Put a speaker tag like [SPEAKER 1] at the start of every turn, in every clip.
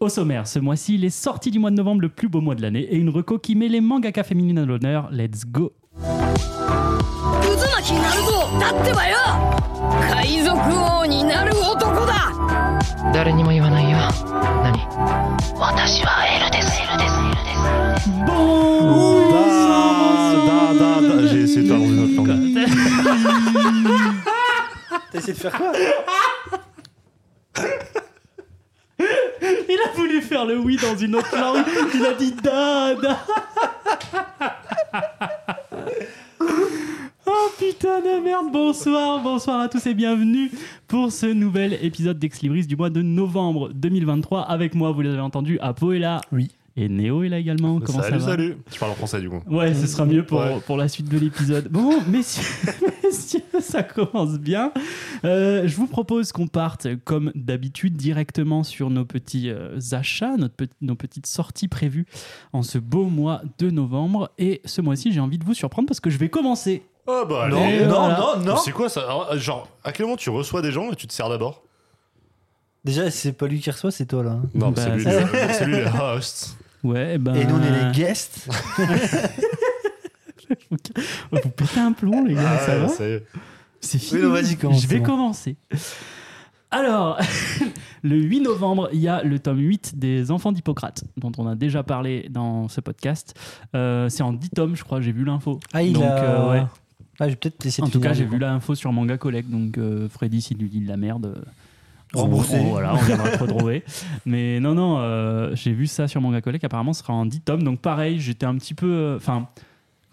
[SPEAKER 1] Au sommaire, ce mois-ci, les sorties du mois de novembre, le plus beau mois de l'année, et une reco qui met les mangakas féminines à l'honneur. Let's go
[SPEAKER 2] 渦巻きになるぞだってばよ海賊王になる男だ
[SPEAKER 3] 誰にも言わないよ何私はエルですエルですエルです
[SPEAKER 1] Bon
[SPEAKER 4] Da, da, da, da. J'ai essayé de faire dans une autre langue.
[SPEAKER 5] T'as essayé de faire quoi
[SPEAKER 1] Il a voulu faire le oui dans une autre langue, il a dit da da Oh putain de merde, bonsoir, bonsoir à tous et bienvenue pour ce nouvel épisode d'Ex Libris du mois de novembre 2023. Avec moi, vous l'avez entendu, Apo est là.
[SPEAKER 5] Oui.
[SPEAKER 1] Et Néo est là également. Comment
[SPEAKER 4] Bah, salut,
[SPEAKER 1] ça va
[SPEAKER 4] salut. Je parle en français du coup.
[SPEAKER 1] Ouais, ce sera mieux pour,
[SPEAKER 4] Ouais.
[SPEAKER 1] pour la suite de l'épisode. Bon, messieurs, messieurs, ça commence bien. Euh, je vous propose qu'on parte, comme d'habitude, directement sur nos petits euh, achats, notre pe- nos petites sorties prévues en ce beau mois de novembre. Et ce mois-ci, j'ai envie de vous surprendre parce que je vais commencer.
[SPEAKER 4] Oh bah
[SPEAKER 5] Non,
[SPEAKER 1] Et
[SPEAKER 4] allez.
[SPEAKER 5] non,
[SPEAKER 1] voilà.
[SPEAKER 5] non, non.
[SPEAKER 4] C'est quoi ça Alors, Genre, à quel moment tu reçois des gens et tu te sers d'abord
[SPEAKER 5] Déjà, c'est pas lui qui reçoit, c'est toi là.
[SPEAKER 4] Non, euh,
[SPEAKER 1] Bah,
[SPEAKER 4] c'est lui,
[SPEAKER 1] c'est
[SPEAKER 4] le- c'est lui le Ah, host.
[SPEAKER 1] Ouais, ben.
[SPEAKER 5] Et nous, on est les guests.
[SPEAKER 1] oh, Vous pétez un plomb, les gars,
[SPEAKER 4] Ah
[SPEAKER 1] ça
[SPEAKER 4] ouais,
[SPEAKER 1] va
[SPEAKER 4] ça y est.
[SPEAKER 1] C'est fini.
[SPEAKER 5] non, vas-y, commence,
[SPEAKER 1] Je vais
[SPEAKER 5] c'est bon.
[SPEAKER 1] commencer. Alors, le 8 novembre, il y a le tome 8 des Enfants d'Hippocrate, dont on a déjà parlé dans ce podcast. Euh, c'est en 10 tomes, je crois, j'ai vu l'info.
[SPEAKER 5] Ah, il
[SPEAKER 1] Donc,
[SPEAKER 5] a.
[SPEAKER 1] euh, ouais.
[SPEAKER 5] Ah, j'ai peut-être essayé
[SPEAKER 1] En
[SPEAKER 5] de
[SPEAKER 1] tout
[SPEAKER 5] finir,
[SPEAKER 1] cas, j'ai
[SPEAKER 5] du
[SPEAKER 1] vu
[SPEAKER 5] coup.
[SPEAKER 1] l'info sur Manga Collect, donc euh, Freddy, s'il lui dit de la merde, euh, on-
[SPEAKER 5] Remboursé.
[SPEAKER 1] on- voilà, on viendra te retrouver. Mais non, non, euh, j'ai vu ça sur Manga Collect, apparemment, ce sera en 10 tomes. Donc pareil, j'étais un petit peu... euh, Enfin,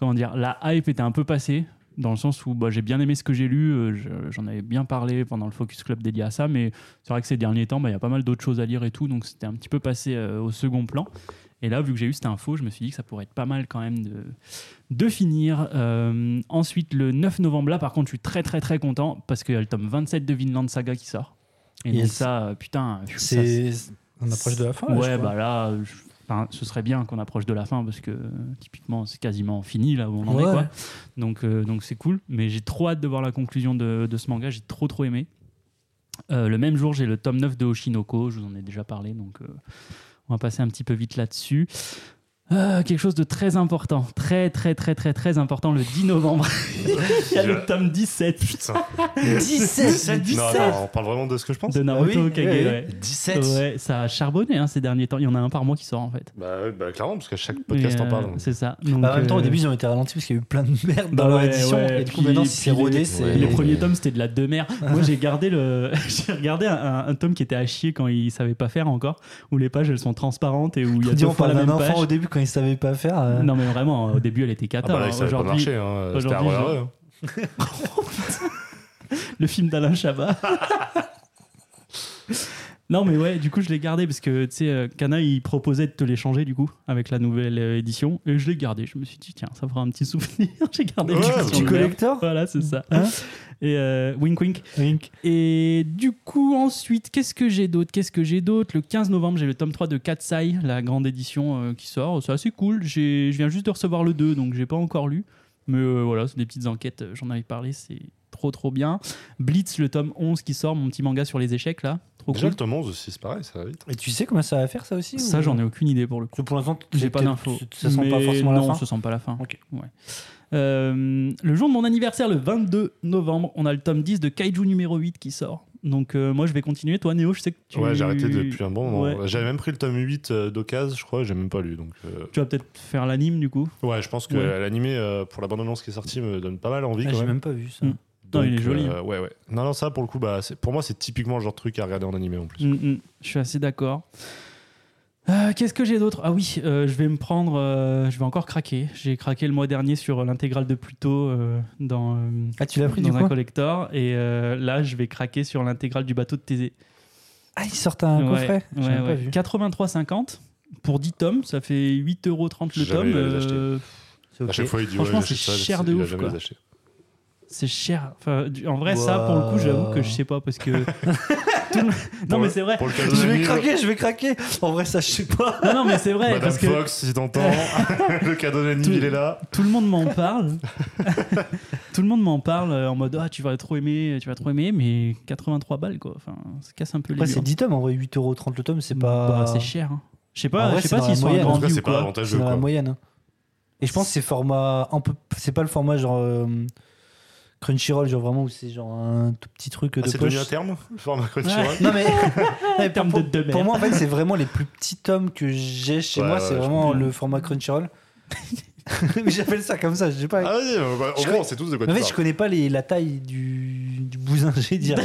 [SPEAKER 1] comment dire La hype était un peu passée, dans le sens où bah, j'ai bien aimé ce que j'ai lu, euh, je- j'en avais bien parlé pendant le Focus Club dédié à ça, mais c'est vrai que ces derniers temps, bah, il y a pas mal d'autres choses à lire et tout, donc c'était un petit peu passé euh, au second plan. Et là, vu que j'ai eu cette info, je me suis dit que ça pourrait être pas mal quand même de, de finir. Euh, ensuite, le 9 novembre, là, par contre, je suis très, très, très content parce qu'il y a le tome 27 de Vinland Saga qui sort. Et donc
[SPEAKER 5] Yes.
[SPEAKER 1] ça, euh, putain, pfiou, ça,
[SPEAKER 5] C'est. On approche de la fin. là, je
[SPEAKER 1] ouais,
[SPEAKER 5] crois.
[SPEAKER 1] bah là, je- enfin, ce serait bien qu'on approche de la fin parce que euh, typiquement, c'est quasiment fini là où on en est.
[SPEAKER 5] Ouais.
[SPEAKER 1] Quoi. Donc, euh, donc c'est cool. Mais j'ai trop hâte de voir la conclusion de, de ce manga. J'ai trop, trop aimé. Euh, le même jour, j'ai le tome 9 de Oshinoko. Je vous en ai déjà parlé. Donc, euh, on va passer un petit peu vite là-dessus. Euh, quelque chose de très important, très très très très très important le 10 novembre. Il y a le tome 17
[SPEAKER 4] Putain.
[SPEAKER 5] 17
[SPEAKER 4] Non, non, on parle vraiment de ce que je pense
[SPEAKER 1] de Naruto
[SPEAKER 5] Ah oui,
[SPEAKER 1] Okage.
[SPEAKER 5] oui, oui.
[SPEAKER 1] ouais.
[SPEAKER 5] 17
[SPEAKER 1] Ouais, ça a charbonné hein, ces derniers temps. Il y en a un par mois qui sort en fait.
[SPEAKER 4] Bah, ouais, bah, clairement, parce qu'à chaque podcast
[SPEAKER 1] Mais,
[SPEAKER 4] en
[SPEAKER 1] euh,
[SPEAKER 4] parle.
[SPEAKER 1] C'est ça. Donc,
[SPEAKER 5] Bah, en même temps, au
[SPEAKER 1] euh,
[SPEAKER 5] début, ils ont été ralentis parce qu'il y a eu plein de merde dans
[SPEAKER 1] Bah
[SPEAKER 5] leur
[SPEAKER 1] ouais,
[SPEAKER 5] édition.
[SPEAKER 1] ouais,
[SPEAKER 5] Et du coup,
[SPEAKER 1] puis-
[SPEAKER 5] maintenant,
[SPEAKER 1] puis
[SPEAKER 5] si c'est
[SPEAKER 1] les-
[SPEAKER 5] rodé,
[SPEAKER 1] le
[SPEAKER 4] les-
[SPEAKER 5] c'est.
[SPEAKER 1] premier tome, c'était de la demeure. Moi, j'ai gardé le, j'ai regardé un, un- un tome qui était à chier quand il savait pas faire encore, où les pages elles sont transparentes et où il y a deux
[SPEAKER 5] On
[SPEAKER 1] fois la
[SPEAKER 5] parle
[SPEAKER 1] même
[SPEAKER 5] d'un enfant
[SPEAKER 1] page.
[SPEAKER 5] au début quand il savait pas faire. euh,
[SPEAKER 1] Non, mais vraiment, au début, elle était
[SPEAKER 4] Ah
[SPEAKER 1] cata.
[SPEAKER 4] bah là,
[SPEAKER 1] hein.
[SPEAKER 4] ça va pas
[SPEAKER 1] Aujourd'hui,
[SPEAKER 4] marcher. Hein. C'était un
[SPEAKER 1] aujourd'hui, je-
[SPEAKER 4] relais, hein.
[SPEAKER 1] le film d'Alain Chabat. Non mais ouais, du coup je l'ai gardé parce que tu sais, euh, Kana il proposait de te l'échanger du coup avec la nouvelle euh, édition et je l'ai gardé. Je me suis dit tiens ça fera un petit souvenir. j'ai gardé
[SPEAKER 4] Ouais,
[SPEAKER 1] l'édition
[SPEAKER 4] bah,
[SPEAKER 5] Tu
[SPEAKER 1] de merde.
[SPEAKER 5] collector
[SPEAKER 1] Voilà c'est ça.
[SPEAKER 5] Hein
[SPEAKER 1] et euh, wink wink. Et du coup, ensuite, qu'est-ce que j'ai d'autre Qu'est-ce que j'ai d'autre Le 15 novembre, j'ai le tome 3 de Katsai, la grande édition euh, qui sort. C'est assez cool. J'ai- Je viens juste de recevoir le 2, donc j'ai pas encore lu. Mais euh, voilà, c'est des petites enquêtes. euh, J'en avais parlé, c'est trop trop bien. Blitz, le tome 11 qui sort, mon petit manga sur les échecs là. Trop
[SPEAKER 4] Déjà,
[SPEAKER 1] cool.
[SPEAKER 4] le tome 11 aussi, c'est pareil, ça va vite.
[SPEAKER 5] Et tu sais comment ça va faire, ça aussi
[SPEAKER 1] Ça, j'en ai aucune idée pour le coup.
[SPEAKER 5] ai. Pour l'instant,
[SPEAKER 1] J'ai pas d'infos.
[SPEAKER 5] Ça sent pas
[SPEAKER 1] Mais
[SPEAKER 5] forcément
[SPEAKER 1] non,
[SPEAKER 5] la
[SPEAKER 1] ça
[SPEAKER 5] fin.
[SPEAKER 1] sent pas la fin.
[SPEAKER 5] Ok.
[SPEAKER 1] Ouais. Euh, le jour de mon anniversaire, le 22 novembre, on a le tome 10 de Kaiju numéro 8 qui sort. Donc euh, moi je vais continuer. Toi Néo, je sais que tu...
[SPEAKER 4] Ouais, j'ai arrêté depuis un bon moment.
[SPEAKER 1] Ouais.
[SPEAKER 4] J'avais même pris le tome 8 euh, d'Ocase, je crois, j'ai même pas lu. Donc, euh,
[SPEAKER 1] Tu vas peut-être faire l'anime du coup.
[SPEAKER 4] Ouais, je pense que
[SPEAKER 1] Ouais.
[SPEAKER 4] l'animé euh, pour la bande-annonce qui est sortie me donne pas mal envie
[SPEAKER 5] Ah,
[SPEAKER 4] quand
[SPEAKER 5] J'ai
[SPEAKER 4] même.
[SPEAKER 5] même pas vu ça.
[SPEAKER 1] Mm. Non, il est joli.
[SPEAKER 4] euh, ouais, ouais. Non, non, ça pour le coup, bah, c'est- pour moi, c'est typiquement le genre de truc à regarder en animé en plus.
[SPEAKER 1] Mm, mm, je suis assez d'accord. Euh, Qu'est-ce que j'ai d'autre Ah oui, euh, je vais me prendre, euh, je vais encore craquer. J'ai craqué le mois dernier sur euh, l'intégrale de Pluto euh, dans, euh,
[SPEAKER 5] Ah, tu l'as pris du
[SPEAKER 1] dans un
[SPEAKER 5] coup
[SPEAKER 1] collector, et euh, là je vais craquer sur l'intégrale du bateau de Thésée.
[SPEAKER 5] Ah, ils sortent un
[SPEAKER 1] Ouais,
[SPEAKER 5] coffret J'ai
[SPEAKER 1] ouais,
[SPEAKER 5] même pas
[SPEAKER 1] ouais.
[SPEAKER 5] vu.
[SPEAKER 1] 83,50 pour 10 tomes, ça fait 8,30€ le
[SPEAKER 4] Jamais
[SPEAKER 1] tome.
[SPEAKER 4] les acheter.
[SPEAKER 1] euh,
[SPEAKER 5] C'est ok.
[SPEAKER 4] À chaque fois, il dit
[SPEAKER 1] Franchement,
[SPEAKER 4] ouais, j'achète
[SPEAKER 1] c'est
[SPEAKER 4] ça,
[SPEAKER 1] cher
[SPEAKER 4] j'achète-
[SPEAKER 1] de
[SPEAKER 4] il a
[SPEAKER 1] ouf,
[SPEAKER 4] jamais
[SPEAKER 1] quoi.
[SPEAKER 4] les acheté.
[SPEAKER 1] c'est cher. Enfin, du- en vrai, ça, pour le coup, j'avoue que je sais pas parce que. Tout le- Non,
[SPEAKER 4] Pour-
[SPEAKER 1] mais c'est vrai.
[SPEAKER 4] Pour le cadeau
[SPEAKER 5] Je vais
[SPEAKER 4] d'anniv-
[SPEAKER 5] craquer, je vais craquer. En vrai, ça, je sais pas.
[SPEAKER 1] Non, non, mais c'est vrai
[SPEAKER 4] euh, Madame
[SPEAKER 1] parce que
[SPEAKER 4] Fox, si t'entends, le cadeau d'anniv,
[SPEAKER 1] Tout-
[SPEAKER 4] il est là.
[SPEAKER 1] tout le monde m'en parle. tout le monde m'en parle euh, en mode ah tu vas trop aimer, tu vas trop aimer, mais 83 balles quoi. Enfin, ça casse un peu les.
[SPEAKER 5] Après, c'est
[SPEAKER 1] murs.
[SPEAKER 5] 10 tomes, en vrai, 8,30€ le tome, c'est pas.
[SPEAKER 1] Bah, c'est cher. hein. Je sais
[SPEAKER 5] En
[SPEAKER 1] pas,
[SPEAKER 5] vrai,
[SPEAKER 1] je sais
[SPEAKER 5] c'est
[SPEAKER 1] pas
[SPEAKER 5] dans
[SPEAKER 1] s'ils
[SPEAKER 5] la
[SPEAKER 1] sont
[SPEAKER 5] moyenne.
[SPEAKER 4] En tout cas,
[SPEAKER 1] agrandis
[SPEAKER 4] c'est
[SPEAKER 1] ou
[SPEAKER 4] pas
[SPEAKER 1] quoi.
[SPEAKER 5] C'est
[SPEAKER 4] avantageux.
[SPEAKER 5] dans la
[SPEAKER 4] Quoi.
[SPEAKER 5] moyenne. hein. Et je pense que c'est format un peu. C'est pas le format genre. euh, Crunchyroll, genre vraiment où c'est genre un tout petit truc
[SPEAKER 4] Ah,
[SPEAKER 5] de
[SPEAKER 4] c'est
[SPEAKER 5] poche.
[SPEAKER 4] devenu un terme le format Crunchyroll
[SPEAKER 5] Non mais, mais
[SPEAKER 1] terme
[SPEAKER 5] pour,
[SPEAKER 1] de demeure.
[SPEAKER 5] pour moi en fait c'est vraiment les plus petits tomes que j'ai chez
[SPEAKER 4] Ouais,
[SPEAKER 5] moi,
[SPEAKER 4] ouais,
[SPEAKER 5] c'est
[SPEAKER 4] je
[SPEAKER 5] vraiment
[SPEAKER 1] comprends.
[SPEAKER 5] le format Crunchyroll. mais j'appelle ça comme ça, je sais pas.
[SPEAKER 4] Ah, vas-y, bah, bah,
[SPEAKER 5] Je
[SPEAKER 4] au moins,
[SPEAKER 5] connais-
[SPEAKER 4] on sait tous de quoi
[SPEAKER 5] Mais en
[SPEAKER 4] tu
[SPEAKER 5] fait je
[SPEAKER 4] parles.
[SPEAKER 5] connais pas les, la taille du, du bousin, j'ai dire.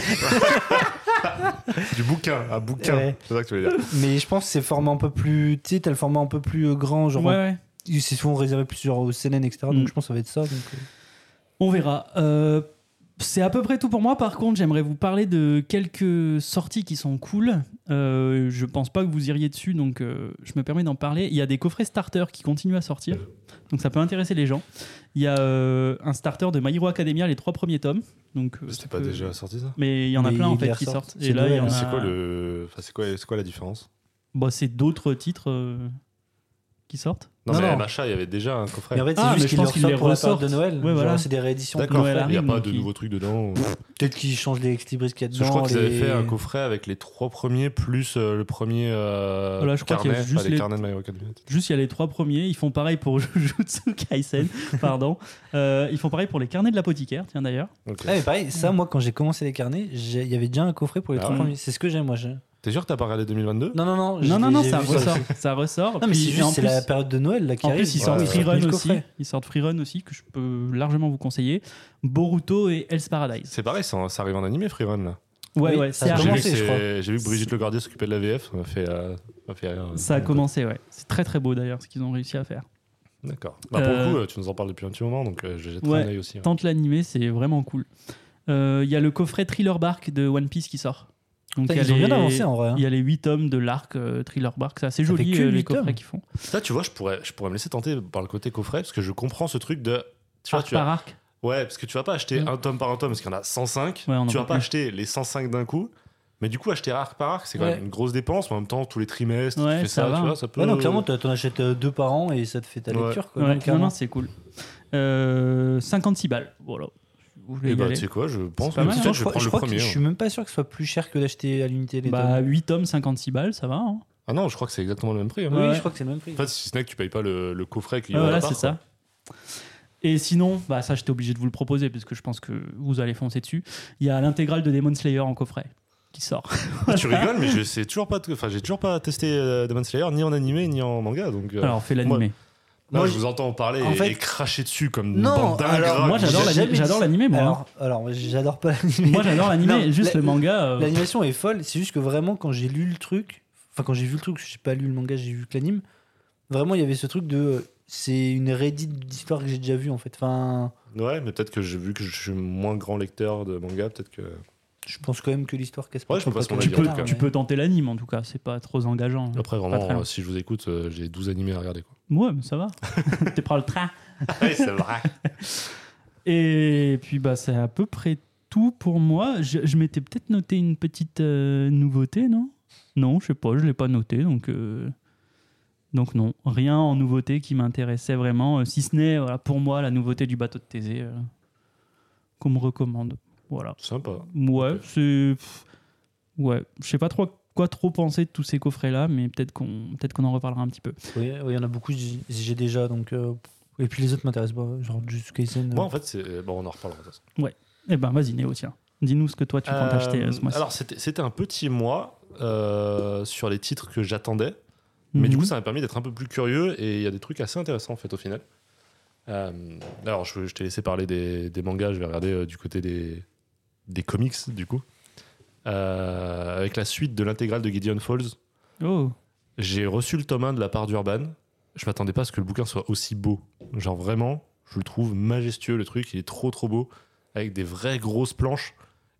[SPEAKER 4] Du bouquin, un bouquin.
[SPEAKER 5] Ouais.
[SPEAKER 4] C'est ça que tu voulais dire.
[SPEAKER 5] mais je pense que c'est format un peu plus, tu sais, t'as le format un peu plus euh, grand, genre
[SPEAKER 1] Ouais, ouais.
[SPEAKER 5] c'est souvent réservé plus euh, genre au CNN etc.
[SPEAKER 1] Mm.
[SPEAKER 5] Donc je pense que ça va être ça. donc, euh.
[SPEAKER 1] On verra. Euh, c'est à peu près tout pour moi. Par contre, j'aimerais vous parler de quelques sorties qui sont cool. Euh, je pense pas que vous iriez dessus, donc euh, je me permets d'en parler. Il y a des coffrets starter qui continuent à sortir, donc ça peut intéresser les gens. Il y a euh, un starter de My Hero Academia, les trois premiers tomes. Donc, euh, ça
[SPEAKER 4] C'était pas
[SPEAKER 1] peut-
[SPEAKER 4] déjà sorti ça
[SPEAKER 1] Mais il y en a
[SPEAKER 5] Mais
[SPEAKER 1] plein en
[SPEAKER 5] ils
[SPEAKER 1] fait
[SPEAKER 5] les
[SPEAKER 1] qui
[SPEAKER 5] ressortent.
[SPEAKER 1] sortent.
[SPEAKER 5] C'est
[SPEAKER 1] Et là, il y en
[SPEAKER 5] Noël, hein.
[SPEAKER 1] a.
[SPEAKER 4] C'est quoi, le... enfin, c'est, quoi, c'est quoi la différence
[SPEAKER 1] Bah, c'est d'autres titres euh, qui sortent.
[SPEAKER 4] Non,
[SPEAKER 5] Non,
[SPEAKER 4] mais
[SPEAKER 5] non.
[SPEAKER 4] à l'achat, il y avait déjà un coffret.
[SPEAKER 5] Mais en fait c'est
[SPEAKER 1] Ah, mais
[SPEAKER 5] juste
[SPEAKER 1] je
[SPEAKER 5] qu'ils
[SPEAKER 1] pense
[SPEAKER 5] les
[SPEAKER 1] qu'ils les
[SPEAKER 5] ressortent pour la période
[SPEAKER 1] ressortent.
[SPEAKER 5] de Noël.
[SPEAKER 1] Ouais,
[SPEAKER 5] Genre,
[SPEAKER 1] voilà.
[SPEAKER 5] c'est des rééditions.
[SPEAKER 4] D'accord,
[SPEAKER 1] Noël
[SPEAKER 4] il n'y a
[SPEAKER 1] arrive,
[SPEAKER 4] pas
[SPEAKER 1] donc
[SPEAKER 4] de
[SPEAKER 1] il-
[SPEAKER 4] nouveaux trucs dedans.
[SPEAKER 5] Peut-être qu'ils changent les extibris qu'il y a
[SPEAKER 4] Parce
[SPEAKER 5] dedans.
[SPEAKER 4] que je crois qu'ils
[SPEAKER 5] les-
[SPEAKER 4] avaient fait un coffret avec les trois premiers plus euh, le premier euh,
[SPEAKER 1] Voilà, je crois qu'il y a
[SPEAKER 4] carnet,
[SPEAKER 1] juste
[SPEAKER 4] enfin, les
[SPEAKER 1] les-
[SPEAKER 4] carnets de My Hero Academia.
[SPEAKER 1] Juste, il y a les trois premiers. Ils font pareil pour Jujutsu Kaisen, pardon. Euh, ils font pareil pour les carnets de l'apothicaire, tiens d'ailleurs.
[SPEAKER 4] Ok.
[SPEAKER 5] Ah, mais pareil, ça, moi, quand j'ai commencé les carnets, j'ai- il y avait déjà un coffret pour les
[SPEAKER 4] Ah
[SPEAKER 5] trois
[SPEAKER 4] ouais.
[SPEAKER 5] premiers. C'est ce que j'ai, moi. j'ai-
[SPEAKER 4] T'es sûr que t'as pas regardé 2022
[SPEAKER 5] Non, non, non. j'ai-
[SPEAKER 1] Non, non, non,
[SPEAKER 5] j'ai
[SPEAKER 1] ça
[SPEAKER 5] vu
[SPEAKER 1] ressort. Ça ressort.
[SPEAKER 5] Non, mais
[SPEAKER 1] Puis-
[SPEAKER 5] c'est
[SPEAKER 1] et
[SPEAKER 5] juste,
[SPEAKER 1] en
[SPEAKER 5] c'est
[SPEAKER 1] plus-
[SPEAKER 5] la période de Noël là, qui
[SPEAKER 1] En
[SPEAKER 5] arrive.
[SPEAKER 1] plus, ils
[SPEAKER 4] Ouais,
[SPEAKER 1] sortent
[SPEAKER 4] ouais.
[SPEAKER 1] Free Run
[SPEAKER 5] Le
[SPEAKER 1] aussi.
[SPEAKER 5] coffret.
[SPEAKER 1] Ils sortent Free Run aussi, que je peux largement vous conseiller. Boruto et Hell's Paradise.
[SPEAKER 4] C'est pareil, ça, ça arrive en animé, Free Run. Là.
[SPEAKER 1] Ouais,
[SPEAKER 5] Oui,
[SPEAKER 1] ouais,
[SPEAKER 5] ça
[SPEAKER 1] c'est
[SPEAKER 5] a
[SPEAKER 1] arrivé.
[SPEAKER 4] J'ai, vu
[SPEAKER 5] commencé,
[SPEAKER 4] que
[SPEAKER 5] je
[SPEAKER 4] c'est-
[SPEAKER 5] crois.
[SPEAKER 4] j'ai vu que Brigitte Legardier s'occupait de la VF, ça m'a fait, euh, ça m'a fait rire.
[SPEAKER 1] Ça a commencé, ouais. C'est très très beau d'ailleurs ce qu'ils ont réussi à faire.
[SPEAKER 4] D'accord. Bah, pour
[SPEAKER 1] Euh,
[SPEAKER 4] le coup, euh, tu nous en parles depuis un petit moment, donc euh, je jetterai
[SPEAKER 1] Ouais.
[SPEAKER 4] un œil aussi. ouais.
[SPEAKER 1] Tente l'animé, c'est vraiment cool. Euh, Il y a le coffret Thriller Bark de One Piece qui sort. Donc
[SPEAKER 5] Putain,
[SPEAKER 1] il y a
[SPEAKER 5] Ils ont bien
[SPEAKER 1] les-
[SPEAKER 5] avancé en vrai. hein.
[SPEAKER 1] Il y a les 8 tomes de l'arc euh, Thriller Bark. C'est assez
[SPEAKER 5] Ça fait
[SPEAKER 1] joli
[SPEAKER 5] que
[SPEAKER 1] euh, les
[SPEAKER 5] huit
[SPEAKER 1] coffrets
[SPEAKER 5] tomes.
[SPEAKER 1] qu'ils font.
[SPEAKER 4] Ça, tu vois, je pourrais, je pourrais me laisser tenter par le côté coffret, parce que je comprends ce truc de. Tu vois,
[SPEAKER 1] Arc
[SPEAKER 4] tu as-
[SPEAKER 1] par arc.
[SPEAKER 4] Ouais, parce que tu vas pas acheter
[SPEAKER 1] Ouais.
[SPEAKER 4] un tome par un tome, parce qu'il y en a 105.
[SPEAKER 1] Ouais, on en
[SPEAKER 4] tu
[SPEAKER 1] peut
[SPEAKER 4] vas pas
[SPEAKER 1] plus.
[SPEAKER 4] acheter les 105 d'un coup. Mais du coup, acheter arc par arc, c'est quand
[SPEAKER 5] Ouais.
[SPEAKER 4] même une grosse dépense. Mais en même temps, tous les trimestres,
[SPEAKER 1] Ouais,
[SPEAKER 4] tu fais
[SPEAKER 1] ça
[SPEAKER 4] ça,
[SPEAKER 1] va.
[SPEAKER 4] tu vois, ça peut.
[SPEAKER 5] Ouais, non, clairement, t'as- t'en achètes euh, deux par an et ça te fait ta
[SPEAKER 4] Ouais.
[SPEAKER 5] lecture. quoi,
[SPEAKER 1] Ouais,
[SPEAKER 5] donc,
[SPEAKER 1] non,
[SPEAKER 5] clairement.
[SPEAKER 1] non, c'est cool. Euh, 56 balles. Voilà. Vous
[SPEAKER 5] Eh
[SPEAKER 1] voulez
[SPEAKER 4] Et
[SPEAKER 1] y
[SPEAKER 5] ben,
[SPEAKER 4] bah,
[SPEAKER 1] aller
[SPEAKER 4] tu sais quoi, je pense
[SPEAKER 1] pas
[SPEAKER 4] que
[SPEAKER 1] mal,
[SPEAKER 4] peut-être
[SPEAKER 1] hein.
[SPEAKER 5] Ah je,
[SPEAKER 4] je vais
[SPEAKER 5] crois,
[SPEAKER 4] prendre
[SPEAKER 5] je
[SPEAKER 4] le
[SPEAKER 5] crois que
[SPEAKER 4] premier.
[SPEAKER 5] je suis
[SPEAKER 4] hein.
[SPEAKER 5] même pas sûr que ce soit plus cher que d'acheter à l'unité les
[SPEAKER 1] Bah,
[SPEAKER 5] tomes.
[SPEAKER 1] 8 tomes, 56 balles, ça va. hein.
[SPEAKER 4] Ah non, je crois que c'est exactement le même prix. hein.
[SPEAKER 5] Oui,
[SPEAKER 1] ouais.
[SPEAKER 5] je crois que c'est le même prix.
[SPEAKER 4] En fait, si ce n'est que tu payes pas le, le coffret qu'il y
[SPEAKER 1] Ah,
[SPEAKER 4] a à
[SPEAKER 1] voilà,
[SPEAKER 4] la
[SPEAKER 1] c'est
[SPEAKER 4] part, quoi.
[SPEAKER 1] ça. Et sinon, bah ça, j'étais obligé de vous le proposer parce que je pense que vous allez foncer dessus. Il y a l'intégrale de Demon Slayer en coffret qui sort.
[SPEAKER 4] Tu rigoles, mais je sais toujours pas. de- Enfin, j'ai toujours pas testé euh, Demon Slayer ni en animé ni en manga. Donc, euh,
[SPEAKER 1] Alors, fais l'animé.
[SPEAKER 4] là,
[SPEAKER 5] moi,
[SPEAKER 4] je
[SPEAKER 5] je-
[SPEAKER 4] vous entends parler
[SPEAKER 5] en
[SPEAKER 4] et-
[SPEAKER 5] fait-
[SPEAKER 4] et cracher dessus comme
[SPEAKER 5] Non,
[SPEAKER 4] une bande
[SPEAKER 5] alors,
[SPEAKER 1] Moi,
[SPEAKER 5] moi,
[SPEAKER 1] j'adore
[SPEAKER 5] j'ai
[SPEAKER 1] l'ani-
[SPEAKER 5] jamais dit
[SPEAKER 1] j'adore
[SPEAKER 5] ça.
[SPEAKER 1] l'animé, moi. hein.
[SPEAKER 5] Alors, alors j'adore pas l'animé.
[SPEAKER 1] Moi, j'adore l'animé.
[SPEAKER 5] Non,
[SPEAKER 1] Juste
[SPEAKER 5] la-
[SPEAKER 1] le manga. euh,
[SPEAKER 5] L'animation est folle, c'est juste que vraiment quand j'ai lu le truc, enfin quand j'ai vu le truc, j'ai pas lu le manga, j'ai vu que l'anime, vraiment il y avait ce truc de euh, c'est une réédite d'histoire que j'ai déjà vue en fait. Enfin,
[SPEAKER 4] Ouais, mais peut-être que j'ai vu que je suis moins grand lecteur de manga, peut-être que.
[SPEAKER 5] je pense quand même que l'histoire casse
[SPEAKER 4] Ouais, je peux pas se
[SPEAKER 1] tu,
[SPEAKER 4] on va
[SPEAKER 1] peux,
[SPEAKER 4] dire, en tout
[SPEAKER 1] tu peux tenter l'anime en tout cas. C'est pas trop engageant.
[SPEAKER 4] Après,
[SPEAKER 1] Pas très
[SPEAKER 4] vraiment,
[SPEAKER 1] long.
[SPEAKER 4] euh, si je vous écoute, euh, j'ai 12 animés à regarder. Quoi.
[SPEAKER 1] Ouais, mais ça va. tu prends le train.
[SPEAKER 4] c'est vrai.
[SPEAKER 1] Et puis bah c'est à peu près tout pour moi. Je, je m'étais peut-être noté une petite euh, nouveauté, non Non, je sais pas, je l'ai pas noté donc euh, donc non, rien en nouveauté qui m'intéressait vraiment, euh, si ce n'est voilà, pour moi la nouveauté du bateau de Thésée euh, qu'on me recommande. Voilà.
[SPEAKER 4] Sympa.
[SPEAKER 1] Ouais, c'est pff, ouais, je sais pas trop quoi trop penser de tous ces coffrets là, mais peut-être qu'on peut-être qu'on en reparlera un petit peu.
[SPEAKER 5] Oui, oui, il y en a beaucoup j'ai j'ai déjà donc euh, et puis les autres m'intéressent pas, genre Jujutsu Kaisen. euh.
[SPEAKER 4] Moi, en fait, c'est. Bon, on en reparlera. de toute façon.
[SPEAKER 1] Eh ben vas-y Néo, tiens. Dis-nous ce que toi tu comptes
[SPEAKER 4] Euh,
[SPEAKER 1] acheter euh, ce mois-ci.
[SPEAKER 4] alors, c'était c'était un petit mois euh, sur les titres que j'attendais. Mais du
[SPEAKER 1] Mhm.
[SPEAKER 4] coup, ça m'a permis d'être un peu plus curieux et il y a des trucs assez intéressants en fait au final. Euh, alors, je, je t'ai laissé parler des, des mangas, je vais regarder euh, du côté des, des comics du coup. Euh, avec la suite de l'intégrale de Gideon Falls,
[SPEAKER 1] Oh.
[SPEAKER 4] j'ai reçu le tome 1 de la part d'Urban. Je m'attendais pas à ce que le bouquin soit aussi beau. Genre vraiment, je le trouve majestueux le truc, il est trop trop beau, avec des vraies grosses planches.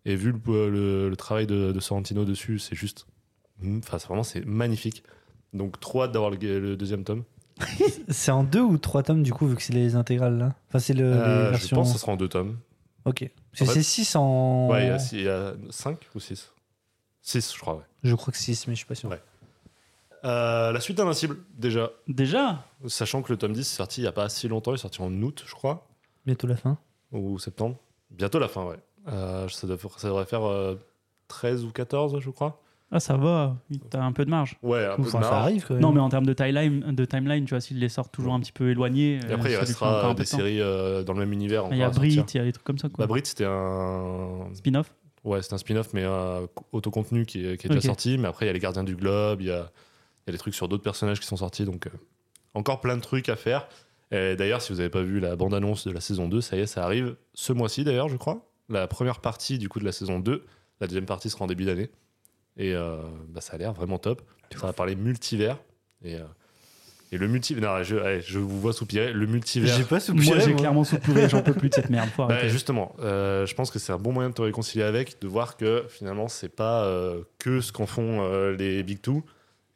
[SPEAKER 4] Et vu le, le- le travail de, de Sorrentino dessus, c'est juste. mm, Enfin, c'est vraiment, c'est magnifique. Donc, trop hâte d'avoir le, le deuxième tome.
[SPEAKER 5] C'est en deux ou trois tomes du coup vu que c'est les intégrales là. Enfin c'est le
[SPEAKER 4] Euh,
[SPEAKER 5] les
[SPEAKER 4] je
[SPEAKER 5] versions-
[SPEAKER 4] pense que ce sera en deux tomes.
[SPEAKER 5] OK.
[SPEAKER 4] En
[SPEAKER 5] Parce que
[SPEAKER 4] fait-
[SPEAKER 5] c'est 6 en
[SPEAKER 4] Ouais, il y a six- il y a cinq ou six Six, je crois, ouais.
[SPEAKER 5] je crois que 6 mais je suis pas sûr.
[SPEAKER 4] Ouais. Euh, la suite d'Invincible, déjà.
[SPEAKER 1] Déjà
[SPEAKER 4] Sachant que le tome 10 est sorti il n'y a pas si longtemps, il est sorti en août, je crois.
[SPEAKER 5] Bientôt la fin.
[SPEAKER 4] ou septembre. Bientôt la fin, ouais. Euh, ça, doit- ça devrait faire euh, 13 ou 14, je crois.
[SPEAKER 1] Ah, ça va, t'as un peu de marge.
[SPEAKER 4] Ouais, un peu de
[SPEAKER 5] Enfin, ça
[SPEAKER 4] marge.
[SPEAKER 5] arrive quand même.
[SPEAKER 1] Non, mais en termes de timeline, de timeline, tu vois, s'ils les sortent toujours un petit peu éloignés. euh,
[SPEAKER 4] Et après, il restera des séries euh, dans le même univers.
[SPEAKER 1] Il y a
[SPEAKER 4] encore à sortir.
[SPEAKER 1] Brit, il y a des trucs comme ça, quoi.
[SPEAKER 4] Bah, Brit, c'était un.
[SPEAKER 1] Spin-off.
[SPEAKER 4] Ouais, c'est un spin-off, mais euh, autocontenu qui est, qui est
[SPEAKER 1] Ok.
[SPEAKER 4] déjà sorti. Mais après, il y a les Gardiens du Globe, il y a, il y a des trucs sur d'autres personnages qui sont sortis. Donc, euh, encore plein de trucs à faire. Et D'ailleurs, si vous n'avez pas vu la bande-annonce de la saison 2, ça y est, ça arrive ce mois-ci, d'ailleurs, je crois. La première partie du coup de la saison 2. La deuxième partie sera en début d'année. Et euh, bah, ça a l'air vraiment top. Ça va parler multivers. Et, euh, et le multivers. Non, je, allez, je vous vois soupirer. Le multivers.
[SPEAKER 5] J'ai pas soupiré.
[SPEAKER 1] Moi, j'ai
[SPEAKER 5] moi.
[SPEAKER 1] clairement soupiré, j'en peux plus de cette merde. Faut
[SPEAKER 4] Bah,
[SPEAKER 1] arrêter.
[SPEAKER 4] justement, euh, je pense que c'est un bon moyen de te réconcilier avec, de voir que finalement, c'est pas euh, que ce qu'en font euh, les Big Two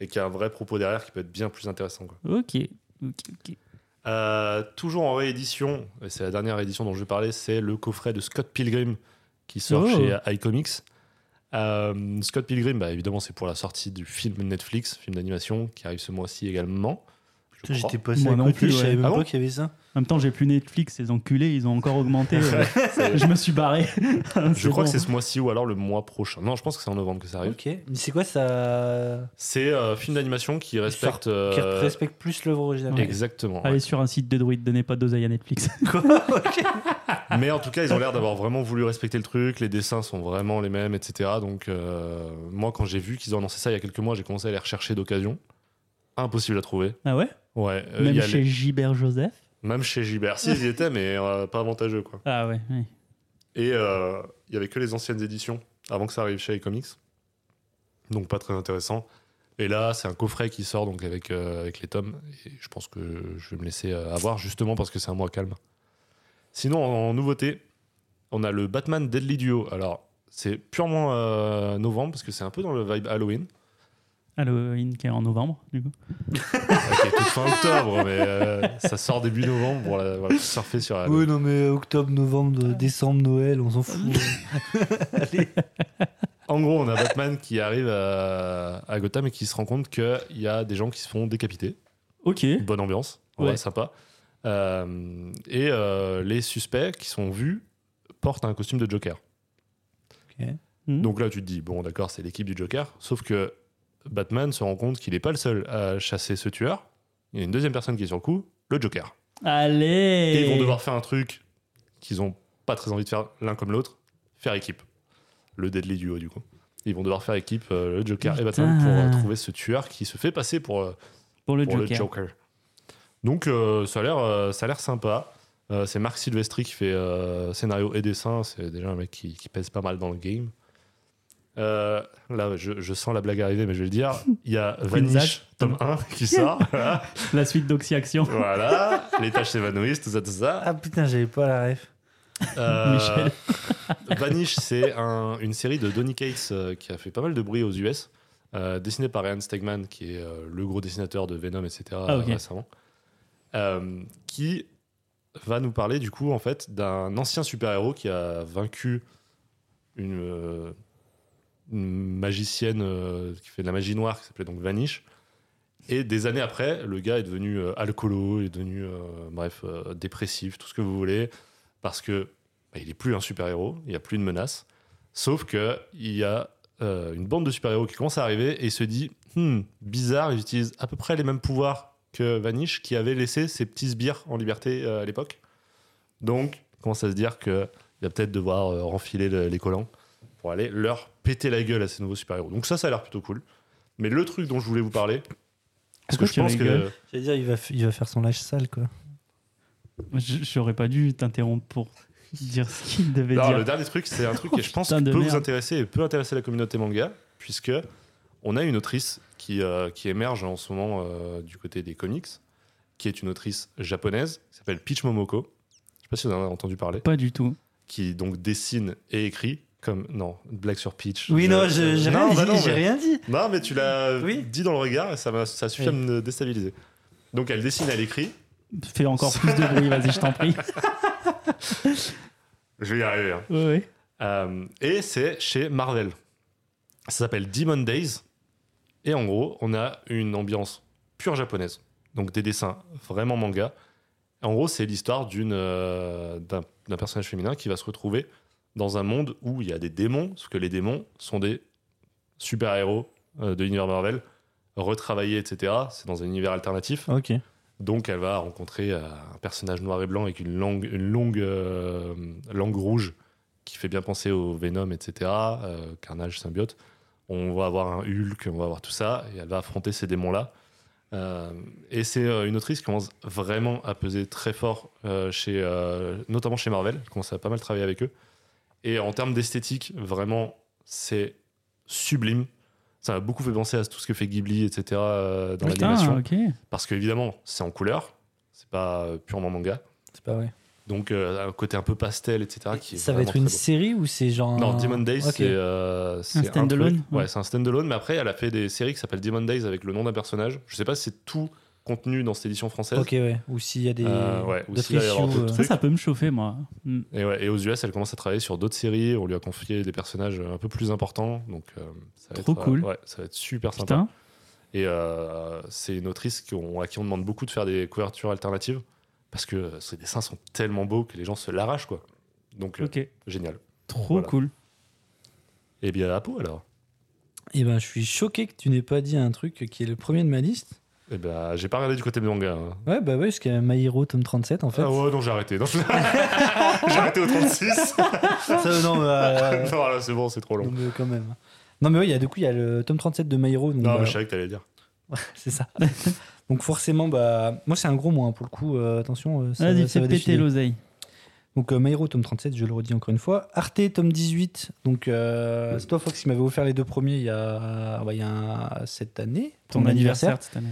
[SPEAKER 4] et qu'il y a un vrai propos derrière qui peut être bien plus intéressant. quoi.
[SPEAKER 1] Ok. Ok, ok.
[SPEAKER 4] Euh, toujours en réédition, et c'est la dernière édition dont je vais parler, c'est le coffret de Scott Pilgrim qui sort
[SPEAKER 1] Oh.
[SPEAKER 4] chez iComics. Euh, Scott Pilgrim, bah, évidemment, c'est pour la sortie du film Netflix, film d'animation, qui arrive ce mois-ci également. je
[SPEAKER 5] Putain,
[SPEAKER 4] crois.
[SPEAKER 5] J'étais passé
[SPEAKER 1] Moi
[SPEAKER 5] à
[SPEAKER 1] non
[SPEAKER 5] côté,
[SPEAKER 1] plus,
[SPEAKER 5] je savais
[SPEAKER 1] ouais.
[SPEAKER 5] même
[SPEAKER 4] Ah
[SPEAKER 5] pas
[SPEAKER 4] bon
[SPEAKER 5] qu'il y avait ça.
[SPEAKER 1] En même temps, j'ai plus Netflix, les enculés, ils ont encore augmenté. euh, je me suis barré.
[SPEAKER 4] Je crois que c'est ce mois-ci ou alors le mois prochain. Non, je pense que c'est en novembre que ça arrive.
[SPEAKER 5] Ok. Mais c'est quoi ça
[SPEAKER 4] C'est un film d'animation qui respecte. euh,
[SPEAKER 5] Qui respecte plus l'œuvre originale.
[SPEAKER 1] Ouais.
[SPEAKER 4] Exactement.
[SPEAKER 1] Allez sur un site de druides, donnez pas d'oseille à Netflix.
[SPEAKER 4] ouais. Mais en tout cas, ils ont l'air d'avoir vraiment voulu respecter le truc. Les dessins sont vraiment les mêmes, etc. Donc, euh, moi, quand j'ai vu qu'ils ont annoncé ça il y a quelques mois, j'ai commencé à les rechercher d'occasion. Impossible à trouver.
[SPEAKER 1] Ah ouais
[SPEAKER 4] Ouais. euh, il y
[SPEAKER 1] Même
[SPEAKER 4] a
[SPEAKER 1] chez Gilbert Joseph
[SPEAKER 4] les- même chez Gibert. Si, ils y étaient, mais euh, pas avantageux, quoi.
[SPEAKER 1] Ah ouais. ouais.
[SPEAKER 4] Et euh, il y avait que les anciennes éditions avant que ça arrive chez iComics. Donc pas très intéressant. Et là, c'est un coffret qui sort donc avec, euh, avec les tomes. Et je pense que je vais me laisser euh, avoir justement parce que c'est un mois calme. Sinon, en, en nouveauté, on a le Batman Deadly Duo. Alors, c'est purement euh, novembre parce que c'est un peu dans le vibe Halloween.
[SPEAKER 1] Halloween qui est en novembre, du coup.
[SPEAKER 4] Ok, toute fin octobre, mais euh, ça sort début novembre pour la- voilà, surfer sur la.
[SPEAKER 5] Oui, non, mais octobre, novembre, décembre, Noël, on s'en fout.
[SPEAKER 4] En gros, on a Batman qui arrive à, à Gotham et qui se rend compte qu'il y a des gens qui se font décapiter.
[SPEAKER 1] Ok.
[SPEAKER 4] bonne ambiance,
[SPEAKER 1] Ouais.
[SPEAKER 4] ouais. sympa. Euh, et euh, les suspects qui sont vus portent un costume de Joker.
[SPEAKER 1] Mhm.
[SPEAKER 4] Donc là, tu te dis, bon, d'accord, c'est l'équipe du Joker. Sauf que Batman se rend compte qu'il n'est pas le seul à chasser ce tueur. Il y a une deuxième personne qui est sur le coup, le Joker.
[SPEAKER 1] Allez
[SPEAKER 4] Et ils vont devoir faire un truc qu'ils ont pas très envie de faire l'un comme l'autre, faire équipe. Le Deadly Duo, du coup. Ils vont devoir faire équipe, euh, le Joker et Batman, pour
[SPEAKER 1] Putain.
[SPEAKER 4] euh, trouver ce tueur qui se fait passer pour. euh,
[SPEAKER 1] Pour Ah. le
[SPEAKER 4] pour
[SPEAKER 1] Joker.
[SPEAKER 4] le Joker. Donc euh, ça a l'air euh, ça a l'air sympa. Euh, c'est Marc Silvestri qui fait euh, scénario et dessin. C'est déjà un mec qui, qui pèse pas mal dans le game. Euh, là, je, je sens la blague arriver, mais je vais le dire. Il y a Vanish,
[SPEAKER 1] Zach.
[SPEAKER 4] tome 1, qui sort. voilà.
[SPEAKER 1] La suite d'Oxy Action.
[SPEAKER 4] Voilà. Les tâches s'évanouissent, tout ça, tout ça.
[SPEAKER 5] Ah putain, j'avais pas la ref.
[SPEAKER 4] Euh,
[SPEAKER 1] Michel.
[SPEAKER 4] Vanish, c'est un- une série de Donny Cates euh, qui a fait pas mal de bruit aux US, euh, dessinée par Ian Stegman, qui est euh, le gros dessinateur de Venom, etc.
[SPEAKER 1] Ah, ok.
[SPEAKER 4] récemment, euh, qui va nous parler du coup en fait d'un ancien super-héros qui a vaincu une, euh, une magicienne euh, qui fait de la magie noire, qui s'appelait donc Vanish. Et des années après, le gars est devenu euh, alcoolo, est devenu, euh, bref, euh, dépressif, tout ce que vous voulez, parce que bah, il est plus un super-héros, il n'y a plus de menace. Sauf que il y a euh, une bande de super-héros qui commence à arriver et se dit Hmm, bizarre, ils utilisent à peu près les mêmes pouvoirs que Vanish, qui avait laissé ses petits sbires en liberté euh, à l'époque. Donc, il commence à se dire qu'il va peut-être devoir euh, renfiler le- les collants pour aller leur péter la gueule à ces nouveaux super-héros. Donc, ça, ça a l'air plutôt cool. Mais le truc dont je voulais vous parler, parce
[SPEAKER 1] Pourquoi
[SPEAKER 4] que je
[SPEAKER 1] tu
[SPEAKER 4] pense
[SPEAKER 1] rigoles
[SPEAKER 4] que.
[SPEAKER 5] J'allais dire, il va, f- il va faire son lâche sale, quoi.
[SPEAKER 1] Je- J'aurais pas dû t'interrompre pour dire ce qu'il devait
[SPEAKER 4] Non,
[SPEAKER 1] dire.
[SPEAKER 4] le dernier truc, c'est un truc qui, je pense,
[SPEAKER 1] Putain
[SPEAKER 4] peut
[SPEAKER 1] de
[SPEAKER 4] vous
[SPEAKER 1] merde.
[SPEAKER 4] intéresser et peut intéresser la communauté manga, puisque on a une autrice qui, euh, qui émerge en ce moment euh, du côté des comics, qui est une autrice japonaise, qui s'appelle Peach Momoko. Je sais pas si vous en avez entendu parler.
[SPEAKER 1] Pas du tout.
[SPEAKER 4] Qui donc dessine et écrit comme. Non, une blague sur Peach.
[SPEAKER 5] Oui,
[SPEAKER 4] Je-
[SPEAKER 5] non, je- j'ai
[SPEAKER 4] Non,
[SPEAKER 5] rien,
[SPEAKER 4] bah
[SPEAKER 5] dit,
[SPEAKER 4] non,
[SPEAKER 5] j'ai
[SPEAKER 4] mais-
[SPEAKER 5] rien dit.
[SPEAKER 4] non, mais tu l'as
[SPEAKER 5] Oui.
[SPEAKER 4] dit dans le regard et ça, m'a- ça suffit à
[SPEAKER 5] Oui.
[SPEAKER 4] me déstabiliser. Donc elle dessine, elle écrit.
[SPEAKER 1] Fais encore plus de bruit, vas-y, je t'en prie.
[SPEAKER 4] Je vais y arriver. hein.
[SPEAKER 1] Ouais, ouais.
[SPEAKER 4] Euh, et c'est chez Marvel. Ça s'appelle Demon Days. Et en gros, on a une ambiance pure japonaise. Donc des dessins vraiment manga. En gros, c'est l'histoire d'une euh, d'un d'un personnage féminin qui va se retrouver dans un monde où il y a des démons, parce que les démons sont des super-héros euh, de l'univers Marvel, retravaillés, etc. C'est dans un univers alternatif.
[SPEAKER 5] Ok.
[SPEAKER 4] Donc elle va rencontrer euh, un personnage noir et blanc avec une langue, une longue euh, langue rouge qui fait bien penser au Venom, etc. euh, Carnage, symbiote. On va avoir un Hulk, on va avoir tout ça, et elle va affronter ces démons-là. Euh, et c'est euh, une autrice qui commence vraiment à peser très fort, euh, chez, euh, notamment chez Marvel. Elle commence à pas mal travailler avec eux. Et en termes d'esthétique, vraiment, c'est sublime. Ça m'a beaucoup fait penser à tout ce que fait Ghibli, etc. euh, dans l'animation.
[SPEAKER 1] Putain, ok.
[SPEAKER 4] Parce que évidemment, c'est en couleur, c'est pas euh, purement manga.
[SPEAKER 5] C'est pas vrai.
[SPEAKER 4] Donc euh, un côté un peu pastel, etc. Ah, Qui est
[SPEAKER 5] ça va
[SPEAKER 4] vraiment
[SPEAKER 5] être une
[SPEAKER 4] très beau.
[SPEAKER 5] série ou c'est genre.
[SPEAKER 4] Non,
[SPEAKER 5] un-
[SPEAKER 4] Demon Days,
[SPEAKER 5] Ok.
[SPEAKER 4] c'est euh, c'est un
[SPEAKER 1] standalone,
[SPEAKER 4] truc. Ouais,
[SPEAKER 1] ouais.
[SPEAKER 4] c'est un standalone. Mais après, elle a fait des séries qui s'appellent Demon Days avec le nom d'un personnage. Je sais pas si c'est tout contenu dans cette édition française.
[SPEAKER 5] Ok, ouais. Ou s'il y a des.
[SPEAKER 4] Euh, ouais, ou
[SPEAKER 5] d'autres
[SPEAKER 4] s'il va y avoir
[SPEAKER 5] issues,
[SPEAKER 4] d'autres
[SPEAKER 5] euh,
[SPEAKER 1] Ça, ça peut me chauffer, moi. Mm.
[SPEAKER 4] Et, ouais, et aux US, elle commence à travailler sur d'autres séries. On lui a confié des personnages un peu plus importants. Donc, euh, ça va
[SPEAKER 1] Trop
[SPEAKER 4] être, euh,
[SPEAKER 1] cool.
[SPEAKER 4] ouais, ça va être super sympa.
[SPEAKER 1] Putain.
[SPEAKER 4] Et euh, c'est une autrice qu'on- à qui on demande beaucoup de faire des couvertures alternatives parce que euh, ses dessins sont tellement beaux que les gens se l'arrachent, quoi. Donc, euh,
[SPEAKER 1] Ok.
[SPEAKER 4] génial.
[SPEAKER 1] Trop
[SPEAKER 4] Voilà.
[SPEAKER 1] cool.
[SPEAKER 4] Et bien, à peau alors.
[SPEAKER 5] Eh ben, je suis choqué que tu n'aies pas dit un truc qui est le premier de ma liste.
[SPEAKER 4] Eh ben, j'ai pas regardé du côté des mangas. hein.
[SPEAKER 5] Ouais, bah ouais, jusqu'à My Hero tome 37, en fait.
[SPEAKER 4] Ah ouais, non, j'ai arrêté. Non, j'ai arrêté au 36.
[SPEAKER 5] Ça, non, bah, euh,
[SPEAKER 4] non, là, c'est bon, c'est trop long.
[SPEAKER 5] non, mais quand même. Non, mais ouais, il y a, du coup, il y a le tome 37 de My Hero. donc,
[SPEAKER 4] Non,
[SPEAKER 5] bah,
[SPEAKER 4] mais je savais que t'allais dire.
[SPEAKER 5] c'est ça. donc, forcément, bah. Moi, c'est un gros mois, hein, pour le coup. euh, attention, euh, ça,
[SPEAKER 1] Vas-y,
[SPEAKER 5] va- ça
[SPEAKER 1] fais
[SPEAKER 5] va
[SPEAKER 1] péter
[SPEAKER 5] défiler.
[SPEAKER 1] l'oseille.
[SPEAKER 5] Donc euh, My Hero, tome 37, je le redis encore une fois. Arte tome 18, donc euh, c'est toi Fox qui m'avait offert les deux premiers il y a, bah, il y a un- cette année, pour
[SPEAKER 1] Ton
[SPEAKER 5] mon
[SPEAKER 1] anniversaire cette année.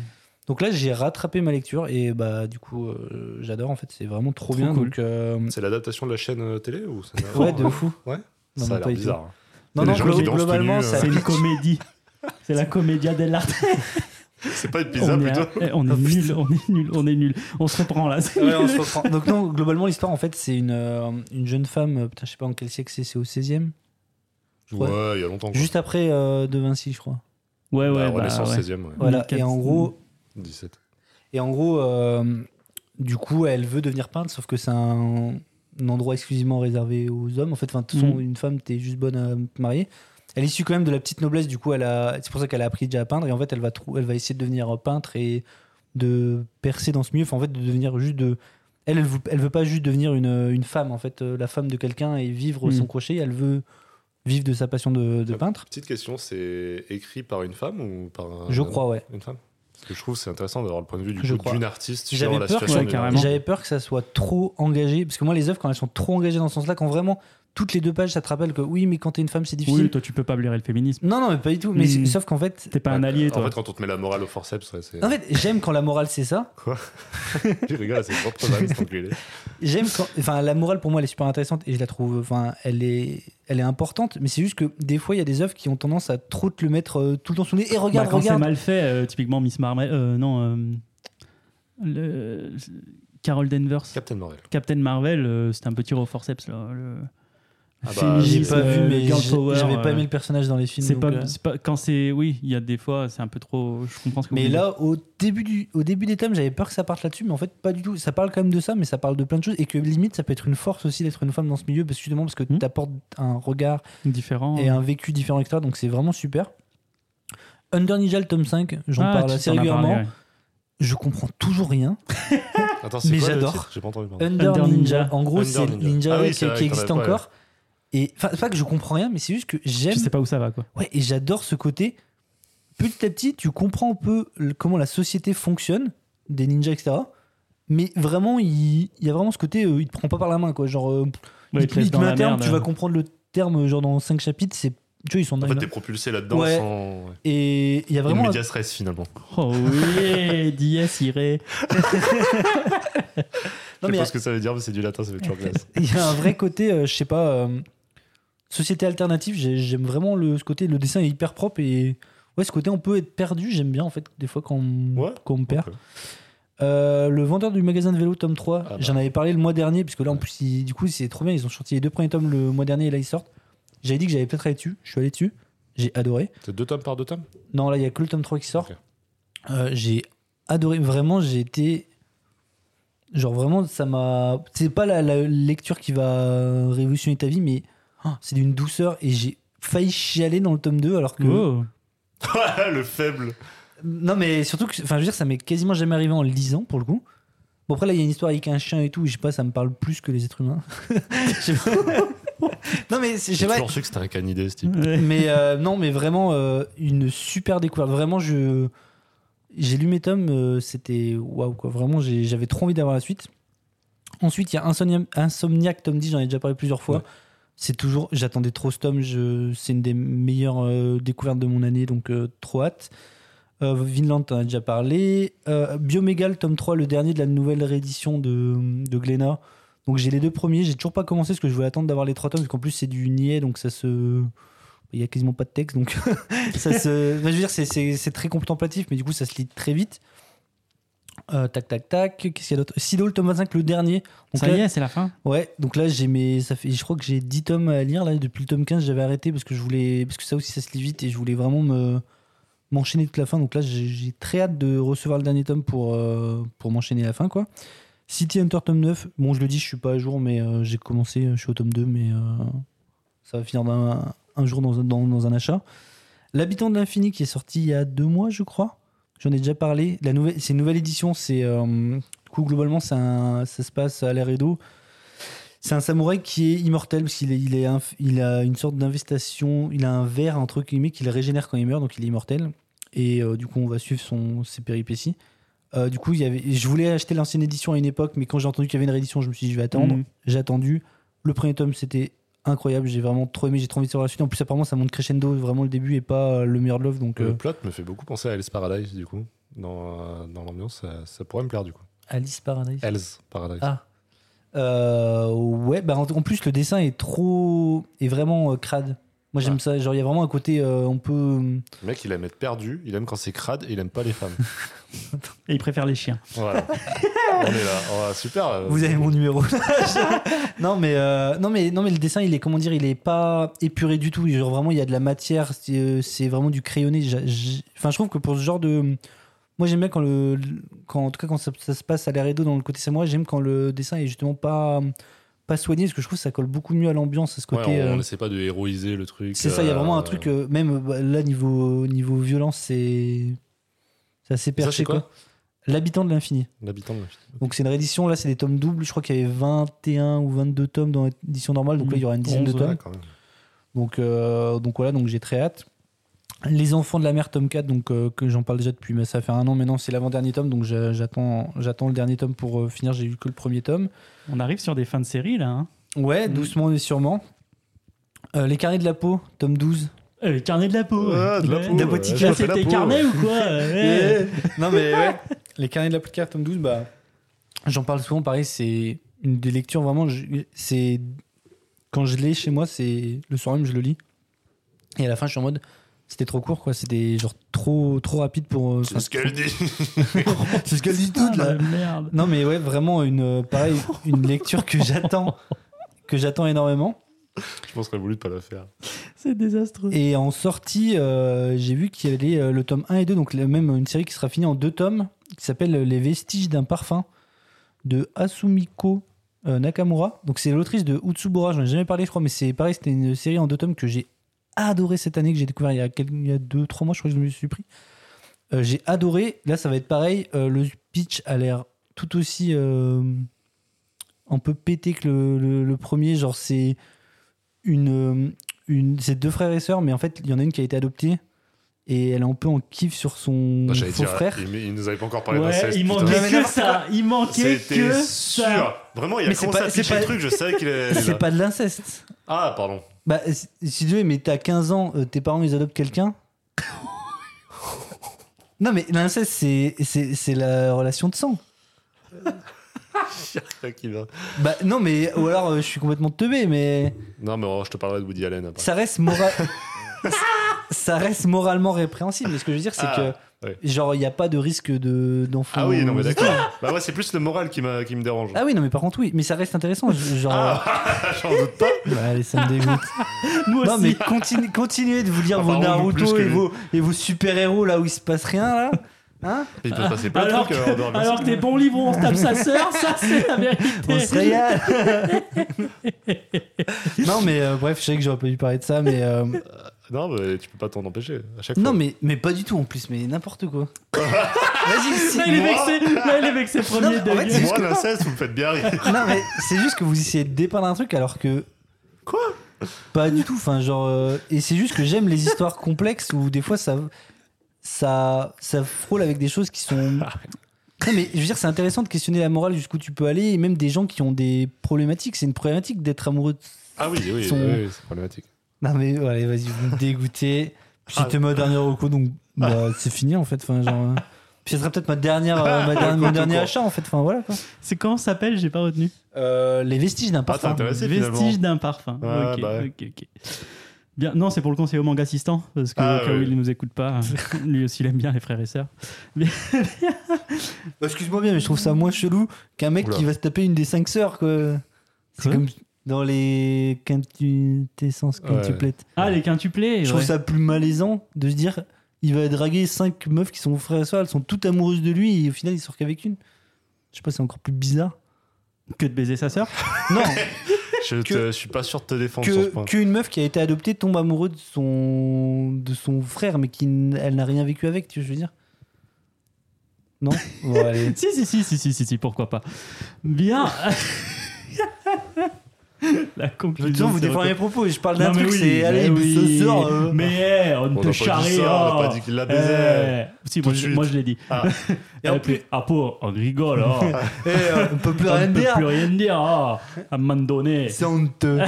[SPEAKER 5] Donc là j'ai rattrapé ma lecture et bah du coup euh, j'adore en fait, c'est vraiment trop,
[SPEAKER 1] Trop
[SPEAKER 5] bien.
[SPEAKER 1] cool.
[SPEAKER 5] Donc, euh,
[SPEAKER 4] C'est l'adaptation de la chaîne euh, télé ou ça n'a-
[SPEAKER 5] ouais de fou.
[SPEAKER 4] Ouais.
[SPEAKER 5] Non,
[SPEAKER 4] Ça a
[SPEAKER 5] non,
[SPEAKER 4] l'air
[SPEAKER 5] pas du tout.
[SPEAKER 4] bizarre. hein.
[SPEAKER 5] Non,
[SPEAKER 4] Les
[SPEAKER 5] non,
[SPEAKER 4] gens qui
[SPEAKER 5] glo-
[SPEAKER 4] dansent
[SPEAKER 5] globalement
[SPEAKER 4] tout nus, euh,
[SPEAKER 5] ça
[SPEAKER 1] C'est une
[SPEAKER 5] pique.
[SPEAKER 1] comédie. C'est la comédia dell'arte.
[SPEAKER 4] C'est pas une pizza
[SPEAKER 1] On est,
[SPEAKER 4] plutôt.
[SPEAKER 1] à- eh, on est nul, on est nul, on est nul. On se reprend là. c'est
[SPEAKER 5] Ouais, on
[SPEAKER 1] nul.
[SPEAKER 5] se reprend. Donc non, globalement l'histoire en fait c'est une, euh, une jeune femme, euh, putain je sais pas en quel siècle c'est, c'est au 16 e crois.
[SPEAKER 4] Ouais, il y a longtemps. quoi.
[SPEAKER 5] Juste après euh, De Vinci je crois.
[SPEAKER 1] Ouais,
[SPEAKER 4] Bah,
[SPEAKER 1] ouais, bah,
[SPEAKER 4] Renaissance
[SPEAKER 1] ouais.
[SPEAKER 4] 16e, ouais.
[SPEAKER 5] Voilà. Et
[SPEAKER 1] 1400.
[SPEAKER 5] en gros
[SPEAKER 4] 17.
[SPEAKER 5] Et en gros, euh, du coup, elle veut devenir peintre, sauf que c'est un, un endroit exclusivement réservé aux hommes. En fait, enfin, de toute façon,
[SPEAKER 1] Mhm.
[SPEAKER 5] une femme, t'es juste bonne à te marier. Elle est issue quand même de la petite noblesse, du coup, elle a, c'est pour ça qu'elle a appris déjà à peindre. Et en fait, elle va, trou- elle va essayer de devenir peintre et de percer dans ce milieu. Enfin, en fait, de devenir juste de. Elle, elle veut, elle veut pas juste devenir une, une femme, en fait, euh, la femme de quelqu'un et vivre
[SPEAKER 1] Mhm.
[SPEAKER 5] son crochet. Elle veut vivre de sa passion de, de peintre.
[SPEAKER 4] Petite question, c'est écrit par une femme ou par un
[SPEAKER 5] Je
[SPEAKER 4] un-
[SPEAKER 5] crois, ouais.
[SPEAKER 4] Une femme Parce que je trouve que c'est intéressant d'avoir le point de vue du
[SPEAKER 5] Je
[SPEAKER 4] coup,
[SPEAKER 5] crois.
[SPEAKER 4] d'une artiste sur
[SPEAKER 5] J'avais
[SPEAKER 4] la
[SPEAKER 5] peur,
[SPEAKER 4] situation
[SPEAKER 1] ouais,
[SPEAKER 4] de-
[SPEAKER 1] carrément.
[SPEAKER 5] J'avais peur que ça soit trop engagé, parce que moi, les œuvres, quand elles sont trop engagées dans ce sens-là, quand vraiment toutes les deux pages, ça te rappelle que oui, mais quand t'es une femme, c'est difficile.
[SPEAKER 1] Oui, toi, tu peux pas blairer le féminisme.
[SPEAKER 5] non, non, mais pas du tout. Mais
[SPEAKER 1] Mm.
[SPEAKER 5] sauf qu'en fait,
[SPEAKER 1] T'es pas un
[SPEAKER 4] Ouais,
[SPEAKER 1] allié,
[SPEAKER 4] Bah, En
[SPEAKER 1] toi.
[SPEAKER 4] fait, quand on te met la morale au forceps, ouais, c'est.
[SPEAKER 5] en fait, j'aime quand la morale c'est ça.
[SPEAKER 4] Tu rigoles, c'est propre vanne, cet enculé.
[SPEAKER 5] J'aime quand, enfin, la morale pour moi, elle est super intéressante et je la trouve, enfin, elle est, elle est importante. Mais c'est juste que des fois, il y a des œuvres qui ont tendance à trop te le mettre euh, tout le temps sous le nez. Et
[SPEAKER 1] Bah,
[SPEAKER 5] regarde,
[SPEAKER 1] quand c'est
[SPEAKER 5] regarde.
[SPEAKER 1] mal fait, euh, typiquement Miss Marvel, euh, non, euh, le- Carol Danvers,
[SPEAKER 4] Captain Morel.
[SPEAKER 1] Captain Marvel, euh, c'était un petit au forceps là. Le...
[SPEAKER 4] Ah bah,
[SPEAKER 5] J'ai
[SPEAKER 1] féminisme,
[SPEAKER 5] pas vu,
[SPEAKER 1] euh,
[SPEAKER 5] mais
[SPEAKER 1] girl
[SPEAKER 5] j'ai-
[SPEAKER 1] power,
[SPEAKER 5] j'avais pas
[SPEAKER 1] euh,
[SPEAKER 5] aimé le personnage dans les films.
[SPEAKER 1] C'est
[SPEAKER 5] donc,
[SPEAKER 1] pas,
[SPEAKER 5] euh,
[SPEAKER 1] c'est pas- quand c'est oui, il y a des fois c'est un peu trop. Je comprends ce que vous
[SPEAKER 5] Mais
[SPEAKER 1] voulez dire.
[SPEAKER 5] là, au début, du, au début des tomes, j'avais peur que ça parte là-dessus, mais en fait, pas du tout. Ça parle quand même de ça, mais ça parle de plein de choses, et que limite, ça peut être une force aussi d'être une femme dans ce milieu, parce que justement, parce que
[SPEAKER 1] Mhm.
[SPEAKER 5] t'apportes un regard
[SPEAKER 1] différent.
[SPEAKER 5] et un vécu différent, etc. Donc c'est vraiment super. Under Ninja, le tome 5, j'en
[SPEAKER 1] Ah,
[SPEAKER 5] parle
[SPEAKER 1] tu
[SPEAKER 5] assez
[SPEAKER 1] t'en as parlé,
[SPEAKER 5] régulièrement.
[SPEAKER 1] ouais.
[SPEAKER 5] Je comprends toujours rien.
[SPEAKER 4] Attends, c'est
[SPEAKER 5] mais
[SPEAKER 4] quoi le
[SPEAKER 5] j'adore. Euh,
[SPEAKER 4] titre J'ai pas entendu. pardon.
[SPEAKER 5] Under,
[SPEAKER 1] Under
[SPEAKER 5] Ninja.
[SPEAKER 1] Ninja.
[SPEAKER 5] en gros,
[SPEAKER 4] Under
[SPEAKER 5] c'est
[SPEAKER 4] Ninja.
[SPEAKER 5] Ninja
[SPEAKER 4] Ah oui,
[SPEAKER 5] qui-
[SPEAKER 4] c'est vrai, t'en
[SPEAKER 5] qui
[SPEAKER 4] avais
[SPEAKER 5] existe
[SPEAKER 4] parlé,
[SPEAKER 5] encore. Et enfin, c'est pas que je comprends rien, mais c'est juste que j'aime
[SPEAKER 1] Tu sais pas où ça va quoi.
[SPEAKER 5] Ouais, et j'adore ce côté. Petit à petit, tu comprends un peu le- comment la société fonctionne, des ninjas, etc. Mais vraiment, il, il y a vraiment ce côté, euh, il te prend pas par la main, quoi. Genre, euh,
[SPEAKER 1] Ouais,
[SPEAKER 5] il
[SPEAKER 1] te
[SPEAKER 5] te,
[SPEAKER 1] laisse
[SPEAKER 5] il te
[SPEAKER 1] dans
[SPEAKER 5] met
[SPEAKER 1] la
[SPEAKER 5] un terme,
[SPEAKER 1] merde,
[SPEAKER 5] tu
[SPEAKER 1] euh.
[SPEAKER 5] vas comprendre le terme, genre, dans 5 chapitres, c'est. Tu vois, ils sont
[SPEAKER 4] En
[SPEAKER 5] dingues,
[SPEAKER 4] fait,
[SPEAKER 5] hein.
[SPEAKER 4] t'es propulsé là-dedans
[SPEAKER 5] Ouais.
[SPEAKER 4] sans. ouais.
[SPEAKER 5] Et il y a
[SPEAKER 4] Une
[SPEAKER 5] vraiment.
[SPEAKER 4] média stress finalement.
[SPEAKER 1] Oh oui, Diaz irait.
[SPEAKER 5] Non,
[SPEAKER 4] je
[SPEAKER 5] mais
[SPEAKER 4] sais pas ce que ça veut dire, mais c'est du latin, ça fait toujours classe.
[SPEAKER 5] il y a un vrai côté, euh, je sais pas, euh, société alternative. j'ai- J'aime vraiment le, ce côté. Le dessin est hyper propre et ouais, ce côté on peut être perdu. J'aime bien en fait des fois quand on,
[SPEAKER 4] Ouais,
[SPEAKER 5] quand on me perd.
[SPEAKER 4] ok.
[SPEAKER 5] Euh, le vendeur du magasin de vélo tome 3,
[SPEAKER 4] Ah bah.
[SPEAKER 5] j'en avais parlé le mois dernier, puisque là en plus, il- du coup, c'est trop bien. Ils ont sorti les deux premiers tomes le mois dernier et là ils sortent. J'avais dit que j'avais peut-être allé dessus, je suis allé dessus, j'ai adoré.
[SPEAKER 4] C'est deux tomes par deux tomes
[SPEAKER 5] Non, là il y a que le tome 3 qui sort.
[SPEAKER 4] Ok.
[SPEAKER 5] Euh, j'ai adoré, vraiment, j'ai été. genre vraiment, ça m'a. C'est pas la, la lecture qui va révolutionner ta vie, mais oh, c'est d'une douceur et j'ai failli chialer dans le tome 2 alors que.
[SPEAKER 1] Oh.
[SPEAKER 4] le faible.
[SPEAKER 5] Non, mais surtout que, enfin, je veux dire, ça m'est quasiment jamais arrivé en le lisant pour le coup. Bon, après, là, il y a une histoire avec un chien et tout, et je sais pas, ça me parle plus que les êtres humains. Je sais pas. non, mais c'est- je sais
[SPEAKER 4] J'ai
[SPEAKER 5] pas.
[SPEAKER 4] toujours su que c'était un canidé, ce type.
[SPEAKER 1] Ouais.
[SPEAKER 5] Mais euh, non, mais vraiment, euh, une super découverte. Vraiment, je. J'ai lu mes tomes, euh, c'était waouh quoi. Vraiment, j'ai- j'avais trop envie d'avoir la suite. Ensuite, il y a Insomniac, Insomniac tome 10, j'en ai déjà parlé plusieurs fois.
[SPEAKER 4] Ouais.
[SPEAKER 5] C'est toujours, j'attendais trop ce tome, je- c'est une des meilleures euh, découvertes de mon année, donc euh, trop hâte. Euh, Vinland, t'en as déjà parlé. Euh, Biomégal, tome 3, le dernier de la nouvelle réédition de, de Glénat. Donc j'ai les deux premiers, j'ai toujours pas commencé parce que je voulais attendre d'avoir les trois tomes, parce qu'en plus c'est du niais, donc ça se. Il y a quasiment pas de texte, donc ça se. enfin, je veux dire, c'est- c'est c'est très contemplatif, mais du coup ça se lit très vite. Euh, tac, tac, tac. Qu'est-ce qu'il y a d'autre Sido, le tome 25, le dernier. Donc
[SPEAKER 1] Ça
[SPEAKER 5] là-
[SPEAKER 1] y est, c'est la fin.
[SPEAKER 5] Ouais, donc là j'ai mes ça fait je crois que j'ai 10 tomes à lire là depuis le tome 15, j'avais arrêté parce que je voulais parce que ça aussi ça se lit vite et je voulais vraiment me m'enchaîner toute la fin. Donc là j'ai j'ai très hâte de recevoir le dernier tome pour euh, pour m'enchaîner à la fin quoi. City Hunter tome 9. Bon, je le dis, je suis pas à jour mais euh, j'ai commencé, je suis au tome 2 mais euh, ça va finir d'un- un jour dans, un- dans, dans un achat. L'habitant de l'infini qui est sorti il y a deux mois, je crois. J'en ai déjà parlé. La nouvelle, c'est une nouvelle édition. C'est euh, du coup globalement, c'est un- ça se passe à l'ère Edo. C'est un samouraï qui est immortel parce qu'il est, il est inf- il a une sorte d'investation. Il a un verre entre guillemets qu'il régénère quand il meurt, donc il est immortel. Et euh, du coup, on va suivre son, ses péripéties. Euh, du coup, il y avait, je voulais acheter l'ancienne édition à une époque, mais quand j'ai entendu qu'il y avait une réédition, je me suis dit je vais attendre.
[SPEAKER 1] Mhm.
[SPEAKER 5] J'ai attendu. Le premier tome, c'était incroyable. J'ai vraiment trop aimé. J'ai trop envie de savoir la suite. En plus, apparemment, ça monte crescendo vraiment le début et pas euh, le meilleur de Love. Donc, euh,
[SPEAKER 4] Le plot me fait beaucoup penser à Alice Paradise, du coup. Dans, euh, dans l'ambiance, ça, ça pourrait me plaire, du coup.
[SPEAKER 5] Alice Paradise.
[SPEAKER 4] Alice Paradise.
[SPEAKER 5] Ah. Euh, ouais, bah en, en plus le dessin est trop. est vraiment euh, crade. Moi j'aime
[SPEAKER 4] Ouais.
[SPEAKER 5] ça, genre il y a vraiment un côté euh, on peut.
[SPEAKER 4] Le mec, il aime être perdu, il aime quand c'est crade et il aime pas les femmes.
[SPEAKER 1] Et il préfère les chiens.
[SPEAKER 4] voilà. On est là. Oh, super. euh,
[SPEAKER 5] Vous avez mon numéro. non mais euh, non mais non mais le dessin il est comment dire il est pas épuré du tout. Genre vraiment il y a de la matière, c'est euh, c'est vraiment du crayonné. J'a- j'- Enfin je trouve que pour ce genre de moi j'aime bien quand le quand en tout cas quand ça, ça se passe à l'air d'eau dans le côté samouraï j'aime quand le dessin est justement pas pas soigné parce que je trouve que ça colle beaucoup mieux à l'ambiance à ce
[SPEAKER 4] ouais,
[SPEAKER 5] côté.
[SPEAKER 4] on
[SPEAKER 5] euh,
[SPEAKER 4] n'essaie pas de héroïser le truc.
[SPEAKER 5] C'est ça, il y a
[SPEAKER 4] euh,
[SPEAKER 5] vraiment un truc, euh, même euh, bah, là, niveau, niveau violence, c'est. C'est assez
[SPEAKER 4] Ça,
[SPEAKER 5] perché,
[SPEAKER 4] c'est
[SPEAKER 5] quoi.
[SPEAKER 4] quoi
[SPEAKER 5] L'habitant de l'infini.
[SPEAKER 4] L'habitant de la fille.
[SPEAKER 5] Donc, c'est une réédition, là, c'est des tomes doubles. Je crois qu'il y avait 21 ou 22 tomes dans l'édition normale, donc là, il y aura une dizaine de
[SPEAKER 1] 11,
[SPEAKER 5] tomes.
[SPEAKER 4] Ouais, quand même.
[SPEAKER 5] Donc, euh, donc voilà, donc j'ai très hâte. Les enfants de la mer, tome 4, donc, euh, que j'en parle déjà depuis, mais ça fait un an maintenant, c'est l'avant-dernier tome, donc j'a- j'attends j'attends le dernier tome pour euh, finir. J'ai lu que le premier tome.
[SPEAKER 1] On arrive sur des fins de série là. hein.
[SPEAKER 5] Ouais, doucement et sûrement. Euh, les carnets de la peau, tome 12.
[SPEAKER 1] Euh, carnet de la peau.
[SPEAKER 5] Ah,
[SPEAKER 4] Ouais, de la peau,
[SPEAKER 5] D'apothicaire,
[SPEAKER 4] ouais,
[SPEAKER 1] Là,
[SPEAKER 4] je fais la
[SPEAKER 1] c'était
[SPEAKER 4] peau.
[SPEAKER 1] carnet ou quoi Ouais.
[SPEAKER 5] non mais ouais, les carnets de la Pulcare tome 12 bah j'en parle souvent pareil, c'est une des lectures vraiment je- c'est quand je l'ai chez moi, c'est le soir même je le lis. Et à la fin je suis en mode c'était trop court quoi, c'était genre trop trop rapide pour euh,
[SPEAKER 4] C'est ce qu'elle dit.
[SPEAKER 5] enfin, c'est ce qu'elle dit toute
[SPEAKER 1] Ah, la
[SPEAKER 5] là.
[SPEAKER 1] merde.
[SPEAKER 5] Non mais ouais, vraiment une euh, pareil une lecture que j'attends que j'attends énormément.
[SPEAKER 4] Je pense qu'elle a voulu de pas la faire.
[SPEAKER 1] C'est désastreux.
[SPEAKER 5] Et en sortie, euh, j'ai vu qu'il y avait euh, le tome 1 et 2, donc la- même une série qui sera finie en deux tomes, qui s'appelle Les vestiges d'un parfum de Asumiko euh, Nakamura. Donc c'est l'autrice de Utsubora, j'en ai jamais parlé, je crois, mais c'est pareil, c'était une série en deux tomes que j'ai adoré cette année, que j'ai découvert il y a 2-3 mois, je crois que je me suis pris. Euh, j'ai adoré. Là, ça va être pareil. Euh, le pitch a l'air tout aussi euh, un peu pété que le, le- le premier. Genre, c'est une, euh, une, c'est deux frères et sœurs, mais en fait, il y en a une qui a été adoptée et elle est un peu en kiff sur son
[SPEAKER 4] Bah,
[SPEAKER 5] faux
[SPEAKER 4] j'allais dire,
[SPEAKER 5] frère.
[SPEAKER 4] Il, il nous avait pas encore parlé
[SPEAKER 1] Ouais,
[SPEAKER 4] d'inceste.
[SPEAKER 1] il
[SPEAKER 4] putain.
[SPEAKER 5] Non,
[SPEAKER 1] manquait
[SPEAKER 5] mais
[SPEAKER 1] que
[SPEAKER 5] n'importe
[SPEAKER 1] ça. Il manquait que
[SPEAKER 4] C'était
[SPEAKER 1] ça.
[SPEAKER 4] sûr. Vraiment, il a
[SPEAKER 5] Mais c'est
[SPEAKER 4] commencé
[SPEAKER 5] pas-
[SPEAKER 4] à
[SPEAKER 5] c'est
[SPEAKER 4] pitcher
[SPEAKER 5] pas-
[SPEAKER 4] le truc, je savais qu'il allait.
[SPEAKER 5] C'est
[SPEAKER 4] là.
[SPEAKER 5] pas de l'inceste.
[SPEAKER 4] Ah, pardon.
[SPEAKER 5] Bah, si- si tu veux, mais t'as 15 ans, euh, tes parents ils adoptent quelqu'un. non, mais l'inceste, c'est, c'est, c'est la relation de sang.
[SPEAKER 4] Qui va.
[SPEAKER 5] Bah, non, mais ou alors euh, je suis complètement teubé, mais.
[SPEAKER 4] Non, mais oh, je te parlerai de Woody Allen après.
[SPEAKER 5] ça reste moral- ça reste moralement répréhensible mais ce que je veux dire c'est
[SPEAKER 4] Ah,
[SPEAKER 5] que
[SPEAKER 4] ouais.
[SPEAKER 5] genre il n'y a pas de risque de d'enfant
[SPEAKER 4] Ah oui, non, mais d'accord. bah, ouais, c'est plus le moral qui, m'a- qui me dérange.
[SPEAKER 5] ah oui non mais par contre oui mais ça reste intéressant je- genre
[SPEAKER 4] Ah, J'en doute pas.
[SPEAKER 5] Bah, allez ça me dégoûte
[SPEAKER 1] Nous
[SPEAKER 5] non
[SPEAKER 1] aussi.
[SPEAKER 5] mais continue- continuez de vous lire
[SPEAKER 4] Ah,
[SPEAKER 5] vos
[SPEAKER 4] pardon, nous,
[SPEAKER 5] Naruto
[SPEAKER 4] plus que
[SPEAKER 5] et
[SPEAKER 4] lui.
[SPEAKER 5] vos et vos super héros là où il se passe rien là Hein
[SPEAKER 4] Il peut se passer plein de
[SPEAKER 1] Alors
[SPEAKER 4] trucs,
[SPEAKER 1] que-
[SPEAKER 4] euh, en dehors de la
[SPEAKER 1] Alors que t'es bon livre, on se tape sa sœur, ça c'est la vérité.
[SPEAKER 5] On se régale Non, mais euh, bref, je sais que j'aurais pas dû parler de ça, mais. euh,
[SPEAKER 4] Non, mais tu peux pas t'en empêcher. À chaque
[SPEAKER 5] Non,
[SPEAKER 4] fois.
[SPEAKER 5] mais, mais pas du tout en plus, mais n'importe quoi. Vas-y,
[SPEAKER 1] Là
[SPEAKER 5] c'est
[SPEAKER 1] il est
[SPEAKER 5] moi.
[SPEAKER 1] vexé, là il est vexé premier
[SPEAKER 5] Non, mais en fait,
[SPEAKER 1] dingue.
[SPEAKER 5] c'est
[SPEAKER 4] Moi, l'inceste, vous me faites bien rire.
[SPEAKER 5] Non, mais c'est juste que vous essayez de dépeindre un truc alors que.
[SPEAKER 4] Quoi
[SPEAKER 5] Pas du tout, enfin, genre. euh, Et c'est juste que j'aime les histoires complexes où des fois ça. Ça, ça frôle avec des choses qui sont. Non, mais je veux dire, c'est intéressant de questionner la morale jusqu'où tu peux aller et même des gens qui ont des problématiques. C'est une problématique d'être amoureux de
[SPEAKER 4] Ah oui, oui,
[SPEAKER 5] Son-
[SPEAKER 4] oui, oui, c'est problématique.
[SPEAKER 5] Non mais ouais, allez vas-y vous me dégoûtez. Puis
[SPEAKER 4] Ah.
[SPEAKER 5] C'était ma dernière reco donc bah, c'est fini en fait. Enfin, genre, euh, Puis ce serait peut-être ma dernière, euh, ma dernière- mon
[SPEAKER 4] Reco tout
[SPEAKER 5] dernier
[SPEAKER 4] court.
[SPEAKER 5] achat en fait. Enfin voilà quoi.
[SPEAKER 1] C'est comment ça s'appelle J'ai pas retenu.
[SPEAKER 5] Euh, les vestiges d'un
[SPEAKER 4] Ah, t'es
[SPEAKER 5] parfum.
[SPEAKER 4] intéressé finalement.
[SPEAKER 1] Vestige d'un parfum.
[SPEAKER 4] Ah,
[SPEAKER 1] ok,
[SPEAKER 4] bah ouais.
[SPEAKER 1] ok, ok. Bien. Non, c'est pour le conseiller au manga assistant, parce que
[SPEAKER 4] Ah,
[SPEAKER 1] au cas où
[SPEAKER 4] ouais.
[SPEAKER 1] il nous écoute pas, lui aussi il aime bien les frères et sœurs.
[SPEAKER 5] Bah, Excuse-moi bien mais je trouve ça moins chelou qu'un mec
[SPEAKER 4] Oula.
[SPEAKER 5] qui va se taper une des cinq sœurs quoi. C'est
[SPEAKER 1] Quoi
[SPEAKER 5] comme dans les quintessence
[SPEAKER 4] Ouais.
[SPEAKER 5] quintuplètes.
[SPEAKER 1] Ah, les quintuplés
[SPEAKER 5] Je trouve
[SPEAKER 1] ouais.
[SPEAKER 5] ça plus malaisant de se dire il va draguer cinq meufs qui sont frères et sœurs, elles sont toutes amoureuses de lui et au final il sort qu'avec une. Je sais pas, c'est encore plus bizarre.
[SPEAKER 1] Que de baiser sa sœur
[SPEAKER 5] Non,
[SPEAKER 4] Je te-
[SPEAKER 5] Que-
[SPEAKER 4] je suis pas sûr de te défendre sur ce
[SPEAKER 5] que
[SPEAKER 4] point.
[SPEAKER 5] qu'une meuf qui a été adoptée tombe amoureuse de son de son frère mais qui n- elle n'a rien vécu avec tu vois, je veux dire non bon, allez.
[SPEAKER 1] si, si, si, si, si, si, si, pourquoi pas. Bien La
[SPEAKER 5] De toute façon,
[SPEAKER 1] conclusion.
[SPEAKER 5] vous
[SPEAKER 1] c'est
[SPEAKER 5] défendez mes
[SPEAKER 1] reco-
[SPEAKER 5] propos je parle d'un
[SPEAKER 1] Non, mais
[SPEAKER 5] truc
[SPEAKER 1] oui,
[SPEAKER 5] c'est
[SPEAKER 1] mais
[SPEAKER 5] allez
[SPEAKER 1] oui.
[SPEAKER 5] ce soir euh,
[SPEAKER 1] Mais eh, on ne te
[SPEAKER 4] On n'a pas dit
[SPEAKER 1] charrie
[SPEAKER 4] ça, on n'a
[SPEAKER 1] oh.
[SPEAKER 4] pas dit qu'il la baisait.
[SPEAKER 1] Eh. Si,
[SPEAKER 4] Tout
[SPEAKER 1] moi,
[SPEAKER 4] de
[SPEAKER 1] je-
[SPEAKER 4] suite.
[SPEAKER 1] moi, je l'ai dit.
[SPEAKER 4] Ah.
[SPEAKER 1] Et, puis, ah, pour, on rigole, oh.
[SPEAKER 5] eh, euh, on peut plus
[SPEAKER 1] on
[SPEAKER 5] rien
[SPEAKER 1] ne peut
[SPEAKER 5] dire
[SPEAKER 1] plus rien dire, oh. à un moment donné.
[SPEAKER 5] c'est honteux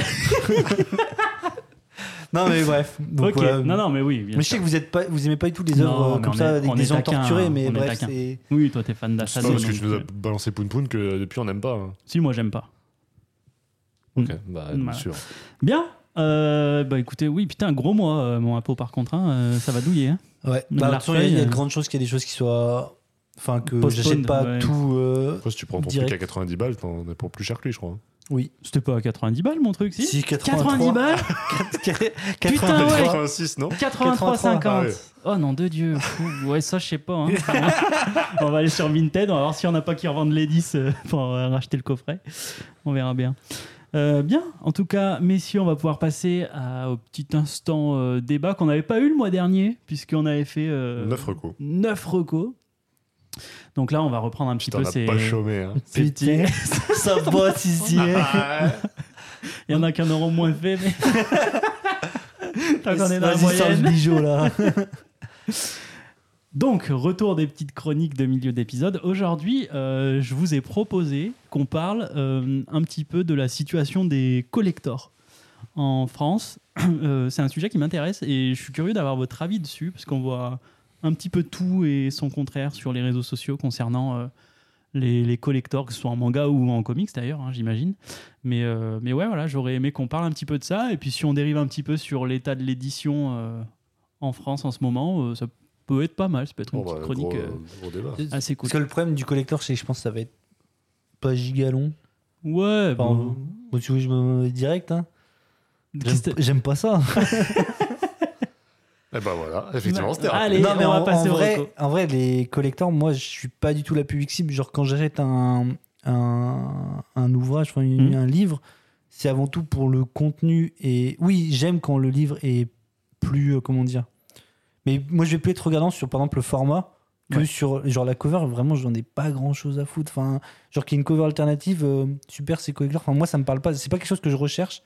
[SPEAKER 5] non mais bref donc,
[SPEAKER 1] ok,
[SPEAKER 5] voilà.
[SPEAKER 1] non, non, mais oui. bien
[SPEAKER 5] mais je
[SPEAKER 1] sûr.
[SPEAKER 5] sais que vous êtes pas vous aimez pas du tout les
[SPEAKER 1] Non,
[SPEAKER 5] œuvres euh,
[SPEAKER 1] mais
[SPEAKER 5] comme
[SPEAKER 1] on
[SPEAKER 5] ça
[SPEAKER 1] est-
[SPEAKER 5] avec
[SPEAKER 1] on
[SPEAKER 5] des
[SPEAKER 1] est
[SPEAKER 5] gens
[SPEAKER 1] taquin,
[SPEAKER 5] torturés mais
[SPEAKER 1] on est
[SPEAKER 5] bref
[SPEAKER 1] taquin.
[SPEAKER 5] c'est
[SPEAKER 1] Oui, toi, t'es fan
[SPEAKER 5] Ah,
[SPEAKER 4] C'est
[SPEAKER 1] d'Asano.
[SPEAKER 4] pas parce que
[SPEAKER 1] donc,
[SPEAKER 4] tu nous as
[SPEAKER 1] euh,
[SPEAKER 4] balancé Poun Poun que depuis on n'aime pas. hein.
[SPEAKER 1] Si, moi, j'aime pas.
[SPEAKER 5] Mm.
[SPEAKER 4] Ok, bah bien
[SPEAKER 1] Voilà.
[SPEAKER 4] sûr.
[SPEAKER 1] Bien. Euh, bah écoutez, oui, putain, gros mois, euh, mon impôt par contre, hein, euh, ça va douiller. hein.
[SPEAKER 5] ouais
[SPEAKER 1] Même
[SPEAKER 5] bah, de
[SPEAKER 1] la
[SPEAKER 5] toute façon, il y a
[SPEAKER 1] feuille,
[SPEAKER 5] de
[SPEAKER 1] euh,
[SPEAKER 5] grandes choses qu'il y a des choses qui soient enfin que
[SPEAKER 1] Postponed,
[SPEAKER 5] j'achète pas
[SPEAKER 1] ouais.
[SPEAKER 5] tout euh,
[SPEAKER 4] Après, si tu prends ton
[SPEAKER 5] Direct.
[SPEAKER 4] truc à 90 balles, t'en as pour plus cher que lui, je crois. hein.
[SPEAKER 5] oui
[SPEAKER 1] C'était pas à 90 balles mon truc, si,
[SPEAKER 5] Si, 83.
[SPEAKER 1] 90 balles
[SPEAKER 5] Ah
[SPEAKER 1] Putain, ouais.
[SPEAKER 4] 86, non
[SPEAKER 1] 83,50
[SPEAKER 4] Ah ouais.
[SPEAKER 1] Oh non, de Dieu Ouh, Ouais, ça, je sais pas. hein. on va aller sur Vinted, on va voir s'il y en a pas qui revendent les 10 euh, pour euh, racheter le coffret. On verra bien. Euh, bien, en tout cas, messieurs, on va pouvoir passer à- au petit instant euh, débat qu'on n'avait pas eu le mois dernier, puisqu'on avait fait
[SPEAKER 5] Euh,
[SPEAKER 4] 9 recos.
[SPEAKER 1] 9 recos. Donc là, on va reprendre un petit
[SPEAKER 4] Putain, on
[SPEAKER 1] peu ces,
[SPEAKER 4] n'a pas chômé. Hein.
[SPEAKER 1] ces petits-
[SPEAKER 5] ça bosse ici.
[SPEAKER 1] Il y en a qu'un euro moins fait, mais. Tant qu'on est dans la
[SPEAKER 5] Vas-y, sors le
[SPEAKER 1] moyenne.
[SPEAKER 5] bijou là.
[SPEAKER 1] Donc, retour des petites chroniques de milieu d'épisode. Aujourd'hui, euh, je vous ai proposé qu'on parle euh, un petit peu de la situation des collectors en France. Euh, c'est un sujet qui m'intéresse et je suis curieux d'avoir votre avis dessus parce qu'on voit un petit peu tout et son contraire sur les réseaux sociaux concernant euh, les, les collectors, que ce soit en manga ou en comics d'ailleurs, hein, j'imagine. Mais, euh, mais ouais, voilà, j'aurais aimé qu'on parle un petit peu de ça. Et puis si on dérive un petit peu sur l'état de l'édition euh, en France en ce moment, euh, ça peut être pas mal. Ça peut être une
[SPEAKER 4] Bon, bah,
[SPEAKER 1] petite
[SPEAKER 4] gros,
[SPEAKER 1] chronique euh,
[SPEAKER 4] gros débat.
[SPEAKER 1] assez cool.
[SPEAKER 5] Parce que le problème du collector, c'est que je pense que ça va être pas giga long.
[SPEAKER 1] Ouais,
[SPEAKER 5] Enfin,
[SPEAKER 1] bon.
[SPEAKER 5] bon, tu veux, je me direct. Hein. J'aime,
[SPEAKER 1] Qu'est-ce que-
[SPEAKER 5] j'aime pas ça.
[SPEAKER 4] Eh ben voilà, effectivement, c'était
[SPEAKER 5] Ah,
[SPEAKER 1] Allez.
[SPEAKER 4] rapide.
[SPEAKER 1] Et on va passer
[SPEAKER 5] en
[SPEAKER 1] au
[SPEAKER 5] vrai,
[SPEAKER 1] reco.
[SPEAKER 5] en vrai, les collectors, moi, je suis pas du tout la public cible. Genre, quand j'achète un, un, un ouvrage, enfin, une-
[SPEAKER 1] Mhm.
[SPEAKER 5] un livre, c'est avant tout pour le contenu. Et oui, j'aime quand le livre est plus, euh, comment dire. Mais moi, je vais plus être regardant sur, par exemple, le format que
[SPEAKER 1] Ouais.
[SPEAKER 5] sur, genre, la cover. Vraiment, j'en ai pas grand chose à foutre. Enfin, genre, qu'il y ait une cover alternative, euh, super, c'est collector. Enfin, moi, ça me parle pas. C'est pas quelque chose que je recherche.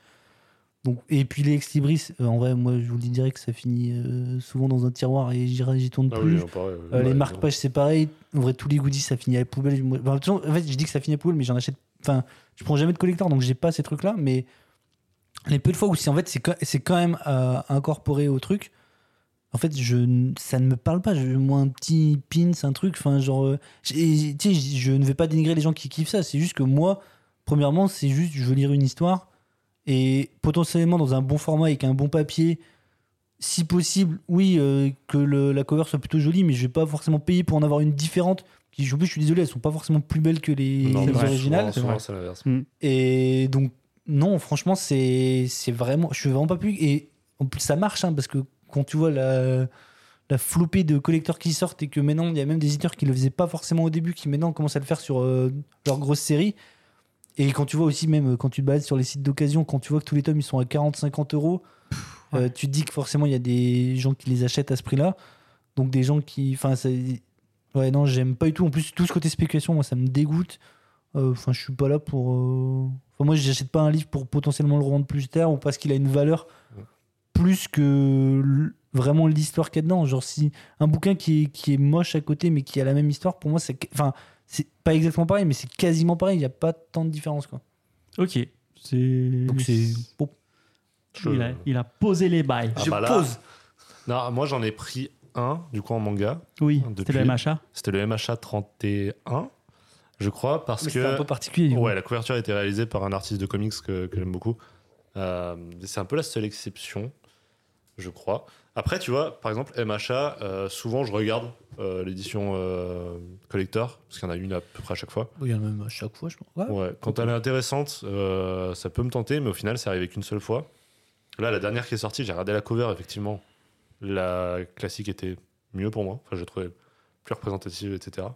[SPEAKER 5] Donc, et puis les ex libris, euh, en vrai, moi je vous le dis direct, ça finit euh, souvent dans un tiroir et j'y j'y tourne
[SPEAKER 4] Ah
[SPEAKER 5] plus.
[SPEAKER 4] oui, on parlait,
[SPEAKER 5] Euh,
[SPEAKER 4] ouais,
[SPEAKER 5] les
[SPEAKER 4] non.
[SPEAKER 5] marque-pages, c'est pareil. En vrai, tous les goodies, ça finit à la poubelle. Moi, bah, de toute façon, en fait, je dis que ça finit à la poubelle, mais j'en achète. Enfin, je prends jamais de collector, donc j'ai pas ces trucs-là. Mais les peu de fois où c'est en fait, c'est quand- c'est quand même euh, incorporé au truc. En fait, je, n- ça ne me parle pas. Je, moi, un petit pin, c'est un truc. Enfin, genre, euh, j'ai- tu sais, je je ne vais pas dénigrer les gens qui kiffent ça. C'est juste que moi, premièrement, c'est juste, je veux lire une histoire et potentiellement dans un bon format avec un bon papier si possible, oui, euh, que le- la cover soit plutôt jolie, mais je vais pas forcément payer pour en avoir une différente. Qui, en plus, je suis désolé, elles sont pas forcément plus belles que les,
[SPEAKER 4] Non,
[SPEAKER 5] les
[SPEAKER 4] mais
[SPEAKER 5] originales.
[SPEAKER 4] souvent, souvent, c'est l'inverse.
[SPEAKER 5] Et donc, non, franchement, c'est c'est vraiment. Je suis vraiment pas plus. Et en plus, ça marche, hein, parce que quand tu vois la, la floupée de collecteurs qui sortent et que maintenant il y a même des éditeurs qui le faisaient pas forcément au début qui maintenant commencent à le faire sur euh, leurs grosses séries et quand tu vois aussi même euh, quand tu te balades sur les sites d'occasion quand tu vois que tous les tomes ils sont à 40-50 euros euh, tu te dis que forcément il y a des gens qui les achètent à ce prix là donc des gens qui enfin ça- ouais non j'aime pas du tout en plus tout ce côté spéculation moi ça me dégoûte Euh, enfin je suis pas là pour euh, enfin moi j'achète pas un livre pour potentiellement le revendre plus tard ou parce qu'il a une valeur plus que l- vraiment l'histoire qu'il y a dedans. Genre, si un bouquin qui est, qui est moche à côté, mais qui a la même histoire, pour moi, c'est. que- Enfin, c'est pas exactement pareil, mais c'est quasiment pareil. Il n'y a pas tant de différence, quoi.
[SPEAKER 1] Ok. C'est.
[SPEAKER 5] Donc, c'est. bon.
[SPEAKER 4] Je-
[SPEAKER 1] Il a, il a posé les bails.
[SPEAKER 4] Ah
[SPEAKER 5] Je
[SPEAKER 4] bah là.
[SPEAKER 5] pose.
[SPEAKER 4] Non, moi j'en ai pris un, du coup en manga.
[SPEAKER 1] Oui,
[SPEAKER 4] Depuis-
[SPEAKER 1] c'était le MHA.
[SPEAKER 4] C'était le MHA 31, je crois, parce
[SPEAKER 5] Mais
[SPEAKER 4] que.
[SPEAKER 5] c'est un peu particulier. du coup.
[SPEAKER 4] Ouais, la couverture a été réalisée par un artiste de comics que, que j'aime beaucoup. Euh, c'est un peu la seule exception, je crois. Après, tu vois, par exemple, MHA, euh, souvent je regarde euh, l'édition euh, collector, parce qu'il y en a une à peu près à chaque fois.
[SPEAKER 5] Il y en a même à chaque fois, je pense. Ouais.
[SPEAKER 4] Ouais, quand elle est intéressante, euh, ça peut me tenter, mais au final, c'est arrivé qu'une seule fois. Là, la dernière qui est sortie, j'ai regardé la cover, effectivement. La classique était mieux pour moi. Enfin, je la trouvais plus représentative, etc.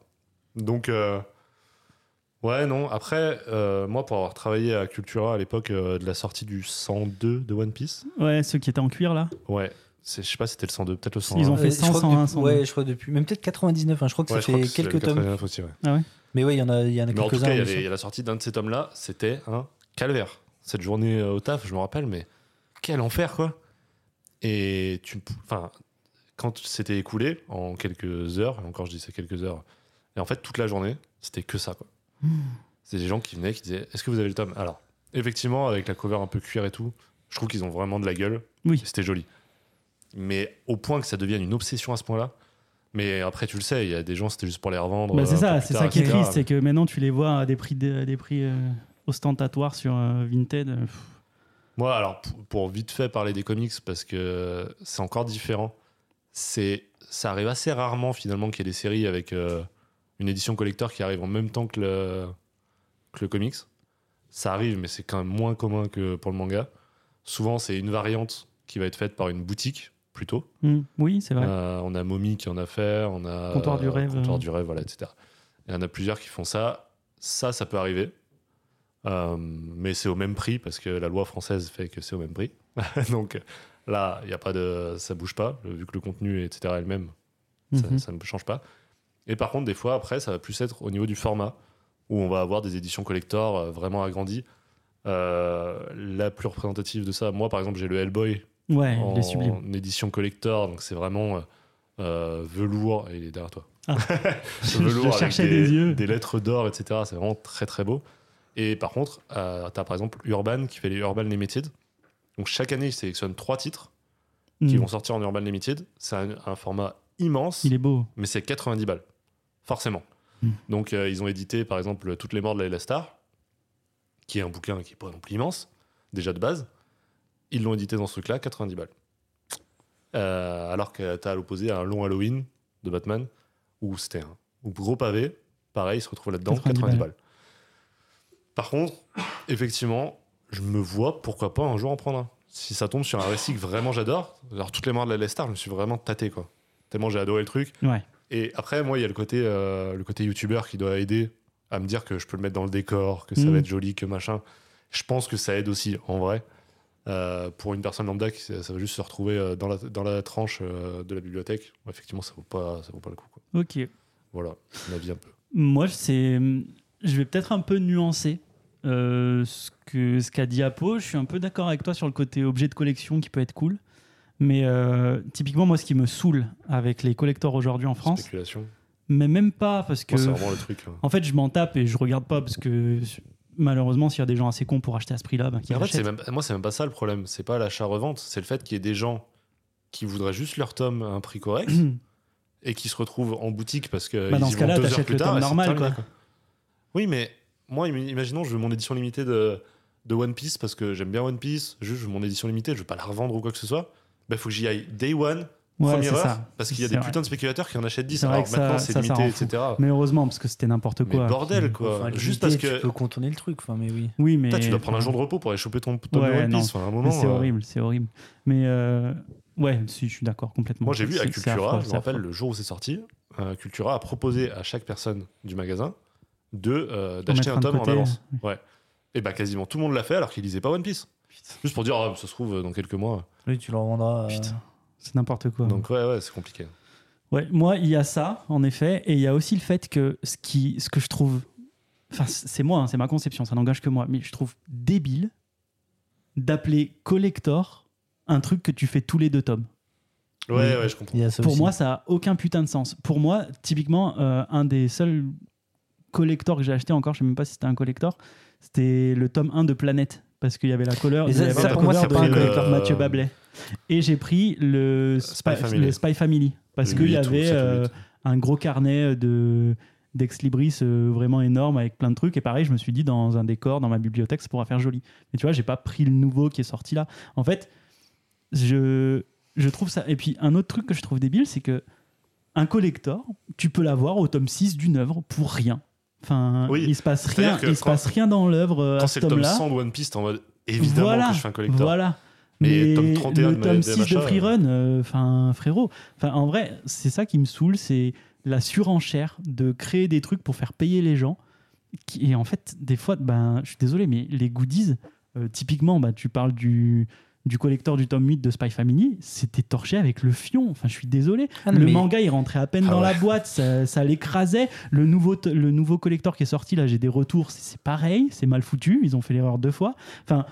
[SPEAKER 4] Donc, euh, ouais, non. Après, euh, moi, pour avoir travaillé à Cultura à l'époque euh, de la sortie du 102 de One Piece,
[SPEAKER 1] Ouais, ceux qui étaient en cuir là.
[SPEAKER 4] ouais, c'est- je sais pas si c'était le 102, peut-être le 101.
[SPEAKER 1] Ils ont
[SPEAKER 5] Euh,
[SPEAKER 1] fait
[SPEAKER 5] je crois
[SPEAKER 1] 100,
[SPEAKER 5] que
[SPEAKER 1] 101,
[SPEAKER 5] depuis-
[SPEAKER 1] 102.
[SPEAKER 5] Ouais, je crois depuis. Même peut-être 99. hein, je crois que
[SPEAKER 4] Ouais, je
[SPEAKER 5] ça
[SPEAKER 4] crois
[SPEAKER 5] fait
[SPEAKER 4] que c'est le
[SPEAKER 5] quelques tomes.
[SPEAKER 4] 89 aussi, ouais.
[SPEAKER 5] Mais ouais, il y en a, il y en a
[SPEAKER 4] Mais en tout
[SPEAKER 5] quelques-uns.
[SPEAKER 4] cas, il y
[SPEAKER 5] mais
[SPEAKER 4] avait- il y
[SPEAKER 5] ça-
[SPEAKER 4] a la sortie d'un de ces tomes-là, c'était un calvaire. Cette journée euh, au taf, je me rappelle, mais quel enfer, quoi. Et tu, pou- enfin, quand c'était écoulé en quelques heures, et encore je dis c'est quelques heures, et en fait toute la journée, c'était que ça, quoi.
[SPEAKER 1] Hmm.
[SPEAKER 4] C'est des gens qui venaient, qui disaient, est-ce que vous avez le tome Alors, effectivement, avec la cover un peu cuir et tout, je trouve qu'ils ont vraiment de la gueule.
[SPEAKER 1] Oui.
[SPEAKER 4] C'était joli. Mais au point que ça devienne une obsession à ce point-là. Mais après, tu le sais, il y a des gens, c'était juste pour les revendre.
[SPEAKER 1] Bah, c'est
[SPEAKER 4] euh,
[SPEAKER 1] ça,
[SPEAKER 4] pour plus
[SPEAKER 1] c'est
[SPEAKER 4] tard,
[SPEAKER 1] ça qui est
[SPEAKER 4] etc.
[SPEAKER 1] triste, c'est que maintenant tu les vois à des prix, dé- à des prix euh, ostentatoires sur euh, Vinted. Euh, pff,
[SPEAKER 4] Moi, alors, p- pour vite fait parler des comics, parce que c'est encore différent, c'est ça arrive assez rarement, finalement, qu'il y ait des séries avec euh, une édition collector qui arrive en même temps que le, que le comics. Ça arrive, mais c'est quand même moins commun que pour le manga. Souvent, c'est une variante qui va être faite par une boutique, plutôt.
[SPEAKER 1] hum, oui, c'est vrai.
[SPEAKER 4] Euh, on a Momi qui en a fait, on a
[SPEAKER 1] Comptoir du rêve,
[SPEAKER 4] Comptoir
[SPEAKER 1] euh.
[SPEAKER 4] du rêve, voilà, etc. Il y en a plusieurs qui font ça. Ça, ça peut arriver. Euh, mais c'est au même prix parce que la loi française fait que c'est au même prix. Donc là, il y a pas de, ça bouge pas vu que le contenu etc est le même, ça-
[SPEAKER 1] Mhm.
[SPEAKER 4] ça, ne change pas. Et par contre, des fois après, ça va plus être au niveau du format où on va avoir des éditions collector euh, vraiment agrandies. Euh, la plus représentative de ça, moi par exemple, j'ai le Hellboy
[SPEAKER 1] ouais,
[SPEAKER 4] en
[SPEAKER 1] Ah, il est sublime.
[SPEAKER 4] édition collector, donc c'est vraiment euh, euh, velours. Et il est derrière toi.
[SPEAKER 1] Ah. Je- je
[SPEAKER 4] velours
[SPEAKER 1] le
[SPEAKER 4] avec
[SPEAKER 1] cherchais
[SPEAKER 4] des,
[SPEAKER 1] des yeux.
[SPEAKER 4] des lettres d'or, etc. C'est vraiment très très beau. Et par contre, euh, t'as par exemple Urban qui fait les Urban Limited. Donc chaque année, ils sélectionnent trois titres qui
[SPEAKER 1] Hum,
[SPEAKER 4] vont sortir en Urban Limited. C'est un, un format immense,
[SPEAKER 1] Il est beau.
[SPEAKER 4] mais c'est 90 balles, forcément.
[SPEAKER 1] Mm.
[SPEAKER 4] Donc euh, ils ont édité par exemple Toutes les morts de la Star, qui est un bouquin qui est pas non plus immense, déjà de base. Ils l'ont édité dans ce truc-là, 90 balles. Euh, alors que t'as à l'opposé un long Halloween de Batman, où c'était un où gros pavé, pareil, il se retrouve là-dedans,
[SPEAKER 1] 90
[SPEAKER 4] 90,
[SPEAKER 1] balles.
[SPEAKER 4] balles. Par contre, effectivement, je me vois pourquoi pas un jour en prendre un. Si ça tombe sur un récit que vraiment j'adore, alors toutes les morts de la Star, je me suis vraiment tâté quoi. Tellement j'ai adoré le truc.
[SPEAKER 1] Ouais.
[SPEAKER 4] Et après, moi, il y a le côté, euh, le côté youtubeur qui doit aider à me dire que je peux le mettre dans le décor, que ça
[SPEAKER 1] Mm.
[SPEAKER 4] va être joli, que machin. Je pense que ça aide aussi, en vrai. Euh, pour une personne lambda, qui, ça ça va juste se retrouver euh, dans la, dans la tranche euh, de la bibliothèque. Effectivement, ça vaut pas, ça vaut pas le coup. Quoi.
[SPEAKER 1] Ok.
[SPEAKER 4] Voilà, ma vie un peu.
[SPEAKER 1] Moi, c'est, je vais peut-être un peu nuancer euh, ce que ce qu'a dit Apo. Je suis un peu d'accord avec toi sur le côté objet de collection qui peut être cool, mais euh, typiquement moi, ce qui me saoule avec les collecteurs aujourd'hui en France,
[SPEAKER 4] Spéculation.
[SPEAKER 1] mais même pas parce que
[SPEAKER 4] Moi, c'est vraiment le truc. hein.
[SPEAKER 1] en fait, je m'en tape et je regarde pas parce que malheureusement, s'il y a des gens assez cons pour acheter à ce prix-là, ben, qui
[SPEAKER 4] Mais en fait, c'est même, moi, c'est même pas ça le problème. C'est pas l'achat-revente. C'est le fait qu'il y ait des gens qui voudraient juste leur tome à un prix correct et qui se retrouvent en boutique parce que
[SPEAKER 1] Bah,
[SPEAKER 4] ils
[SPEAKER 1] dans
[SPEAKER 4] y
[SPEAKER 1] ce
[SPEAKER 4] vont
[SPEAKER 1] cas-là,
[SPEAKER 4] deux heures
[SPEAKER 1] t'achètes
[SPEAKER 4] plus
[SPEAKER 1] le
[SPEAKER 4] tard
[SPEAKER 1] tome
[SPEAKER 4] et c'est
[SPEAKER 1] normal,
[SPEAKER 4] terminé,
[SPEAKER 1] quoi.
[SPEAKER 4] Oui, mais moi, im- imaginons, je veux mon édition limitée de, de One Piece parce que j'aime bien One Piece. Juste, je veux mon édition limitée, je veux pas la revendre ou quoi que ce soit. Bah, faut que j'y aille day one,
[SPEAKER 1] Ouais,
[SPEAKER 4] première
[SPEAKER 1] c'est
[SPEAKER 4] heure,
[SPEAKER 1] ça.
[SPEAKER 4] parce qu'il y a
[SPEAKER 1] C'est
[SPEAKER 4] des
[SPEAKER 1] vrai.
[SPEAKER 4] putains de spéculateurs qui en achètent 10.
[SPEAKER 1] C'est vrai
[SPEAKER 4] Alors
[SPEAKER 1] que ça-
[SPEAKER 4] maintenant, c'est
[SPEAKER 1] ça, ça
[SPEAKER 4] limité,
[SPEAKER 1] rend fou.
[SPEAKER 4] etc.
[SPEAKER 1] Mais heureusement, parce que c'était n'importe
[SPEAKER 4] Mais
[SPEAKER 1] quoi.
[SPEAKER 4] bordel, quoi.
[SPEAKER 5] Enfin,
[SPEAKER 4] Juste
[SPEAKER 5] limité,
[SPEAKER 4] parce que.
[SPEAKER 5] Tu peux contourner le truc, enfin, mais oui.
[SPEAKER 1] Oui, mais
[SPEAKER 4] Putain, tu dois prendre un jour de repos pour aller choper ton tome
[SPEAKER 1] Ouais,
[SPEAKER 4] de One
[SPEAKER 1] non.
[SPEAKER 4] Piece. Enfin, à un
[SPEAKER 1] Mais
[SPEAKER 4] moment, hein.
[SPEAKER 1] c'est
[SPEAKER 4] euh,
[SPEAKER 1] horrible, c'est horrible. Mais euh, Ouais, si, je suis d'accord complètement.
[SPEAKER 4] Moi, j'ai vu à
[SPEAKER 1] C'est- c'est affreux,
[SPEAKER 4] Cultura, je
[SPEAKER 1] c'est
[SPEAKER 4] me rappelle
[SPEAKER 1] affreux.
[SPEAKER 4] le jour où c'est sorti, euh, Cultura a proposé à chaque personne du magasin de euh,
[SPEAKER 1] D'en
[SPEAKER 4] d'acheter
[SPEAKER 1] mettre
[SPEAKER 4] un
[SPEAKER 1] un de
[SPEAKER 4] tome en
[SPEAKER 1] côté.
[SPEAKER 4] avance. Ouais. Et bah quasiment tout le monde l'a fait alors qu'il lisait pas One Piece.
[SPEAKER 1] Putain.
[SPEAKER 4] Juste pour dire, Ah, ça se trouve euh, dans quelques mois.
[SPEAKER 5] Lui, tu le revendras. euh,
[SPEAKER 1] Putain, c'est n'importe quoi.
[SPEAKER 4] Donc ouais, ouais, c'est compliqué.
[SPEAKER 1] Ouais, moi, il y a ça, en effet, et il y a aussi le fait que ce, qui, ce que je trouve. Enfin, c- c'est moi, hein, c'est ma conception, ça n'engage que moi, mais je trouve débile d'appeler collector un truc que tu fais tous les deux tomes.
[SPEAKER 4] Ouais,
[SPEAKER 5] Oui.
[SPEAKER 4] ouais, je comprends.
[SPEAKER 5] il y a ça
[SPEAKER 1] Pour
[SPEAKER 5] aussi.
[SPEAKER 1] moi, ça a aucun putain de sens. Pour moi, typiquement, euh, un des seuls collectors que j'ai acheté encore, je sais même pas si c'était un collector, c'était le tome 1 de Planète. Parce qu'il y avait la couleur,
[SPEAKER 5] Et
[SPEAKER 1] il y
[SPEAKER 5] ça-
[SPEAKER 1] avait
[SPEAKER 5] ça,
[SPEAKER 1] la
[SPEAKER 5] pour moi,
[SPEAKER 1] couleur
[SPEAKER 5] c'est pas un
[SPEAKER 1] de
[SPEAKER 4] collector.
[SPEAKER 1] Mathieu Bablet. Et j'ai pris le Spy,
[SPEAKER 4] Family.
[SPEAKER 1] le Spy Family. Parce
[SPEAKER 4] Le
[SPEAKER 1] qu'il y
[SPEAKER 4] huit ou
[SPEAKER 1] avait
[SPEAKER 4] sept ou
[SPEAKER 1] euh,
[SPEAKER 4] huit.
[SPEAKER 1] un gros carnet euh, de d'ex libris euh, vraiment énorme avec plein de trucs et pareil je me suis dit dans un décor dans ma bibliothèque ça pourra faire joli mais tu vois j'ai pas pris le nouveau qui est sorti là en fait je je trouve ça et puis un autre truc que je trouve débile c'est que un collector tu peux l'avoir au tome 6 d'une œuvre pour rien enfin
[SPEAKER 4] Oui,
[SPEAKER 1] il se passe rien
[SPEAKER 4] c'est-à-dire que
[SPEAKER 1] il se
[SPEAKER 4] quand-
[SPEAKER 1] passe rien dans l'œuvre euh, à
[SPEAKER 4] Quand
[SPEAKER 1] ce
[SPEAKER 4] c'est le
[SPEAKER 1] tome
[SPEAKER 4] tome
[SPEAKER 1] là
[SPEAKER 4] 100 de One Piece, t'es en mode évidemment
[SPEAKER 1] Voilà,
[SPEAKER 4] que je fais un collector.
[SPEAKER 1] voilà.
[SPEAKER 4] Mais
[SPEAKER 1] Mais
[SPEAKER 4] tome 31
[SPEAKER 1] le
[SPEAKER 4] de
[SPEAKER 1] tome
[SPEAKER 4] ma- euh,
[SPEAKER 1] 6 de
[SPEAKER 4] d'achat,
[SPEAKER 1] Freerun, enfin frérot, enfin en vrai, c'est ça qui me saoule, c'est la surenchère de créer des trucs pour faire payer les gens. Qui- Et en fait, des fois, ben, je suis désolé, mais les goodies, euh, typiquement, bah, tu parles du du collector du tome 8 de Spy Family, c'était torché avec le fion. Enfin, je suis désolé.
[SPEAKER 5] Ah, non,
[SPEAKER 1] le
[SPEAKER 5] mais-
[SPEAKER 1] manga, il rentrait à peine
[SPEAKER 4] Ah
[SPEAKER 1] dans
[SPEAKER 4] ouais.
[SPEAKER 1] la boîte, ça, ça l'écrasait. Le nouveau, t- le nouveau collector qui est sorti, là, j'ai des retours, c'est- c'est pareil, c'est mal foutu, ils ont fait l'erreur deux fois. Enfin,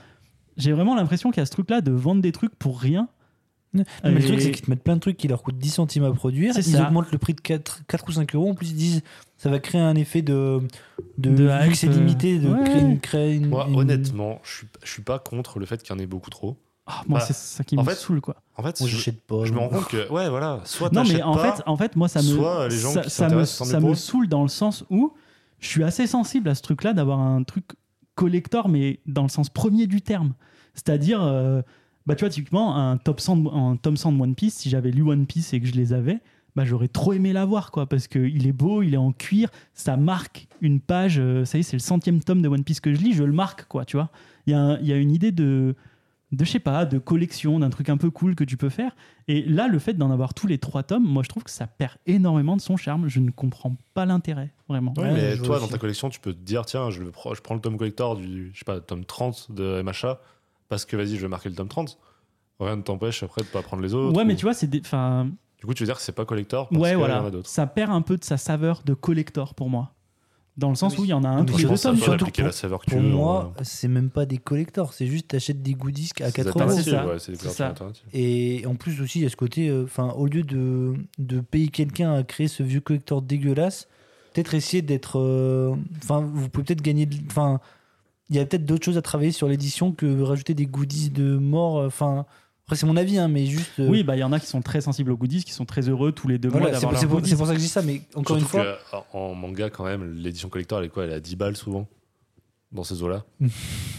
[SPEAKER 1] j'ai vraiment l'impression qu'il y a ce truc-là de vendre des trucs pour rien.
[SPEAKER 5] Non, mais le
[SPEAKER 1] Et-
[SPEAKER 5] truc, c'est qu'ils te mettent plein de trucs qui leur coûtent 10 centimes à produire.
[SPEAKER 1] C'est
[SPEAKER 5] Ils
[SPEAKER 1] ça.
[SPEAKER 5] augmentent le prix de 4, 4 ou 5 euros. En plus, ils disent ça va créer un effet de. de,
[SPEAKER 1] De
[SPEAKER 5] vu
[SPEAKER 1] hype, euh,
[SPEAKER 5] que c'est limité, de
[SPEAKER 1] ouais.
[SPEAKER 5] créer une. Créer une-
[SPEAKER 4] Moi,
[SPEAKER 5] une-
[SPEAKER 4] honnêtement, je suis, je suis pas contre le fait qu'il y en ait beaucoup trop.
[SPEAKER 1] Ah, moi,
[SPEAKER 4] Bah,
[SPEAKER 1] c'est ça qui
[SPEAKER 4] en
[SPEAKER 1] me
[SPEAKER 4] fait,
[SPEAKER 1] saoule, quoi.
[SPEAKER 4] En fait,
[SPEAKER 5] Moi,
[SPEAKER 4] je,
[SPEAKER 5] j'achète pas.
[SPEAKER 4] je me
[SPEAKER 5] donc.
[SPEAKER 4] rends compte que, ouais, voilà, soit
[SPEAKER 1] Non,
[SPEAKER 4] t'achètes
[SPEAKER 1] mais
[SPEAKER 4] pas.
[SPEAKER 1] en fait, en fait, moi, ça me,
[SPEAKER 4] soit les gens
[SPEAKER 1] ça,
[SPEAKER 4] qui
[SPEAKER 1] ça me,
[SPEAKER 4] s'intéressent, tant
[SPEAKER 1] ça
[SPEAKER 4] mieux
[SPEAKER 1] me
[SPEAKER 4] pour eux.
[SPEAKER 1] saoule dans le sens où je suis assez sensible à ce truc-là d'avoir un truc collector, mais dans le sens premier du terme. C'est-à-dire, euh, bah, tu vois, typiquement, un, top 100 de- un tome 100 de One Piece, si j'avais lu One Piece et que je les avais, bah, j'aurais trop aimé l'avoir, quoi, parce qu'il est beau, il est en cuir, ça marque une page. euh, ça y est, c'est le centième tome de One Piece que je lis, je le marque, quoi, tu vois. Il y a, un- il y a une idée de, de, je sais pas, de collection, d'un truc un peu cool que tu peux faire. Et là, le fait d'en avoir tous les trois tomes, moi, je trouve que ça perd énormément de son charme. Je ne comprends pas l'intérêt, vraiment.
[SPEAKER 4] Ouais,
[SPEAKER 5] Ouais,
[SPEAKER 4] mais
[SPEAKER 5] je
[SPEAKER 4] toi,
[SPEAKER 5] vois
[SPEAKER 4] dans
[SPEAKER 5] aussi.
[SPEAKER 4] ta collection, tu peux te dire tiens, je, le pro- je prends le tome collector du je sais pas, tome 30 de MHA parce que vas-y, je vais marquer le tome 30. Rien ne t'empêche après de pas prendre les autres.
[SPEAKER 1] Ouais, mais
[SPEAKER 4] ou-
[SPEAKER 1] tu vois, c'est des. Enfin,
[SPEAKER 4] Du coup, tu veux dire que c'est pas collector parce
[SPEAKER 1] ouais,
[SPEAKER 4] qu'il y
[SPEAKER 1] voilà.
[SPEAKER 4] en a d'autres.
[SPEAKER 1] Ça perd un peu de sa saveur de collector pour moi. Dans le sens
[SPEAKER 5] Oui.
[SPEAKER 1] où il y en a un
[SPEAKER 5] Oui,
[SPEAKER 1] tous les
[SPEAKER 4] Moi, je
[SPEAKER 5] je
[SPEAKER 1] deux
[SPEAKER 4] pense
[SPEAKER 5] ressens
[SPEAKER 1] tomes.
[SPEAKER 4] que
[SPEAKER 5] surtout
[SPEAKER 4] ça peut appliquer
[SPEAKER 5] pour-
[SPEAKER 4] la euh, saveur que tu
[SPEAKER 5] Pour
[SPEAKER 4] veux.
[SPEAKER 5] moi, c'est même pas des collectors. C'est juste t'achètes des goodies à 4 euros.
[SPEAKER 1] alternatives. c'est ça.
[SPEAKER 4] Ouais, c'est des
[SPEAKER 1] C'est
[SPEAKER 4] collections
[SPEAKER 1] ça.
[SPEAKER 4] alternatives.
[SPEAKER 5] Et en plus aussi, il y a ce côté, euh, enfin, au lieu de, de payer quelqu'un à créer ce vieux collector dégueulasse, peut-être essayer d'être, euh, enfin, vous pouvez peut-être gagner, de- enfin, il y a peut-être d'autres choses à travailler sur l'édition que rajouter des goodies de mort, euh, enfin, après c'est mon avis, hein, mais juste, euh,
[SPEAKER 1] Oui, bah, il y en a qui sont très sensibles aux goodies, qui sont très heureux tous les deux mois
[SPEAKER 5] voilà, c'est
[SPEAKER 1] d'avoir
[SPEAKER 5] pour, c'est
[SPEAKER 1] leur
[SPEAKER 5] pour- c'est
[SPEAKER 1] goodies.
[SPEAKER 5] pour ça que je dis ça, mais encore une
[SPEAKER 4] Surtout
[SPEAKER 5] fois,
[SPEAKER 4] que, en- en manga, quand même, l'édition collector, elle est quoi Elle est à 10 balles souvent dans ces eaux-là.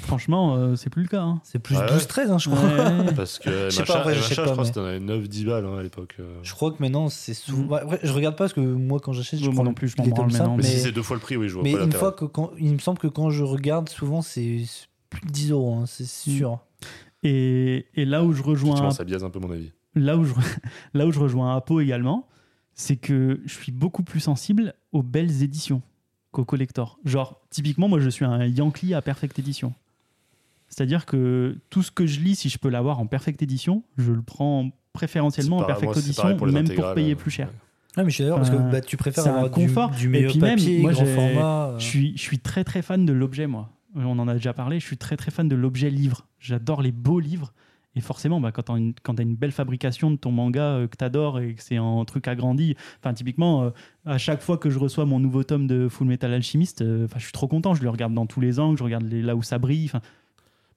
[SPEAKER 1] Franchement, euh, c'est plus le cas. hein.
[SPEAKER 5] c'est plus
[SPEAKER 4] Ouais, ouais.
[SPEAKER 5] 12-13, hein, je crois.
[SPEAKER 1] Ouais.
[SPEAKER 4] Parce que
[SPEAKER 5] Je sais
[SPEAKER 4] MHA,
[SPEAKER 5] pas, en vrai, je
[SPEAKER 4] MHA,
[SPEAKER 5] sais
[SPEAKER 4] je
[SPEAKER 5] pas,
[SPEAKER 4] crois que
[SPEAKER 5] mais-
[SPEAKER 4] c'était dans les 9-10 balles hein, à l'époque. euh.
[SPEAKER 5] Je crois que maintenant, c'est
[SPEAKER 1] Mm.
[SPEAKER 5] souvent. Après, je regarde pas parce que moi, quand j'achète, je
[SPEAKER 1] Oui, moi
[SPEAKER 5] prends
[SPEAKER 1] non plus, je m'en
[SPEAKER 5] les tomes
[SPEAKER 1] branle
[SPEAKER 5] simples,
[SPEAKER 1] maintenant,
[SPEAKER 4] Mais, si
[SPEAKER 5] mais-
[SPEAKER 4] c'est deux fois le prix, oui, je vois
[SPEAKER 5] Mais
[SPEAKER 4] pas
[SPEAKER 5] une
[SPEAKER 4] l'intérêt.
[SPEAKER 5] fois que quand, il me semble que quand je regarde, souvent c'est plus de 10 euros, hein, c'est sûr.
[SPEAKER 1] Et, et là où je rejoins
[SPEAKER 4] Effectivement, ça biaise un peu mon avis.
[SPEAKER 1] là où je, là où je rejoins Apo également, c'est que je suis beaucoup plus sensible aux belles éditions qu'aux collectors. Genre, typiquement, moi, je suis un Yankee à Perfect Edition. C'est-à-dire que tout ce que je lis, si je peux l'avoir en Perfect Edition, je le prends préférentiellement en
[SPEAKER 4] C'est pareil,
[SPEAKER 1] Perfect
[SPEAKER 4] moi, c'est pareil
[SPEAKER 1] Edition,
[SPEAKER 4] pour les
[SPEAKER 1] même pour
[SPEAKER 4] intégrales,
[SPEAKER 1] payer
[SPEAKER 4] euh,
[SPEAKER 1] plus cher.
[SPEAKER 5] Ah, mais je suis d'accord, parce
[SPEAKER 1] Euh,
[SPEAKER 5] que bah, tu préfères
[SPEAKER 1] c'est un
[SPEAKER 5] avoir du,
[SPEAKER 1] confort.
[SPEAKER 5] du
[SPEAKER 1] Et
[SPEAKER 5] meilleur
[SPEAKER 1] puis même,
[SPEAKER 5] papier,
[SPEAKER 1] moi,
[SPEAKER 5] grand
[SPEAKER 1] j'ai-
[SPEAKER 5] format. euh.
[SPEAKER 1] Je suis, je suis très très fan de l'objet, moi. Euh, On en a déjà parlé, je suis très très fan de l'objet livre. J'adore les beaux livres. Et forcément, bah, quand t'as une, quand t'as une belle fabrication de ton manga euh, que t'adores et que c'est un truc agrandi, enfin typiquement, euh, à chaque fois que je reçois mon nouveau tome de Full Metal Alchemist, euh, enfin je suis trop content. Je le regarde dans tous les angles, je regarde les- là où ça brille. Enfin,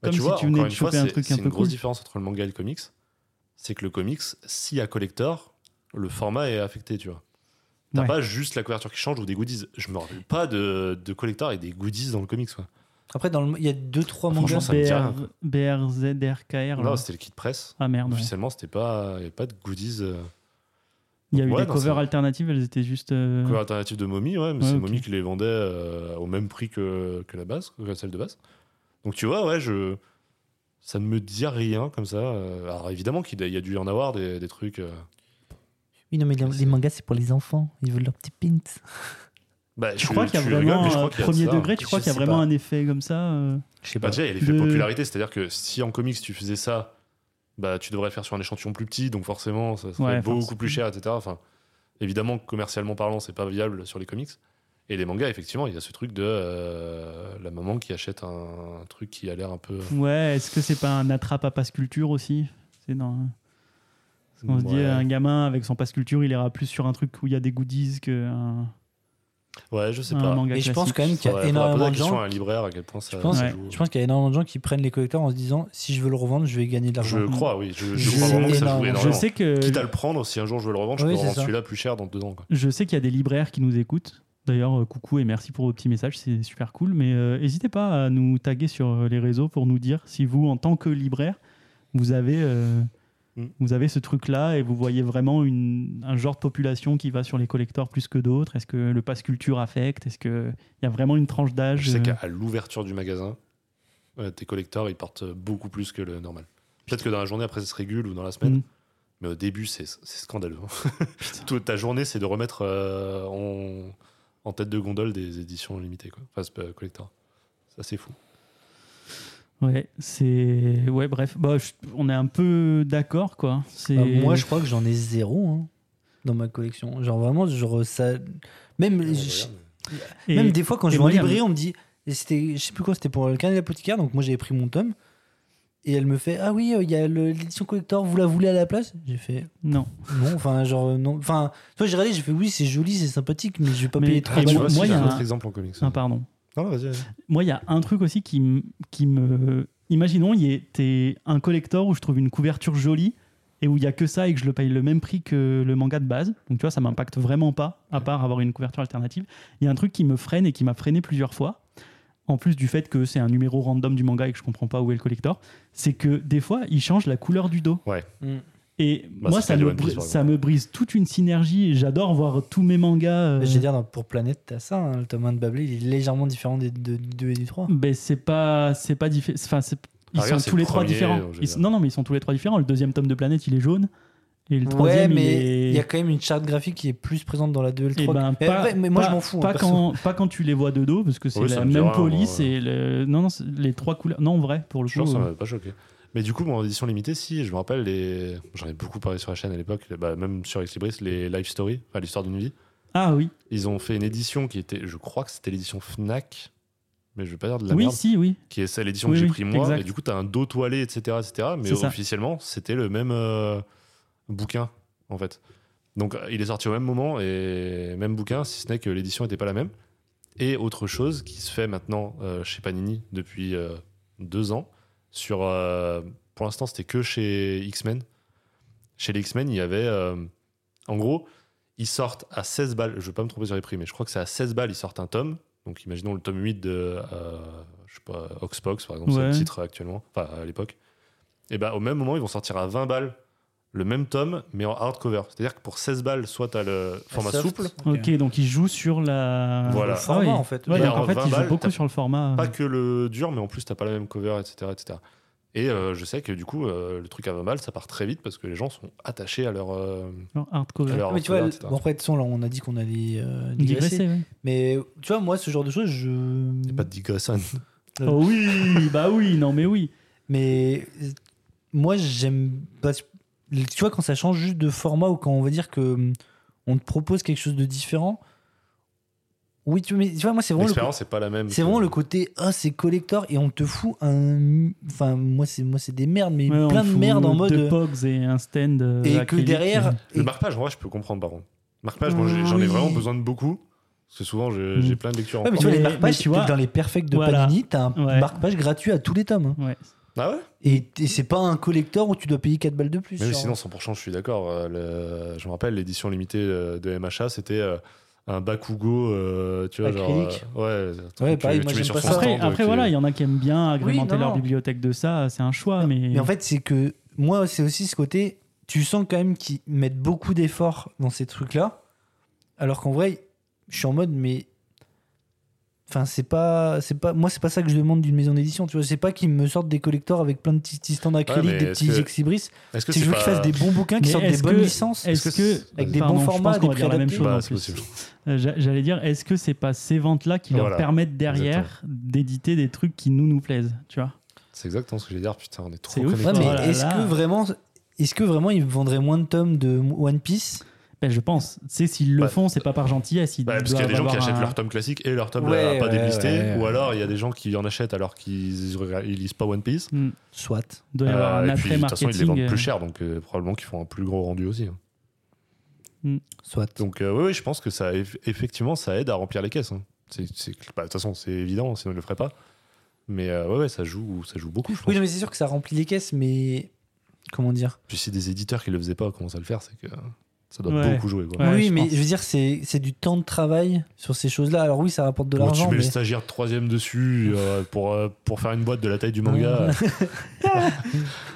[SPEAKER 4] Bah,
[SPEAKER 1] Comme
[SPEAKER 4] tu
[SPEAKER 1] si
[SPEAKER 4] vois,
[SPEAKER 1] tu venais
[SPEAKER 4] encore
[SPEAKER 1] de
[SPEAKER 4] une fois,
[SPEAKER 1] choper un
[SPEAKER 4] c'est-
[SPEAKER 1] truc
[SPEAKER 4] c'est
[SPEAKER 1] un
[SPEAKER 4] une
[SPEAKER 1] peu
[SPEAKER 4] grosse
[SPEAKER 1] cool.
[SPEAKER 4] différence entre le manga et le comics, c'est que le comics, s'il y a collector, le format est affecté, tu vois. T'as
[SPEAKER 1] Ouais.
[SPEAKER 4] pas juste la couverture qui change ou des goodies. Je me rappelle pas de, de collector et des goodies dans le comics. Quoi.
[SPEAKER 5] Après, dans le- il y a 2-3
[SPEAKER 4] Franchement,
[SPEAKER 5] mangas.
[SPEAKER 4] ça me dit rien,
[SPEAKER 1] BR, BRZRKR. là.
[SPEAKER 4] Non, c'était le kit presse.
[SPEAKER 1] Ah merde. ouais.
[SPEAKER 4] Officiellement, c'était pas, il y avait pas de goodies. euh,
[SPEAKER 1] Il y a eu
[SPEAKER 4] Ouais,
[SPEAKER 1] des
[SPEAKER 4] non,
[SPEAKER 1] covers
[SPEAKER 4] c'est-
[SPEAKER 1] alternatives, elles étaient juste. euh,
[SPEAKER 4] Couleur alternative de Mommy, ouais, mais
[SPEAKER 1] Ouais,
[SPEAKER 4] c'est
[SPEAKER 1] ok.
[SPEAKER 4] Mommy qui les vendait euh, au même prix que, que la base, que celle de base. Donc tu vois, ouais, je. Ça ne me dit rien comme ça. Euh, Alors évidemment qu'il y a dû y en avoir des, des trucs. euh,
[SPEAKER 5] Oui, non, mais les, les mangas, c'est pour les enfants. Ils veulent leur petit pint.
[SPEAKER 4] Bah,
[SPEAKER 1] Je crois qu'il y a
[SPEAKER 4] tu rigoles,
[SPEAKER 1] vraiment
[SPEAKER 4] mais je crois
[SPEAKER 1] euh,
[SPEAKER 4] qu'il y a
[SPEAKER 1] premier
[SPEAKER 4] ça.
[SPEAKER 1] degré, tu
[SPEAKER 5] Je
[SPEAKER 1] crois qu'il y a
[SPEAKER 5] sais
[SPEAKER 1] vraiment
[SPEAKER 5] pas.
[SPEAKER 1] un effet comme ça euh,
[SPEAKER 5] Je sais
[SPEAKER 4] Bah,
[SPEAKER 5] pas.
[SPEAKER 4] déjà, il y a l'effet
[SPEAKER 1] Le-
[SPEAKER 4] popularité, c'est-à-dire que si en comics tu faisais ça, bah, tu devrais le faire sur un échantillon plus petit, donc forcément ça serait
[SPEAKER 1] Ouais,
[SPEAKER 4] beaucoup
[SPEAKER 1] forcément.
[SPEAKER 4] plus cher, etc. Enfin, évidemment, commercialement parlant, c'est pas viable sur les comics. Et les mangas, effectivement, il y a ce truc de euh, la maman qui achète un, truc qui a l'air un peu.
[SPEAKER 1] Ouais, est-ce que c'est pas un attrape à passe culture aussi C'est dans. Parce qu'on se dit,
[SPEAKER 4] Ouais.
[SPEAKER 1] un gamin avec son passe culture, il ira plus sur un truc où il y a des goodies qu'un
[SPEAKER 4] Ouais, je sais
[SPEAKER 1] un
[SPEAKER 4] pas.
[SPEAKER 1] manga
[SPEAKER 5] Et
[SPEAKER 1] classique.
[SPEAKER 5] je pense quand même qu'il y a
[SPEAKER 4] Faudrait- faudrait poser
[SPEAKER 5] énormément
[SPEAKER 4] la
[SPEAKER 5] de
[SPEAKER 4] question
[SPEAKER 5] gens.
[SPEAKER 4] à un libraire à quel point ça,
[SPEAKER 5] Je pense-
[SPEAKER 4] ça
[SPEAKER 1] Ouais.
[SPEAKER 4] joue.
[SPEAKER 5] Je pense qu'il y a énormément de gens qui prennent les collecteurs en se disant si je veux le revendre, je vais gagner de l'argent.
[SPEAKER 4] Je crois, oui. Je, je
[SPEAKER 5] Je-
[SPEAKER 4] crois vraiment que ça joue
[SPEAKER 5] énorme.
[SPEAKER 4] énormément.
[SPEAKER 1] Je sais que
[SPEAKER 4] Quitte à le prendre, si un jour je veux le revendre, je
[SPEAKER 5] Oui,
[SPEAKER 4] peux
[SPEAKER 5] c'est
[SPEAKER 4] revendre
[SPEAKER 5] ça.
[SPEAKER 4] celui-là plus cher dans deux ans. quoi.
[SPEAKER 1] Je sais qu'il y a des libraires qui nous écoutent. D'ailleurs, euh, coucou et merci pour vos petits messages, c'est super cool. Mais euh, n'hésitez pas à nous taguer sur euh, les réseaux pour nous dire si vous, en tant que libraire, vous avez, euh,
[SPEAKER 4] Mm.
[SPEAKER 1] vous avez ce truc-là et vous voyez vraiment une- un genre de population qui va sur les collecteurs plus que d'autres. Est-ce que le pass culture affecte Est-ce qu'il y a vraiment une tranche d'âge
[SPEAKER 4] Je sais
[SPEAKER 1] euh,
[SPEAKER 4] qu'à à l'ouverture du magasin, euh, tes collecteurs, ils portent beaucoup plus que le normal. Peut-être que dans la journée, après, ça se régule ou dans la semaine.
[SPEAKER 1] Mm.
[SPEAKER 4] Mais au début, c'est c'est scandaleux. hein. Toute ta journée, c'est de remettre euh, en, en tête de gondole des éditions limitées. Quoi. Enfin, c'est pas collector. Ça, c'est fou.
[SPEAKER 1] Euh, Ouais, c'est. Ouais, bref. Bah, je- On est un peu d'accord, quoi. C'est...
[SPEAKER 5] Bah, moi, je crois que j'en ai zéro hein, dans ma collection. Genre vraiment, genre, ça. Même, je-
[SPEAKER 1] Et-
[SPEAKER 5] même des fois, quand
[SPEAKER 1] et
[SPEAKER 5] je vais en
[SPEAKER 1] moi, il y a-
[SPEAKER 5] librairie, on me dit et c'était, je sais plus quoi, c'était pour le carnet de l'apothicaire. Donc moi, j'avais pris mon tome. Et elle me fait Ah oui, euh, il y a le- l'édition collector, vous la voulez à la place J'ai fait
[SPEAKER 1] Non.
[SPEAKER 5] Non, enfin, genre, euh, non. Enfin, toi, j'ai regardé, j'ai fait Oui, c'est joli, c'est sympathique, mais je vais pas
[SPEAKER 1] Mais-
[SPEAKER 5] payer
[SPEAKER 1] Ah,
[SPEAKER 5] trois
[SPEAKER 1] tu
[SPEAKER 5] balles.
[SPEAKER 1] vois, moi,
[SPEAKER 4] il
[SPEAKER 1] il y a
[SPEAKER 4] un
[SPEAKER 1] un-
[SPEAKER 4] autre exemple en comics.
[SPEAKER 1] Ah, pardon.
[SPEAKER 4] Non, non, vas-y, vas-y.
[SPEAKER 1] Moi, il y a un truc aussi qui, m- qui me. Imaginons, il y ait- t'es un collector où je trouve une couverture jolie et où il y a que ça et que je le paye le même prix que le manga de base. Donc, tu vois, ça m'impacte vraiment pas, à part avoir une couverture alternative. Il y a un truc qui me freine et qui m'a freiné plusieurs fois, en plus du fait que c'est un numéro random du manga et que je comprends pas où est le collector, c'est que des fois, il change la couleur du dos.
[SPEAKER 4] Ouais.
[SPEAKER 5] Mm.
[SPEAKER 1] Et
[SPEAKER 4] Bah,
[SPEAKER 1] moi,
[SPEAKER 4] c'est
[SPEAKER 1] ça
[SPEAKER 4] le cas
[SPEAKER 1] me,
[SPEAKER 4] du One Piece,
[SPEAKER 1] brise-
[SPEAKER 4] par
[SPEAKER 1] ça me brise toute une synergie et j'adore voir tous mes mangas. euh,
[SPEAKER 5] Mais Je veux dire, dans- pour Planète, t'as ça. hein, le tome 1 de Bablé, il est légèrement différent des 2 et du 3.
[SPEAKER 1] Ben, c'est pas, c'est pas diffé- Enfin, c'est- ils
[SPEAKER 4] Ah, regarde,
[SPEAKER 1] sont
[SPEAKER 4] c'est
[SPEAKER 1] tous
[SPEAKER 4] le
[SPEAKER 1] les trois
[SPEAKER 4] premier,
[SPEAKER 1] différents.
[SPEAKER 4] en général.
[SPEAKER 1] Ils- non, non, mais ils sont tous les trois différents. Le deuxième tome de Planète, il est jaune. Et le
[SPEAKER 5] ouais,
[SPEAKER 1] troisième,
[SPEAKER 5] mais il
[SPEAKER 1] il
[SPEAKER 5] y
[SPEAKER 1] est.
[SPEAKER 5] a quand même une charte graphique qui est plus présente dans la 2 et le
[SPEAKER 1] Eh
[SPEAKER 5] 3.
[SPEAKER 1] ben,
[SPEAKER 5] mais,
[SPEAKER 1] pas-
[SPEAKER 5] ouais, mais moi,
[SPEAKER 1] pas-
[SPEAKER 5] je m'en fous. hein,
[SPEAKER 1] Pas
[SPEAKER 5] perso.
[SPEAKER 1] quand, pas quand tu les vois de dos, parce que c'est
[SPEAKER 4] Oui, ça
[SPEAKER 1] la
[SPEAKER 4] me dit
[SPEAKER 1] même
[SPEAKER 4] rien,
[SPEAKER 1] police
[SPEAKER 4] moi, ouais.
[SPEAKER 1] et le. Non, non, c'est- les trois couleurs. Non, en vrai, pour le
[SPEAKER 4] Je pense
[SPEAKER 1] coup.
[SPEAKER 4] que ça
[SPEAKER 1] euh,
[SPEAKER 4] m'avait pas choqué. Mais du coup, moi, en édition limitée, si, je me rappelle, les... j'en ai beaucoup parlé sur la chaîne à l'époque, bah, même sur Exlibris, les life stories, enfin, l'histoire d'une vie.
[SPEAKER 1] Ah oui,
[SPEAKER 4] Ils ont fait une édition qui était, je crois que c'était l'édition Fnac, mais je vais pas dire de la
[SPEAKER 1] oui,
[SPEAKER 4] merde,
[SPEAKER 1] si, oui.
[SPEAKER 4] qui est celle- l'édition
[SPEAKER 1] Oui,
[SPEAKER 4] que j'ai
[SPEAKER 1] oui,
[SPEAKER 4] pris moi.
[SPEAKER 1] exact.
[SPEAKER 4] Et du coup, t'as un dos toilé, etc., etc. Mais
[SPEAKER 1] C'est ça.
[SPEAKER 4] officiellement, c'était le même euh, bouquin, en fait. Donc, euh, il est sorti au même moment et même bouquin, si ce n'est que l'édition n'était pas la même. Et autre chose qui se fait maintenant euh, chez Panini depuis euh, deux ans, sur, euh, pour l'instant, c'était que chez X-Men. Chez les X-Men, il y avait, euh, en gros, ils sortent à 16 balles. Je vais pas me tromper sur les prix, mais je crois que c'est à 16 balles, ils sortent un tome. Donc imaginons le tome 8 de euh, je sais pas, Oxbox, par exemple, c'est
[SPEAKER 1] Ouais.
[SPEAKER 4] le titre actuellement, enfin à l'époque. Et bah au même moment, ils vont sortir à 20 balles le même tome, mais en hardcover. C'est-à-dire que pour 16 balles, soit t'as le
[SPEAKER 5] La
[SPEAKER 4] format
[SPEAKER 5] soft.
[SPEAKER 4] souple,
[SPEAKER 1] Ok, donc ils jouent sur la.
[SPEAKER 4] Voilà.
[SPEAKER 1] Ah
[SPEAKER 5] Le format,
[SPEAKER 1] oui.
[SPEAKER 5] en fait.
[SPEAKER 1] Ouais,
[SPEAKER 4] Bah,
[SPEAKER 1] donc en
[SPEAKER 4] en
[SPEAKER 1] fait,
[SPEAKER 4] 20
[SPEAKER 1] ils jouent
[SPEAKER 4] balles,
[SPEAKER 1] beaucoup
[SPEAKER 4] t'as
[SPEAKER 1] sur le format.
[SPEAKER 4] pas
[SPEAKER 1] euh,
[SPEAKER 4] que le dur, mais en plus t'as pas la même cover, etc. etc. Et euh, je sais que du coup, euh, le truc à 20 balles, ça part très vite parce que les gens sont attachés à leur. euh,
[SPEAKER 1] genre
[SPEAKER 4] à
[SPEAKER 1] Hardcover.
[SPEAKER 4] leur
[SPEAKER 5] Ah, mais tu vois,
[SPEAKER 4] hardcover,
[SPEAKER 5] le-
[SPEAKER 4] etc.
[SPEAKER 5] bon, après, de toute façon, là, on a dit qu'on allait euh, digresser.
[SPEAKER 1] Digressé, ouais.
[SPEAKER 5] Mais tu vois, moi, ce genre de choses, je.
[SPEAKER 4] Y a Pas de digression.
[SPEAKER 1] Oh oui, bah oui, non, mais oui.
[SPEAKER 5] Mais euh, moi, j'aime. pas- tu vois, quand ça change juste de format ou quand on va dire que hum, on te propose quelque chose de différent. Oui, tu, mais, tu vois, moi, c'est vraiment le,
[SPEAKER 4] L'expérience c'est pas la même.
[SPEAKER 5] c'est
[SPEAKER 4] que-
[SPEAKER 5] vraiment le côté ah c'est collector et on te fout un enfin moi c'est moi c'est des merdes mais
[SPEAKER 1] Ouais, on
[SPEAKER 5] plein de
[SPEAKER 1] fout
[SPEAKER 5] merdes en mode euh,
[SPEAKER 1] Deux pogs et un stand. euh,
[SPEAKER 5] et que
[SPEAKER 1] acrylique.
[SPEAKER 5] derrière et-
[SPEAKER 4] Le marque-page, en vrai, je peux comprendre, par contre. Marque-page, moi, j'ai- j'en ai
[SPEAKER 5] Oui.
[SPEAKER 4] vraiment besoin de beaucoup. Parce que souvent, j'ai
[SPEAKER 1] Mm.
[SPEAKER 4] j'ai plein de lectures en
[SPEAKER 5] Ouais, mais tu vois
[SPEAKER 1] Mais-
[SPEAKER 5] les
[SPEAKER 1] mais
[SPEAKER 5] marque-pages
[SPEAKER 1] tu vois-
[SPEAKER 5] dans les perfects de
[SPEAKER 1] Voilà.
[SPEAKER 5] Panini t'as un
[SPEAKER 1] Ouais.
[SPEAKER 5] marque-page gratuit à tous les tomes hein.
[SPEAKER 1] Ouais.
[SPEAKER 4] Ah ouais
[SPEAKER 5] et, et c'est pas un collector où tu dois payer 4 balles de plus
[SPEAKER 4] Mais oui,
[SPEAKER 5] genre.
[SPEAKER 4] sinon, 100%, je suis d'accord. Euh, le- Je me rappelle, l'édition limitée euh, de MHA, c'était euh, un Bakugo, euh, tu vois, genre.
[SPEAKER 5] Acrylique.
[SPEAKER 4] euh, ouais,
[SPEAKER 5] Ouais,
[SPEAKER 4] tu-
[SPEAKER 5] pareil,
[SPEAKER 4] tu
[SPEAKER 5] moi,
[SPEAKER 4] mets
[SPEAKER 5] j'aime
[SPEAKER 4] sur
[SPEAKER 5] pas
[SPEAKER 4] son
[SPEAKER 5] ça.
[SPEAKER 1] Après,
[SPEAKER 4] stand,
[SPEAKER 1] après
[SPEAKER 4] euh,
[SPEAKER 1] voilà,
[SPEAKER 4] qui-
[SPEAKER 1] il y en a qui aiment bien agrémenter
[SPEAKER 5] non,
[SPEAKER 1] leur
[SPEAKER 5] non.
[SPEAKER 1] bibliothèque de ça, c'est un choix, Ah, mais.
[SPEAKER 5] Mais en fait, c'est que moi, c'est aussi ce côté. Tu sens quand même qu'ils mettent beaucoup d'efforts dans ces trucs-là. Alors qu'en vrai, je suis en mode, mais Enfin, c'est pas, c'est pas, moi, c'est pas ça que je demande d'une maison d'édition. Tu vois, c'est pas qu'ils me sortent des collecteurs avec plein de petits, petits stands acryliques,
[SPEAKER 4] mais
[SPEAKER 5] des
[SPEAKER 4] est-ce
[SPEAKER 5] petits
[SPEAKER 4] que-
[SPEAKER 5] exibris.
[SPEAKER 4] Est-ce que
[SPEAKER 5] Si
[SPEAKER 4] c'est
[SPEAKER 5] je veux
[SPEAKER 4] pas-
[SPEAKER 5] qu'ils fassent des bons bouquins,
[SPEAKER 1] Mais
[SPEAKER 5] qui sortent des
[SPEAKER 1] est-ce
[SPEAKER 5] bonnes
[SPEAKER 1] que-
[SPEAKER 5] licences.
[SPEAKER 1] Est-ce que.
[SPEAKER 5] Avec des
[SPEAKER 1] Pardon,
[SPEAKER 5] bons
[SPEAKER 1] je
[SPEAKER 5] formats,
[SPEAKER 1] pense qu'on va
[SPEAKER 5] des
[SPEAKER 1] dire la
[SPEAKER 5] prix
[SPEAKER 1] même
[SPEAKER 5] adaptés.
[SPEAKER 1] chose.
[SPEAKER 4] Bah,
[SPEAKER 1] en
[SPEAKER 4] c'est
[SPEAKER 1] plus.
[SPEAKER 4] possible.
[SPEAKER 1] Euh, j'a- J'allais dire, est-ce que c'est pas ces ventes-là qui leur
[SPEAKER 4] Voilà,
[SPEAKER 1] permettent derrière d'éditer des trucs qui nous nous plaisent Tu vois
[SPEAKER 4] C'est exactement ce que j'allais dire. Putain, on est trop
[SPEAKER 1] C'est ouf.
[SPEAKER 4] connectés.
[SPEAKER 5] Ouais, mais
[SPEAKER 1] Oh là
[SPEAKER 5] est-ce
[SPEAKER 1] là.
[SPEAKER 5] que vraiment, est-ce que vraiment ils vendraient moins de tomes de One Piece
[SPEAKER 1] ben, Je pense. Tu sais, s'ils le
[SPEAKER 4] Bah,
[SPEAKER 1] font, c'est pas par gentillesse. Ils
[SPEAKER 4] Bah, parce qu'il
[SPEAKER 1] doivent
[SPEAKER 4] y a des gens qui
[SPEAKER 1] avoir
[SPEAKER 4] achètent
[SPEAKER 1] un-
[SPEAKER 4] leur tome classique et leur tome
[SPEAKER 5] Ouais,
[SPEAKER 4] là, pas
[SPEAKER 5] ouais,
[SPEAKER 4] déblisté,
[SPEAKER 6] ouais, ouais.
[SPEAKER 4] ou alors il y a des gens qui en achètent alors qu'ils ils lisent pas One Piece.
[SPEAKER 1] Hmm.
[SPEAKER 5] Soit.
[SPEAKER 1] Il doit y avoir
[SPEAKER 4] Euh,
[SPEAKER 1] un
[SPEAKER 4] et puis, de toute façon, ils les
[SPEAKER 1] après-marketing.
[SPEAKER 4] vendent
[SPEAKER 1] euh,
[SPEAKER 4] plus cher, donc euh, probablement qu'ils font un plus gros rendu aussi. hein.
[SPEAKER 5] Soit.
[SPEAKER 4] Donc, euh, oui, je pense que ça, eff- effectivement, ça aide à remplir les caisses. hein. C'est- c'est- bah, De toute façon, c'est évident, sinon ils le feraient pas. Mais euh, ouais, ouais, ça joue, ça joue beaucoup, je pense.
[SPEAKER 5] Oui, non, mais c'est sûr que ça remplit les caisses, mais comment dire
[SPEAKER 4] Puis si des éditeurs qui le faisaient pas commencent à le faire, c'est que ça doit
[SPEAKER 1] Ouais.
[SPEAKER 4] beaucoup jouer. quoi.
[SPEAKER 1] Ouais,
[SPEAKER 5] Oui,
[SPEAKER 1] je
[SPEAKER 5] mais
[SPEAKER 1] pense.
[SPEAKER 5] je veux dire, c'est c'est du temps de travail sur ces choses-là. Alors oui, ça rapporte de
[SPEAKER 4] Bon, tu
[SPEAKER 5] l'argent,
[SPEAKER 4] mets le
[SPEAKER 5] mais
[SPEAKER 4] stagiaire de troisième dessus euh, pour, euh, pour faire une boîte de la taille du manga. Ah,
[SPEAKER 5] Ah.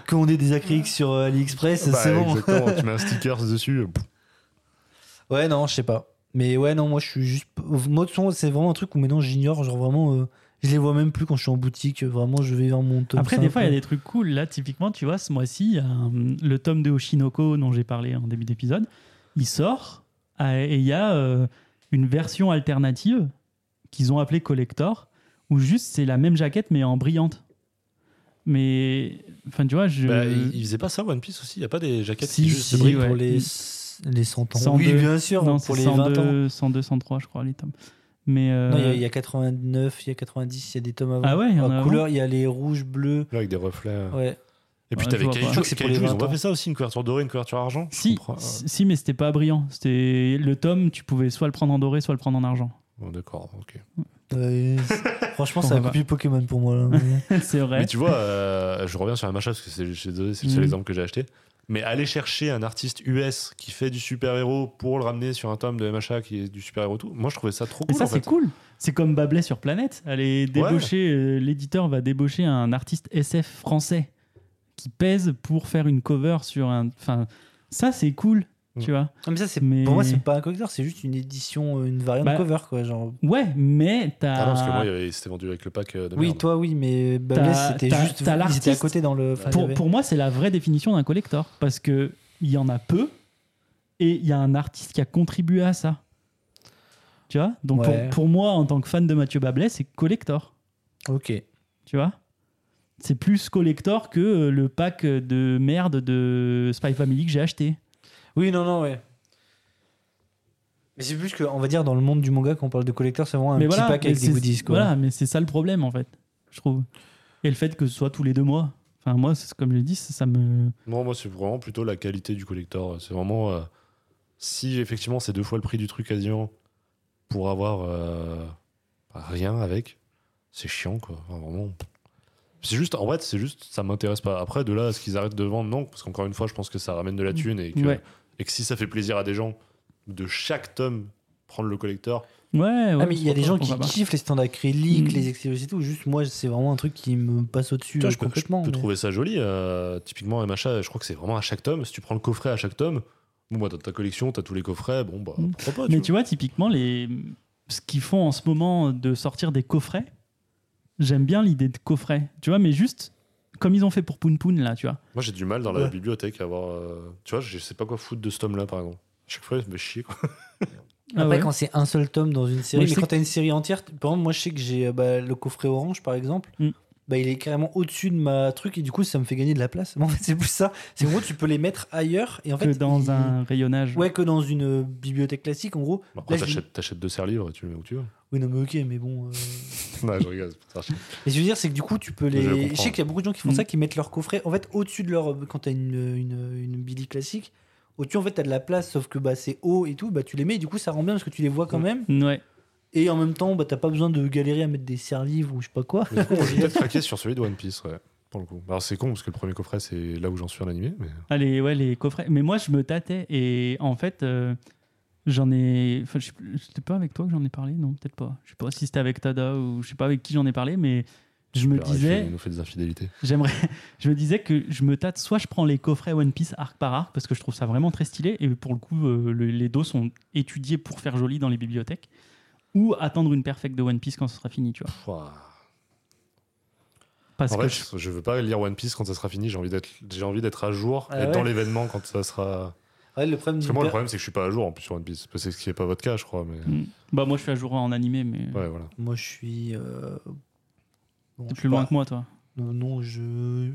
[SPEAKER 5] qu'on ait des acryliques sur euh, AliExpress,
[SPEAKER 4] Bah,
[SPEAKER 5] c'est bon.
[SPEAKER 4] Exactement, tu mets un sticker dessus. pff,
[SPEAKER 5] Ouais, non, je sais pas. Mais ouais, non, moi je suis juste. Moi, de toute façon, c'est vraiment un truc où maintenant j'ignore. Genre vraiment, euh, je les vois même plus quand je suis en boutique. Vraiment, je vais vers mon tome.
[SPEAKER 1] Après, des
[SPEAKER 5] simple.
[SPEAKER 1] fois, il y a des trucs cool. Là, typiquement, tu vois, ce mois-ci, il y a, hum, le tome de Oshinoko dont j'ai parlé en début d'épisode, il sort euh, et il y a euh, une version alternative qu'ils ont appelée Collector, où juste c'est la même jaquette mais en brillante. Mais, enfin, tu vois, je.
[SPEAKER 4] Bah, il, il faisait pas ça One Piece aussi, il y a pas des jaquettes
[SPEAKER 1] Si,
[SPEAKER 4] qui juste
[SPEAKER 1] si,
[SPEAKER 4] se brillent.
[SPEAKER 1] ouais.
[SPEAKER 5] Pour les,
[SPEAKER 1] Mm.
[SPEAKER 5] les 100 ans.
[SPEAKER 1] 102.
[SPEAKER 5] Oui, bien sûr,
[SPEAKER 1] non,
[SPEAKER 5] pour
[SPEAKER 1] c'est
[SPEAKER 5] les 20 ans.
[SPEAKER 1] 102, 102, 103, je crois, les tomes. Mais. euh,
[SPEAKER 5] Non, il y a- il y, a 89, il y a 90, il y a des tomes avant.
[SPEAKER 1] Ah ouais, il y en a
[SPEAKER 5] En
[SPEAKER 1] avant
[SPEAKER 5] couleur, il y a les rouges, bleus.
[SPEAKER 4] Là, avec des reflets. euh.
[SPEAKER 5] Ouais.
[SPEAKER 4] Et
[SPEAKER 1] Ouais,
[SPEAKER 4] puis
[SPEAKER 1] je
[SPEAKER 4] t'avais
[SPEAKER 1] vois pas. Je
[SPEAKER 4] Kaiju,
[SPEAKER 5] crois que c'est pour les
[SPEAKER 4] Kaiju, ils ont
[SPEAKER 5] 20
[SPEAKER 4] pas
[SPEAKER 5] ans.
[SPEAKER 4] fait ça aussi, une couverture dorée, une couverture argent Je
[SPEAKER 1] Si,
[SPEAKER 4] comprends- ah,
[SPEAKER 1] si, mais c'était pas brillant. C'était le tome, tu pouvais soit le prendre en doré, soit le prendre en argent.
[SPEAKER 4] bon, D'accord, ok.
[SPEAKER 5] Ouais, c'est- Franchement, ça a
[SPEAKER 1] Pourquoi
[SPEAKER 5] copié Pokémon pour moi. hein, là.
[SPEAKER 1] c'est vrai.
[SPEAKER 4] Mais tu vois, euh, je reviens sur un machin parce que c'est je suis désolé, c'est le
[SPEAKER 1] Mhm.
[SPEAKER 4] seul exemple que j'ai acheté. Mais aller chercher un artiste US qui fait du super-héros pour le ramener sur un tome de MHA qui est du super-héros tout, moi je trouvais ça trop
[SPEAKER 1] Mais
[SPEAKER 4] cool.
[SPEAKER 1] ça,
[SPEAKER 4] en
[SPEAKER 1] c'est
[SPEAKER 4] fait.
[SPEAKER 1] cool. C'est comme Babelais sur Planète. Allez, débaucher, euh, l'éditeur va débaucher un artiste SF français qui pèse pour faire une cover sur un. Enfin, ça, c'est cool, tu
[SPEAKER 4] Mm.
[SPEAKER 1] vois.
[SPEAKER 5] Non, mais ça, c'est
[SPEAKER 1] Mais-
[SPEAKER 5] pour moi, c'est pas un collector, c'est juste une édition, euh, une variante
[SPEAKER 1] Bah,
[SPEAKER 5] cover. Quoi, genre...
[SPEAKER 1] Ouais, mais t'as.
[SPEAKER 4] Ah non, parce que moi, il y avait- c'était vendu avec le pack euh, de
[SPEAKER 5] Oui,
[SPEAKER 4] merde.
[SPEAKER 5] toi, oui, mais Babelais,
[SPEAKER 1] T'as-
[SPEAKER 5] c'était
[SPEAKER 1] t'as-
[SPEAKER 5] juste.
[SPEAKER 1] t'as
[SPEAKER 5] ils étaient à
[SPEAKER 1] l'artiste.
[SPEAKER 5] côté dans le. enfin, il y
[SPEAKER 1] pour,
[SPEAKER 5] avait-
[SPEAKER 1] pour moi, c'est la vraie définition d'un collector. Parce que il y en a peu et il y a un artiste qui a contribué à ça. Tu vois Donc, pour-
[SPEAKER 5] Ouais.
[SPEAKER 1] pour, moi, en tant que fan de Mathieu Babelais, c'est collector.
[SPEAKER 5] Ok.
[SPEAKER 1] Tu vois C'est plus collector que euh, le pack de merde de Spy Family que j'ai acheté.
[SPEAKER 5] Oui, non, non, ouais. Mais c'est plus que, on va dire, dans le monde du manga, quand on parle de collector, c'est vraiment un
[SPEAKER 1] mais
[SPEAKER 5] petit
[SPEAKER 1] voilà,
[SPEAKER 5] pack
[SPEAKER 1] mais
[SPEAKER 5] avec des
[SPEAKER 1] c'est-
[SPEAKER 5] goodies. Quoi.
[SPEAKER 1] Voilà, mais c'est ça le problème en fait, je trouve. Et le fait que ce soit tous les deux mois. Enfin, moi, c'est- comme je l'ai dit, ça, ça me.
[SPEAKER 4] Non, moi, c'est vraiment plutôt la qualité du collector. C'est vraiment. euh, si effectivement, c'est deux fois le prix du truc quasiment pour avoir euh, bah, rien avec, c'est chiant, quoi. Enfin, vraiment. C'est juste, en fait, c'est juste, ça m'intéresse pas. Après, de là à ce qu'ils arrêtent de vendre, non, parce qu'encore une fois, je pense que ça ramène de la thune et que,
[SPEAKER 1] Ouais.
[SPEAKER 4] et que si ça fait plaisir à des gens de chaque tome prendre le collector,
[SPEAKER 1] Ouais, ouais.
[SPEAKER 5] Ah, mais il y a des gens qui
[SPEAKER 1] pourquoi pas.
[SPEAKER 5] kiffent les stands acryliques,
[SPEAKER 1] Mm.
[SPEAKER 5] les extérieurs et tout. Juste, moi, c'est vraiment un truc qui me passe au-dessus
[SPEAKER 4] tu vois,
[SPEAKER 5] euh,
[SPEAKER 4] je, peux- je
[SPEAKER 5] complètement.
[SPEAKER 4] peux
[SPEAKER 5] mais-
[SPEAKER 4] trouver ça joli. euh, typiquement, MHA, je crois que c'est vraiment à chaque tome. Si tu prends le coffret à chaque tome, bon, bah, dans ta collection, t'as tous les coffrets, bon, bah,
[SPEAKER 1] Mm.
[SPEAKER 4] pourquoi pas.
[SPEAKER 1] Mais tu vois, typiquement, les... ce qu'ils font en ce moment de sortir des coffrets, j'aime bien l'idée de coffret. Tu vois, mais juste comme ils ont fait pour Poun Poun là, tu vois.
[SPEAKER 4] Moi, j'ai du mal dans la
[SPEAKER 5] Ouais.
[SPEAKER 4] bibliothèque à avoir. euh, tu vois, je sais pas quoi foutre de ce tome-là, par exemple. À Chaque fois, je me chier. Quoi.
[SPEAKER 1] Ah
[SPEAKER 5] Après,
[SPEAKER 1] ouais.
[SPEAKER 5] quand c'est un seul tome dans une série,
[SPEAKER 1] Moi, je
[SPEAKER 5] mais
[SPEAKER 1] sais
[SPEAKER 5] quand t'as une série entière, t- par exemple, moi je sais que j'ai euh, bah, le coffret orange par exemple,
[SPEAKER 1] Mm.
[SPEAKER 5] bah, il est carrément au-dessus de ma truc et du coup ça me fait gagner de la place. Bon, en fait, c'est plus ça. C'est qu'en gros, tu peux les mettre ailleurs et en fait.
[SPEAKER 1] que dans
[SPEAKER 5] ils-
[SPEAKER 1] un rayonnage.
[SPEAKER 5] Ouais, que dans une euh, bibliothèque classique en gros.
[SPEAKER 4] Bon, Bah, Après,
[SPEAKER 5] Là, je-
[SPEAKER 4] t'achètes, t'achètes deux serres livres et tu le mets où tu veux.
[SPEAKER 5] Oui, non, mais ok, mais bon. euh,
[SPEAKER 4] non, je rigole. c'est pas ça.
[SPEAKER 5] Mais ce que je veux dire, c'est que du coup, tu peux
[SPEAKER 4] Je
[SPEAKER 5] les. Je,
[SPEAKER 4] comprends.
[SPEAKER 5] sais qu'il y a beaucoup de gens qui font
[SPEAKER 1] Mm.
[SPEAKER 5] ça, qui mettent leur coffret en fait au-dessus de leur. euh, Quand t'as une, une, une Billy classique, au-dessus en fait t'as de la place, sauf que bah, c'est haut et tout, bah tu les mets et du coup ça rend bien parce que tu les vois
[SPEAKER 1] Mm.
[SPEAKER 5] quand même.
[SPEAKER 1] Ouais.
[SPEAKER 5] Et en même temps, bah t'as pas besoin de galérer à mettre des serre-livres ou je sais pas quoi.
[SPEAKER 4] Mais du coup, moi, j'ai peut-être craqué sur celui de One Piece, ouais. Pour le coup. Alors, c'est con parce que le premier coffret, c'est là où j'en suis en animé. Mais...
[SPEAKER 1] Ah, les, ouais, les coffrets. Mais moi, je me tâtais. Et en fait, euh, j'en ai. Enfin, je sais plus- c'était pas avec toi que j'en ai parlé Non, peut-être pas. Je sais pas si c'était avec Tada ou je sais pas avec qui j'en ai parlé, mais je me
[SPEAKER 4] Alors, il fait-
[SPEAKER 1] disais,
[SPEAKER 4] Il nous fait des infidélités.
[SPEAKER 1] j'aimerais. Je me disais que je me tâte. Soit je prends les coffrets One Piece arc par arc parce que je trouve ça vraiment très stylé. Et pour le coup, euh, le- les dos sont étudiés pour faire joli dans les bibliothèques. ou attendre une perfecte de One Piece quand ce sera fini, tu vois.
[SPEAKER 4] Pouah.
[SPEAKER 1] Parce
[SPEAKER 4] En
[SPEAKER 1] que
[SPEAKER 4] vrai, je, je veux pas lire One Piece quand ça sera fini. J'ai envie d'être, j'ai envie d'être à jour,
[SPEAKER 5] Ah
[SPEAKER 4] être
[SPEAKER 5] ouais.
[SPEAKER 4] dans l'événement quand ça sera.
[SPEAKER 5] Ouais, le problème
[SPEAKER 4] Parce
[SPEAKER 5] d'une
[SPEAKER 4] que moi, le
[SPEAKER 5] per-
[SPEAKER 4] problème, c'est que je suis pas à jour en plus sur One Piece. Parce que C'est ce qui est pas votre cas, je crois. Mais
[SPEAKER 1] Mm. Bah moi je suis à jour en animé mais
[SPEAKER 4] ouais, voilà.
[SPEAKER 5] Moi, je suis. euh, bon,
[SPEAKER 1] t'es
[SPEAKER 5] je
[SPEAKER 1] plus
[SPEAKER 5] sais
[SPEAKER 1] loin
[SPEAKER 5] pas.
[SPEAKER 1] que moi toi.
[SPEAKER 5] Non, non, je.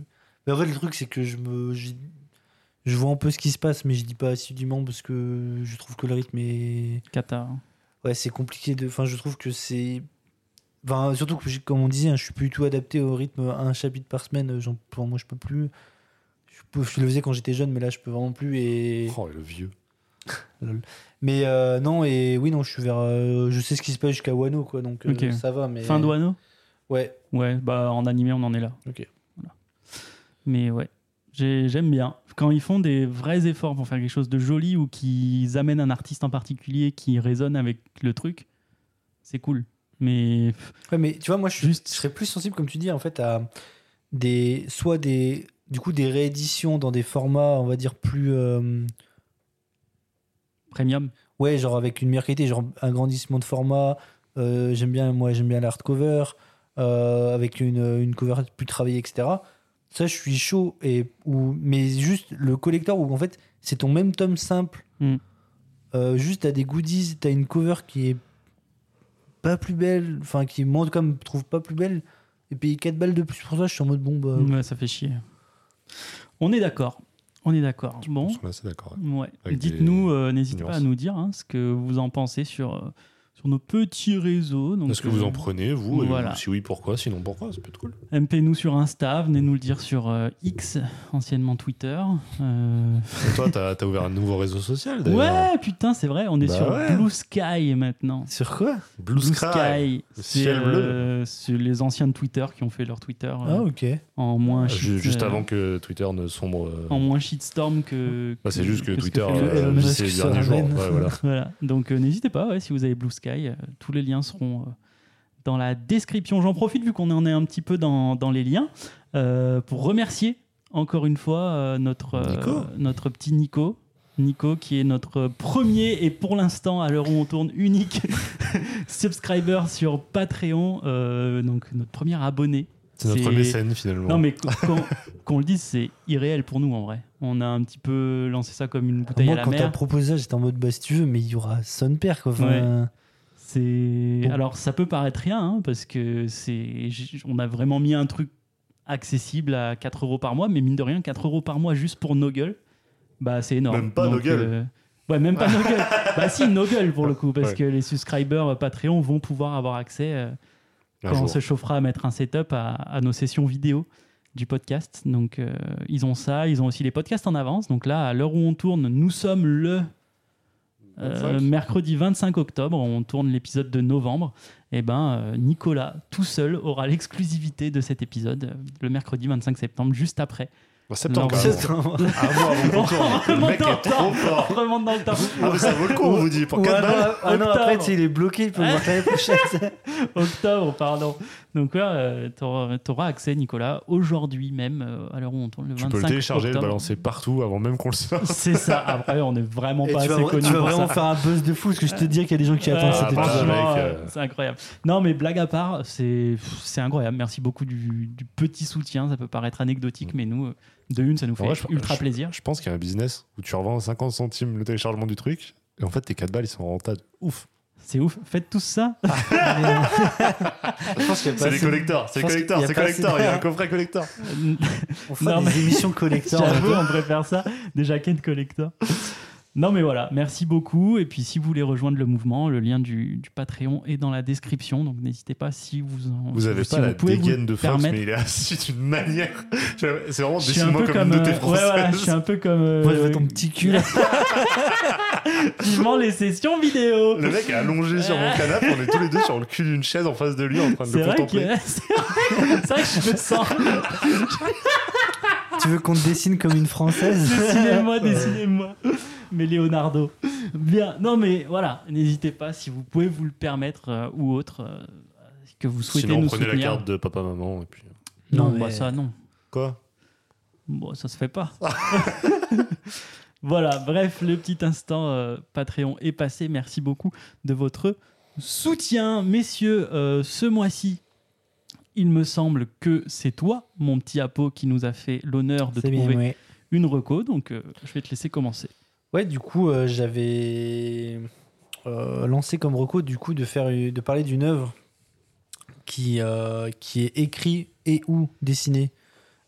[SPEAKER 5] Mais en fait, le truc, c'est que je me. Je... je vois un peu ce qui se passe, mais je dis pas assidûment parce que je trouve que le rythme est.
[SPEAKER 1] Kata. hein.
[SPEAKER 5] Ouais, c'est compliqué de. Enfin, je trouve que c'est. Enfin, surtout que, j'ai- comme on disait, hein, je suis plus du tout adapté au rythme à un chapitre par semaine. J'en- enfin, moi, je peux plus. Je, peux- je le faisais quand j'étais jeune, mais là, je peux vraiment plus. Et...
[SPEAKER 4] Oh, et le vieux.
[SPEAKER 5] Mais euh, non, et oui, non, je suis vers. euh, je sais ce qui se passe jusqu'à Wano, quoi, donc euh,
[SPEAKER 1] Ok.
[SPEAKER 5] ça va. Mais...
[SPEAKER 1] Fin de Wano
[SPEAKER 5] Ouais,
[SPEAKER 1] Ouais, bah en animé on en est là.
[SPEAKER 5] Ok.
[SPEAKER 1] Voilà. Mais ouais, J'ai- j'aime bien. Quand ils font des vrais efforts pour faire quelque chose de joli ou qu'ils amènent un artiste en particulier qui résonne avec le truc, c'est cool. Mais pff,
[SPEAKER 5] Ouais, mais tu vois, moi, je, suis-
[SPEAKER 1] Juste-
[SPEAKER 5] je serais plus sensible, comme tu dis, en fait, à des, soit des, du coup, des rééditions dans des formats, on va dire, plus. euh,
[SPEAKER 1] premium,
[SPEAKER 5] ouais, genre avec une meilleure qualité, genre un grandissement de format. euh, j'aime bien, moi, j'aime bien l'hardcover, euh, avec une, une cover plus travaillée, etc. Ça, je suis chaud. Et, ou, mais juste le collector, où en fait, c'est ton même tome simple.
[SPEAKER 1] Mm.
[SPEAKER 5] Euh, juste, t'as des goodies, t'as une cover qui est pas plus belle, enfin, qui, moi, comme, trouve pas plus belle. Et payer 4 balles de plus pour ça, je suis en mode bon, bah.
[SPEAKER 1] ouais, ça fait chier. On est d'accord. On est d'accord. Bon.
[SPEAKER 4] On est assez d'accord. ouais.
[SPEAKER 1] Ouais.
[SPEAKER 4] Avec des
[SPEAKER 1] Dites-nous, euh, n'hésitez pas
[SPEAKER 4] nuances.
[SPEAKER 1] à nous dire hein, ce que vous en pensez sur, euh, sur nos petits réseaux. Donc,
[SPEAKER 4] Est-ce que vous
[SPEAKER 1] euh,
[SPEAKER 4] en prenez, vous et
[SPEAKER 1] voilà.
[SPEAKER 4] Si oui, pourquoi Sinon, pourquoi C'est peut être cool.
[SPEAKER 1] MP-nous sur Insta, venez nous le dire sur euh, X, anciennement Twitter. Euh,
[SPEAKER 4] Et toi, t'as, t'as ouvert un nouveau réseau social d'ailleurs.
[SPEAKER 1] Ouais, putain, c'est vrai, on est
[SPEAKER 4] Bah
[SPEAKER 1] sur
[SPEAKER 4] ouais.
[SPEAKER 1] Blue Sky maintenant.
[SPEAKER 5] Sur quoi
[SPEAKER 4] Blue, Sky. Ah, le
[SPEAKER 1] c'est
[SPEAKER 4] ciel bleu.
[SPEAKER 1] euh, c'est les anciens de Twitter qui ont fait leur Twitter euh,
[SPEAKER 5] Ah, ok.
[SPEAKER 1] en moins
[SPEAKER 4] Ah,
[SPEAKER 1] shit,
[SPEAKER 4] ju- Juste
[SPEAKER 1] euh,
[SPEAKER 4] avant que Twitter ne sombre. euh,
[SPEAKER 1] en moins shitstorm que.
[SPEAKER 4] bah, c'est juste que,
[SPEAKER 1] ce
[SPEAKER 4] Twitter
[SPEAKER 1] fait le-
[SPEAKER 5] Elon
[SPEAKER 4] euh,
[SPEAKER 5] Musk
[SPEAKER 4] c'est les
[SPEAKER 5] se
[SPEAKER 4] derniers jours.
[SPEAKER 5] ramène.
[SPEAKER 4] Ouais, voilà.
[SPEAKER 1] Voilà. Donc euh, n'hésitez pas, ouais, si vous avez Blue Sky, euh, tous les liens seront euh, dans la description. J'en profite vu qu'on en est un petit peu dans, dans les liens euh, pour remercier encore une fois euh, notre, euh,
[SPEAKER 4] Nico.
[SPEAKER 1] notre petit Nico. Nico, qui est notre premier et pour l'instant, à l'heure où on tourne, unique subscriber sur Patreon, euh, donc notre premier abonné.
[SPEAKER 4] C'est notre
[SPEAKER 1] C'est-
[SPEAKER 4] mécène finalement.
[SPEAKER 1] Non, mais qu'on- qu'on qu'on le dise, c'est irréel pour nous en vrai. On a un petit peu lancé ça comme une bouteille
[SPEAKER 5] Moi,
[SPEAKER 1] à la
[SPEAKER 5] quand
[SPEAKER 1] mer.
[SPEAKER 5] t'as proposé ça, j'étais en mode bah si tu veux, mais il y aura son père quoi. Enfin,
[SPEAKER 1] C'est
[SPEAKER 5] Bon.
[SPEAKER 1] alors ça peut paraître rien hein, parce que c'est j- on a vraiment mis un truc accessible à 4 euros par mois, mais mine de rien 4 euros par mois juste pour nos gueules, bah c'est énorme.
[SPEAKER 4] Même pas
[SPEAKER 1] Donc,
[SPEAKER 4] nos gueules.
[SPEAKER 1] euh, Ouais, même pas nos gueules. Bah si, nos gueules pour le coup, parce
[SPEAKER 4] Ouais.
[SPEAKER 1] que les subscribers euh, Patreon vont pouvoir avoir accès euh,
[SPEAKER 4] Un
[SPEAKER 1] quand on
[SPEAKER 4] jour.
[SPEAKER 1] se chauffera à mettre un setup à, à nos sessions vidéo du podcast. Donc, euh, ils ont ça. Ils ont aussi les podcasts en avance. Donc là, à l'heure où on tourne, nous sommes le euh,
[SPEAKER 4] 25.
[SPEAKER 1] mercredi 25 octobre. On tourne l'épisode de novembre. Et ben, euh, Nicolas, tout seul, aura l'exclusivité de cet épisode euh, le mercredi 25 septembre, juste après.
[SPEAKER 4] Bah,
[SPEAKER 1] Non,
[SPEAKER 4] septembre, carrément.
[SPEAKER 5] c'est un-
[SPEAKER 4] Ah, moi, avant qu'on tourne. Le
[SPEAKER 1] Remonte
[SPEAKER 4] mec
[SPEAKER 1] dans
[SPEAKER 4] est
[SPEAKER 1] le temps.
[SPEAKER 4] trop fort.
[SPEAKER 1] Remonte dans le temps.
[SPEAKER 4] Ah, mais ça vaut le coup, on vous dit. Pour
[SPEAKER 5] Ou
[SPEAKER 4] 4
[SPEAKER 5] un
[SPEAKER 4] balles.
[SPEAKER 5] an- un an
[SPEAKER 1] octobre.
[SPEAKER 5] Ah après, tu sais, il est bloqué, il peut le voir l'année prochaine. tu sais.
[SPEAKER 1] Octobre, pardon. Donc là, tu auras, accès, Nicolas, aujourd'hui même, euh, à l'heure où on tourne le
[SPEAKER 4] Tu
[SPEAKER 1] 25
[SPEAKER 4] peux le télécharger, le
[SPEAKER 1] octobre.
[SPEAKER 4] balancer partout avant même qu'on le sorte.
[SPEAKER 1] C'est ça. Après, on est vraiment
[SPEAKER 5] Et
[SPEAKER 1] pas
[SPEAKER 5] tu vas,
[SPEAKER 1] assez
[SPEAKER 5] tu
[SPEAKER 1] connus
[SPEAKER 5] vas
[SPEAKER 1] pour
[SPEAKER 5] vraiment
[SPEAKER 1] ça.
[SPEAKER 5] faire un buzz de fou, parce que je te dis qu'il y a des gens qui
[SPEAKER 1] Ouais,
[SPEAKER 5] attendent
[SPEAKER 4] Ah,
[SPEAKER 5] cet
[SPEAKER 4] bah,
[SPEAKER 5] épisode.
[SPEAKER 1] franchement,
[SPEAKER 4] mec,
[SPEAKER 1] euh,
[SPEAKER 4] euh.
[SPEAKER 1] c'est incroyable. Non, mais blague à part, c'est pff, c'est incroyable. Merci beaucoup du, du petit soutien. Ça peut paraître anecdotique, mais nous, euh, de une, ça nous fait
[SPEAKER 4] Ouais, je-
[SPEAKER 1] ultra
[SPEAKER 4] je-
[SPEAKER 1] plaisir.
[SPEAKER 4] Je pense qu'il y a un business où tu revends 50 centimes le téléchargement du truc. Et en fait, tes 4 balles, ils sont rentables. Ouf.
[SPEAKER 1] C'est ouf. Faites tous ça.
[SPEAKER 5] Je pense qu'il y a pas
[SPEAKER 1] Bah,
[SPEAKER 4] C'est les
[SPEAKER 5] assez-
[SPEAKER 4] collecteurs, c'est
[SPEAKER 5] je pense qu'il y a
[SPEAKER 4] collecteurs, c'est
[SPEAKER 5] pas assez-
[SPEAKER 4] collecteurs. Il y a un coffret collecteur.
[SPEAKER 5] On fera
[SPEAKER 1] Non,
[SPEAKER 5] des émissions collector.
[SPEAKER 1] J'avoue, euh, on préfère ça. Déjà, Ken Collector. Non, mais voilà, merci beaucoup. Et puis, si vous voulez rejoindre le mouvement, le lien du, du Patreon est dans la description. Donc, n'hésitez pas si vous en.
[SPEAKER 4] Vous avez
[SPEAKER 1] si
[SPEAKER 4] pas la
[SPEAKER 1] pouvez vous
[SPEAKER 4] dégaine de Fox,
[SPEAKER 1] permettre.
[SPEAKER 4] mais il est assis d'une manière. C'est vraiment
[SPEAKER 1] Je suis un
[SPEAKER 4] dessine-moi
[SPEAKER 1] peu
[SPEAKER 4] comme,
[SPEAKER 1] comme.
[SPEAKER 4] une
[SPEAKER 1] euh,
[SPEAKER 4] notée
[SPEAKER 1] ouais, voilà, je
[SPEAKER 4] française.
[SPEAKER 1] suis un peu comme. euh,
[SPEAKER 5] Moi, je vois ton petit cul. là.
[SPEAKER 1] Vivement les sessions vidéo.
[SPEAKER 4] le mec est allongé sur mon canapé, on est tous les deux sur le cul d'une chaise en face de lui en train de
[SPEAKER 1] C'est
[SPEAKER 4] le
[SPEAKER 1] vrai, que...
[SPEAKER 4] contempler.
[SPEAKER 1] c'est vrai- c'est vrai que je me sens.
[SPEAKER 5] Tu veux qu'on te dessine comme une française
[SPEAKER 1] Dessinez-moi, dessinez-moi. Mais Leonardo. Bien. Non, mais voilà. N'hésitez pas si vous pouvez vous le permettre euh, ou autre. euh, que vous souhaitez
[SPEAKER 4] Sinon,
[SPEAKER 1] nous
[SPEAKER 4] prenez
[SPEAKER 1] soutenir.
[SPEAKER 4] la carte de papa-maman. et puis
[SPEAKER 1] Non,
[SPEAKER 5] Non,
[SPEAKER 1] bah,
[SPEAKER 5] mais-
[SPEAKER 1] ça, non.
[SPEAKER 4] Quoi
[SPEAKER 1] Bon, ça se fait pas. voilà, bref, le petit instant euh, Patreon est passé. Merci beaucoup de votre Soutien, messieurs, euh, ce mois-ci, il me semble que c'est toi, mon petit Apo, qui nous a fait l'honneur de
[SPEAKER 5] C'est bien,
[SPEAKER 1] trouver
[SPEAKER 5] ouais.
[SPEAKER 1] une reco. Donc, euh, je vais te laisser commencer.
[SPEAKER 5] Ouais, du coup, euh, j'avais euh, lancé comme reco du coup de faire une- de parler d'une œuvre qui euh, qui est écrite et ou dessinée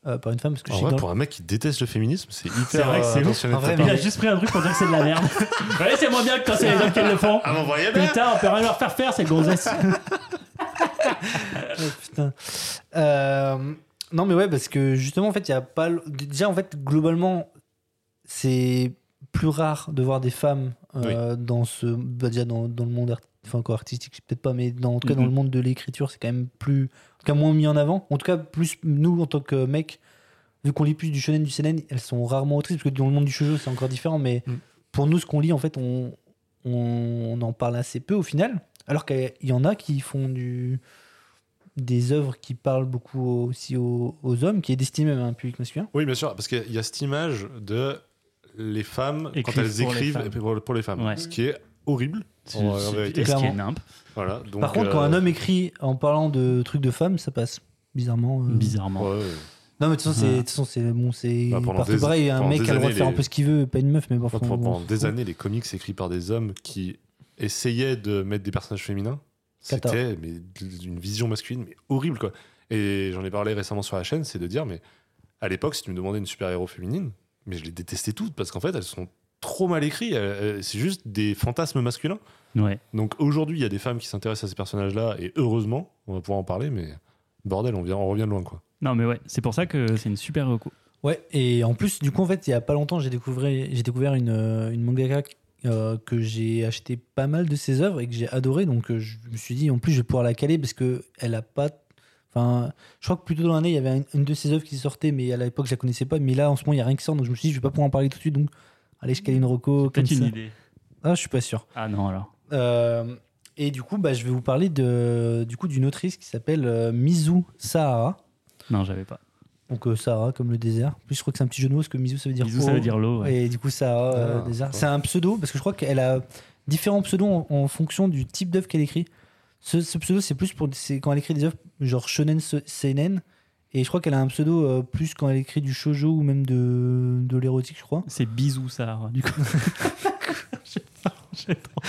[SPEAKER 5] euh, par une femme parce que
[SPEAKER 4] En
[SPEAKER 5] je sais que
[SPEAKER 4] vrai,
[SPEAKER 5] dans-
[SPEAKER 4] pour un mec qui déteste le féminisme, c'est hyper
[SPEAKER 1] C'est vrai que c'est
[SPEAKER 4] euh, attentionné de
[SPEAKER 5] ouf. En
[SPEAKER 4] ta
[SPEAKER 5] vrai,
[SPEAKER 4] part.
[SPEAKER 5] mais-
[SPEAKER 1] juste pris un truc pour dire que c'est de la merde. Ouais, c'est moins bien que quand c'est les hommes qui le font.
[SPEAKER 4] Ah, m'envoyez bien
[SPEAKER 1] Putain, on peut rien leur faire faire, c'est gonzesse.
[SPEAKER 5] Ouais, putain. Euh, non, mais ouais, parce que justement, en fait, il y a pas. l- Déjà, en fait, globalement, c'est plus rare de voir des femmes euh, dans ce. bah, déjà, dans, dans le monde art- enfin, encore artistique, c'est peut-être pas, mais dans, en tout cas, dans
[SPEAKER 1] Mhm.
[SPEAKER 5] le monde de l'écriture, c'est quand même plus. En tout cas, moins mis en avant. En tout cas, plus nous, en tant que mecs, vu qu'on lit plus du shonen, du seinen, elles sont rarement autrices, parce que dans le monde du shoujo, c'est encore différent, mais
[SPEAKER 4] Mhm.
[SPEAKER 5] pour nous, ce qu'on lit, en fait, on, on, on en parle assez peu au final. Alors qu'il y en a qui font du des œuvres qui parlent beaucoup aussi aux, aux hommes, qui est destiné même à un public masculin.
[SPEAKER 4] Oui, bien sûr, parce qu'il y a cette image de les femmes
[SPEAKER 1] Écrivent
[SPEAKER 4] quand elles
[SPEAKER 1] pour les
[SPEAKER 4] écrivent
[SPEAKER 1] femmes.
[SPEAKER 4] pour, pour les femmes,
[SPEAKER 1] Ouais.
[SPEAKER 4] ce qui est horrible.
[SPEAKER 1] C'est
[SPEAKER 4] en- en
[SPEAKER 1] c'est-
[SPEAKER 4] vérité.
[SPEAKER 1] est-ce qu'il y a
[SPEAKER 5] Clairement.
[SPEAKER 1] nimp
[SPEAKER 4] Voilà, donc,
[SPEAKER 5] Par contre,
[SPEAKER 4] euh,
[SPEAKER 5] quand un homme écrit en parlant de trucs de femmes, ça passe. Bizarrement. euh.
[SPEAKER 1] Bizarrement.
[SPEAKER 4] ouais, ouais.
[SPEAKER 5] Non, mais de toute
[SPEAKER 1] Ouais.
[SPEAKER 5] façon, c'est- de toute façon, c'est bon, c'est
[SPEAKER 4] Ah. Bah, pendant
[SPEAKER 5] partout
[SPEAKER 4] des-
[SPEAKER 5] pareil. Un
[SPEAKER 4] pendant
[SPEAKER 5] mec
[SPEAKER 4] des
[SPEAKER 5] a le droit de
[SPEAKER 4] années,
[SPEAKER 5] faire un
[SPEAKER 4] les-
[SPEAKER 5] peu ce qu'il veut, pas une meuf, mais bon,
[SPEAKER 4] Enfin,
[SPEAKER 5] enfin,
[SPEAKER 4] pendant,
[SPEAKER 5] bon, on s'en
[SPEAKER 4] des
[SPEAKER 5] fout.
[SPEAKER 4] années, les comics écrits par des hommes qui essayaient de mettre des personnages féminins,
[SPEAKER 5] Cata.
[SPEAKER 4] c'était mais, une vision masculine mais horrible quoi. Et j'en ai parlé récemment sur la chaîne, c'est de dire mais à l'époque si tu me demandais une super héros féminine, mais je les détestais toutes parce qu'en fait elles sont trop mal écrites, elles- elles- c'est juste des fantasmes masculins.
[SPEAKER 1] Ouais.
[SPEAKER 4] Donc aujourd'hui il y a des femmes qui s'intéressent à ces personnages-là et heureusement on va pouvoir en parler mais bordel on, vient, on revient de loin quoi.
[SPEAKER 1] Non, mais ouais, c'est pour ça que c'est une super reco.
[SPEAKER 5] Ouais, et en plus, du coup, en fait, il y a pas longtemps, j'ai découvert, j'ai découvert une, euh, une mangaka euh, que j'ai acheté pas mal de ses œuvres et que j'ai adoré. Donc, euh, je me suis dit, en plus, je vais pouvoir la caler parce que elle a pas. Enfin, je crois que plus tôt dans l'année, il y avait une, une de ses œuvres qui sortait, mais à l'époque, je la connaissais pas. Mais là, en ce moment, il y a rien qui sort, donc je me suis dit, je vais pas pouvoir en parler tout de suite. Donc, allez, je cale une reco Oh, comme
[SPEAKER 1] Peut-être une
[SPEAKER 5] ça.
[SPEAKER 1] idée.
[SPEAKER 5] Ah, je suis pas sûr.
[SPEAKER 1] Ah non, alors.
[SPEAKER 5] Euh, et du coup, bah, je vais vous parler de, du coup, d'une autrice qui s'appelle euh, Mizu Sahara.
[SPEAKER 1] Non, j'avais pas.
[SPEAKER 5] Donc euh, Sahara comme le désert. En plus je crois que c'est un petit jeu de mots parce que Mizu ça veut dire oh.
[SPEAKER 1] Bisous, ça veut
[SPEAKER 5] eau.
[SPEAKER 1] dire l'eau. ouais.
[SPEAKER 5] Et du coup Sahara euh,
[SPEAKER 4] Ah,
[SPEAKER 5] désert.
[SPEAKER 4] d'accord.
[SPEAKER 5] C'est un pseudo parce que je crois qu'elle a différents pseudos en, en fonction du type d'œuvre qu'elle écrit. Ce, ce pseudo c'est plus pour c'est quand elle écrit des œuvres genre shonen se- seinen et je crois qu'elle a un pseudo euh, plus quand elle écrit du shojo ou même de, de l'érotique je crois.
[SPEAKER 1] C'est bisous, ça, hein, du coup. J'ai pas- j'ai trop-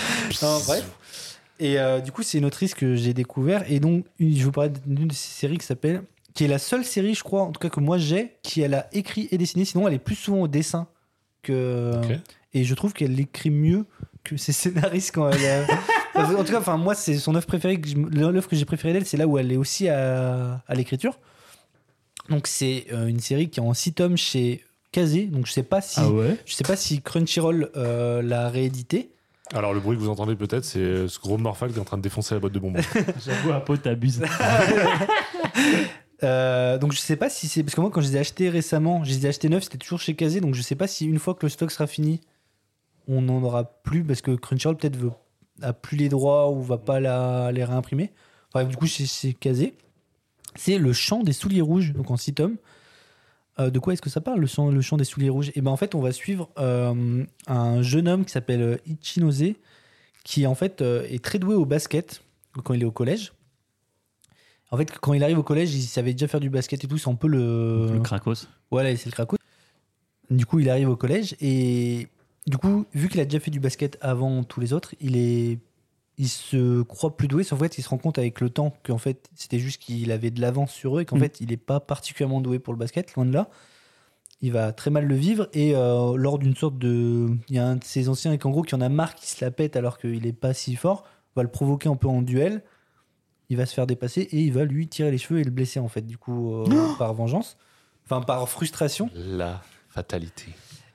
[SPEAKER 5] Non, bref. Ah, Et euh, du coup, c'est une autrice que j'ai découvert. Et donc, une- je vous parlais d'une de ses séries qui s'appelle. qui est la seule série, je crois, en tout cas que moi j'ai, qui elle a écrit et dessiné. Sinon, elle est plus souvent au dessin que.
[SPEAKER 4] Ok.
[SPEAKER 5] Et je trouve qu'elle écrit mieux que ses scénaristes quand elle. euh, en tout cas, enfin, moi, c'est son œuvre préférée. que je- L'œuvre que j'ai préférée d'elle, c'est là où elle est aussi à, à l'écriture. Donc, c'est euh, une série qui est en 6 tomes chez Kazé. Donc, je sais pas si.
[SPEAKER 1] Ah ouais
[SPEAKER 5] Je sais pas si Crunchyroll euh, l'a réédité.
[SPEAKER 4] Alors le bruit que vous entendez peut-être c'est euh, ce gros morphal qui est en train de défoncer la boîte de bonbons.
[SPEAKER 1] J'avoue, Apo, t'abuses.
[SPEAKER 5] Euh, donc je sais pas si c'est parce que moi quand je les ai achetés récemment, je les ai achetés neufs, c'était toujours chez Kazé, donc je sais pas si une fois que le stock sera fini, on en aura plus parce que Crunchyroll peut-être veut a plus les droits ou va pas la, les réimprimer. Bref, du coup c'est- c'est Kazé. C'est le chant des souliers rouges, donc en 6 tomes. Euh, de quoi est-ce que ça parle le chant, le chant des souliers rouges Et ben en fait on va suivre euh, un jeune homme qui s'appelle euh, Ichinose qui en fait euh, est très doué au basket quand il est au collège. En fait, quand il arrive au collège, il savait déjà faire du basket et tout. C'est un peu le.
[SPEAKER 1] Le Krakos.
[SPEAKER 5] Voilà, c'est le craco. Du coup, il arrive au collège et du coup, vu qu'il a déjà fait du basket avant tous les autres, il est, il se croit plus doué. Sauf qu'en fait, il se rend compte avec le temps qu'en fait, c'était juste qu'il avait de l'avance sur eux et qu'en
[SPEAKER 1] Mm.
[SPEAKER 5] fait, il n'est pas particulièrement doué pour le basket, loin de là. Il va très mal le vivre et euh, lors d'une sorte de, il y a un de ses anciens et en gros qui en a marre, qui se la pète alors qu'il n'est pas si fort, va le provoquer un peu en duel. Il va se faire dépasser et il va lui tirer les cheveux et le blesser en fait. Du coup, euh, par vengeance, enfin par frustration.
[SPEAKER 4] la fatalité.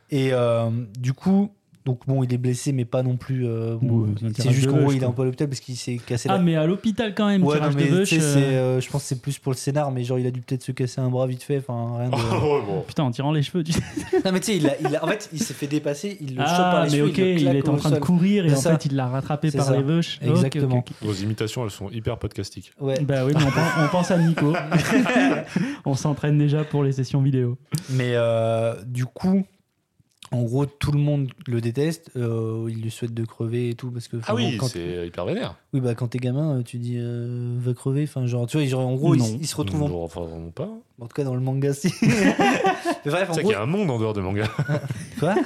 [SPEAKER 5] Et euh, du coup, donc bon, il est blessé, mais pas non plus. euh, bon,
[SPEAKER 1] Ouais, c'est un
[SPEAKER 5] c'est
[SPEAKER 1] tirage
[SPEAKER 5] juste
[SPEAKER 1] de
[SPEAKER 5] qu'en gros,
[SPEAKER 1] bœuf,
[SPEAKER 5] il est
[SPEAKER 1] quoi.
[SPEAKER 5] un peu à l'hôpital parce qu'il s'est cassé
[SPEAKER 1] Ah,
[SPEAKER 5] la.
[SPEAKER 1] mais à l'hôpital quand même,
[SPEAKER 5] Ouais, non,
[SPEAKER 1] tirage
[SPEAKER 5] mais
[SPEAKER 1] de bœuf.
[SPEAKER 5] tu sais, c'est,
[SPEAKER 1] euh,
[SPEAKER 5] euh, je pense que c'est plus pour le scénar, mais genre il a dû peut-être se casser un bras vite fait, enfin
[SPEAKER 4] Oh,
[SPEAKER 5] rien de. euh,
[SPEAKER 1] Putain, en tirant les cheveux, tu
[SPEAKER 5] non mais tu sais, il a- il a- en fait il s'est fait dépasser, il le chope par
[SPEAKER 1] Ah,
[SPEAKER 5] les
[SPEAKER 1] mais
[SPEAKER 5] cheveux,
[SPEAKER 1] ok,
[SPEAKER 5] il, le
[SPEAKER 1] il
[SPEAKER 5] claque
[SPEAKER 1] est en
[SPEAKER 5] au
[SPEAKER 1] train de
[SPEAKER 5] sol.
[SPEAKER 1] courir et
[SPEAKER 5] C'est
[SPEAKER 1] en
[SPEAKER 5] ça.
[SPEAKER 1] fait il l'a rattrapé
[SPEAKER 5] C'est
[SPEAKER 1] par
[SPEAKER 5] ça.
[SPEAKER 1] les veuches. Ok, ok,
[SPEAKER 5] Exactement.
[SPEAKER 1] ok.
[SPEAKER 4] Vos imitations elles sont hyper podcastiques.
[SPEAKER 5] Ouais.
[SPEAKER 1] Bah oui, mais on pense, on pense à Nico. on s'entraîne déjà pour les sessions vidéo.
[SPEAKER 5] Mais euh, du coup, En gros, tout le monde le déteste. euh, il lui souhaite de crever et tout. Parce que,
[SPEAKER 4] Ah oui,
[SPEAKER 5] quand,
[SPEAKER 4] c'est hyper vénère.
[SPEAKER 5] oui, bah, quand t'es gamin, euh, tu dis euh, va crever. Enfin, genre, tu vois, genre, en gros, il,
[SPEAKER 1] Non.
[SPEAKER 5] s- il se retrouve en.
[SPEAKER 4] Bon, Enfin, vraiment pas.
[SPEAKER 5] En tout cas, dans le manga, si. Mais bref,
[SPEAKER 4] Tu
[SPEAKER 5] en
[SPEAKER 4] sais qu'il
[SPEAKER 5] gros.
[SPEAKER 4] y a un monde en dehors de manga.
[SPEAKER 5] Quoi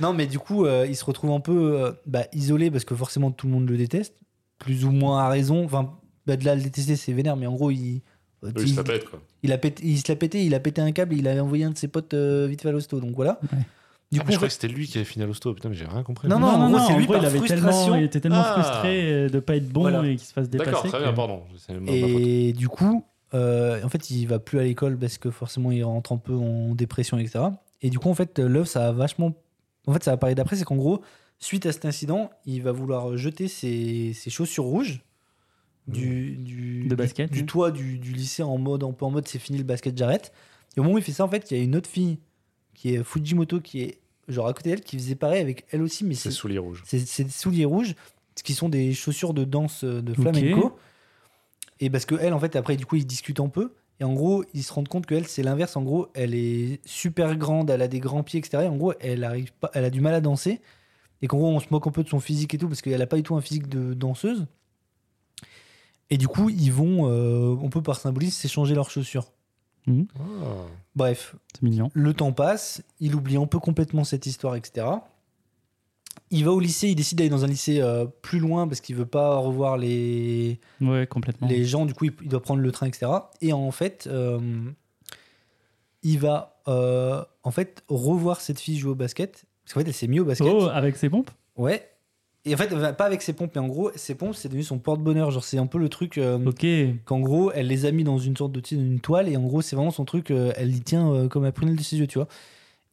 [SPEAKER 5] Non, mais du coup, euh, il se retrouve un peu euh, bah, isolé parce que forcément tout le monde le déteste, plus ou moins à raison. Enfin, bah, de là, le détester, c'est vénère, mais en gros, il. euh,
[SPEAKER 4] Oui,
[SPEAKER 5] il-
[SPEAKER 4] ça pète, quoi.
[SPEAKER 5] il a pété, il se l'a pété, il a pété un câble, il a envoyé un de ses potes euh, vite fait à l'hosto, donc voilà.
[SPEAKER 1] Ouais.
[SPEAKER 4] Ah, mais
[SPEAKER 5] Du coup,
[SPEAKER 4] je
[SPEAKER 5] en
[SPEAKER 4] croyais
[SPEAKER 5] fait-
[SPEAKER 4] que c'était lui qui avait fini à l'hosto. Putain, mais j'ai rien compris.
[SPEAKER 5] Non, non, en gros, c'est lui par
[SPEAKER 6] il, avait
[SPEAKER 5] frustration.
[SPEAKER 6] tellement, il était tellement
[SPEAKER 4] Ah.
[SPEAKER 6] frustré euh, de pas être bon
[SPEAKER 5] Voilà.
[SPEAKER 6] et qu'il se fasse dépasser.
[SPEAKER 4] D'accord, très bien,
[SPEAKER 6] que-
[SPEAKER 4] pardon. C'est ma- ma faute.
[SPEAKER 5] et du coup, euh, en fait, il va plus à l'école parce que forcément, il rentre un peu en dépression, etc. Et du coup, en fait, l'œuvre, ça a vachement. En fait, ça va parler d'après, c'est qu'en gros, suite à cet incident, il va vouloir jeter ses, ses chaussures rouges du, du,
[SPEAKER 1] De basket,
[SPEAKER 5] du,
[SPEAKER 1] ouais.
[SPEAKER 5] toit du, du lycée en mode, un peu en mode, c'est fini le basket, j'arrête. Et au moment où il fait ça, en fait, il y a une autre fille qui est Fujimoto, qui est genre à côté d'elle, qui faisait pareil avec elle aussi, mais
[SPEAKER 4] C'est
[SPEAKER 5] c'est
[SPEAKER 4] sous les rouges.
[SPEAKER 5] c'est c'est des souliers rouges, ce qui sont des chaussures de danse euh, de
[SPEAKER 1] Ok.
[SPEAKER 5] flamenco. Et parce que elle, en fait, après, du coup, ils discutent un peu. Et en gros, ils se rendent compte qu'elle, c'est l'inverse. En gros, elle est super grande, elle a des grands pieds, etc. Et en gros, elle arrive pas, elle a du mal à danser. Et qu'en gros, on se moque un peu de son physique et tout, parce qu'elle a pas du tout un physique de danseuse. Et du coup, ils vont, euh, on peut par symbolisme, s'échanger leurs chaussures.
[SPEAKER 4] Ah.
[SPEAKER 5] Bref,
[SPEAKER 1] C'est mignon.
[SPEAKER 5] le temps passe, il oublie un peu complètement cette histoire, etc. Il va au lycée, il décide d'aller dans un lycée euh, plus loin parce qu'il veut pas revoir les,
[SPEAKER 1] Ouais, complètement.
[SPEAKER 5] les gens, du coup il, il doit prendre le train, etc. Et en fait, euh, il va euh, en fait revoir cette fille jouer au basket. Parce qu'en fait, elle s'est mise au basket.
[SPEAKER 1] Oh, avec ses pompes
[SPEAKER 5] Ouais. Et en fait, enfin, pas avec ses pompes, mais en gros, ses pompes, c'est devenu son porte-bonheur. Genre, c'est un peu le truc euh,
[SPEAKER 1] Ok.
[SPEAKER 5] qu'en gros, elle les a mis dans une sorte de tu sais, une toile et en gros, c'est vraiment son truc. euh, elle y tient euh, comme la prunelle de ses yeux, tu vois.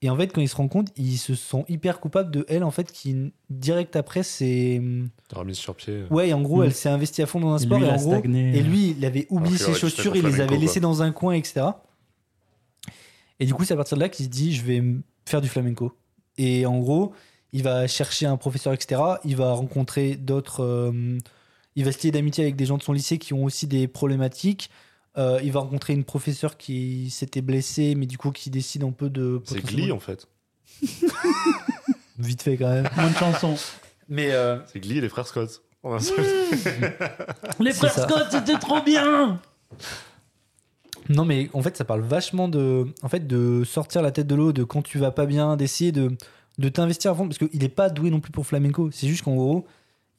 [SPEAKER 5] Et en fait, quand il se rend compte, il se sent hyper coupable de elle, en fait, qui direct après, c'est
[SPEAKER 4] T'as remis sur pied.
[SPEAKER 5] ouais. et En gros,
[SPEAKER 1] Mm.
[SPEAKER 5] elle s'est investie à fond dans un
[SPEAKER 1] Et
[SPEAKER 5] sport
[SPEAKER 1] lui,
[SPEAKER 5] et
[SPEAKER 1] il
[SPEAKER 5] en
[SPEAKER 1] a
[SPEAKER 5] gros,
[SPEAKER 1] stagné.
[SPEAKER 5] et lui, il avait
[SPEAKER 4] Alors
[SPEAKER 5] oublié
[SPEAKER 4] qu'il
[SPEAKER 5] ses
[SPEAKER 4] aurait dû se
[SPEAKER 5] chaussures, il
[SPEAKER 4] mettre au
[SPEAKER 5] les avait
[SPEAKER 4] flamenco,
[SPEAKER 5] laissées dans un coin, etc. Et du coup, c'est à partir de là qu'il se dit, je vais m- faire du flamenco. Et en gros, il va chercher un professeur, etc. Il va rencontrer d'autres. euh, il va se lier d'amitié avec des gens de son lycée qui ont aussi des problématiques. Euh, il va rencontrer une professeure qui s'était blessée, mais du coup qui décide un peu de.
[SPEAKER 4] C'est
[SPEAKER 5] potentiellement-
[SPEAKER 4] Glee, en fait.
[SPEAKER 5] Vite fait quand même.
[SPEAKER 1] Moins de chansons.
[SPEAKER 5] Mais euh,
[SPEAKER 4] C'est Glee et les frères Scott. En un seul.
[SPEAKER 1] Les
[SPEAKER 5] C'est
[SPEAKER 1] frères
[SPEAKER 5] ça.
[SPEAKER 1] Scott, c'était trop bien
[SPEAKER 5] Non, mais en fait, ça parle vachement de, en fait, de sortir la tête de l'eau, de quand tu vas pas bien, d'essayer de, de t'investir à fond, parce qu'il est pas doué non plus pour flamenco. C'est juste qu'en gros,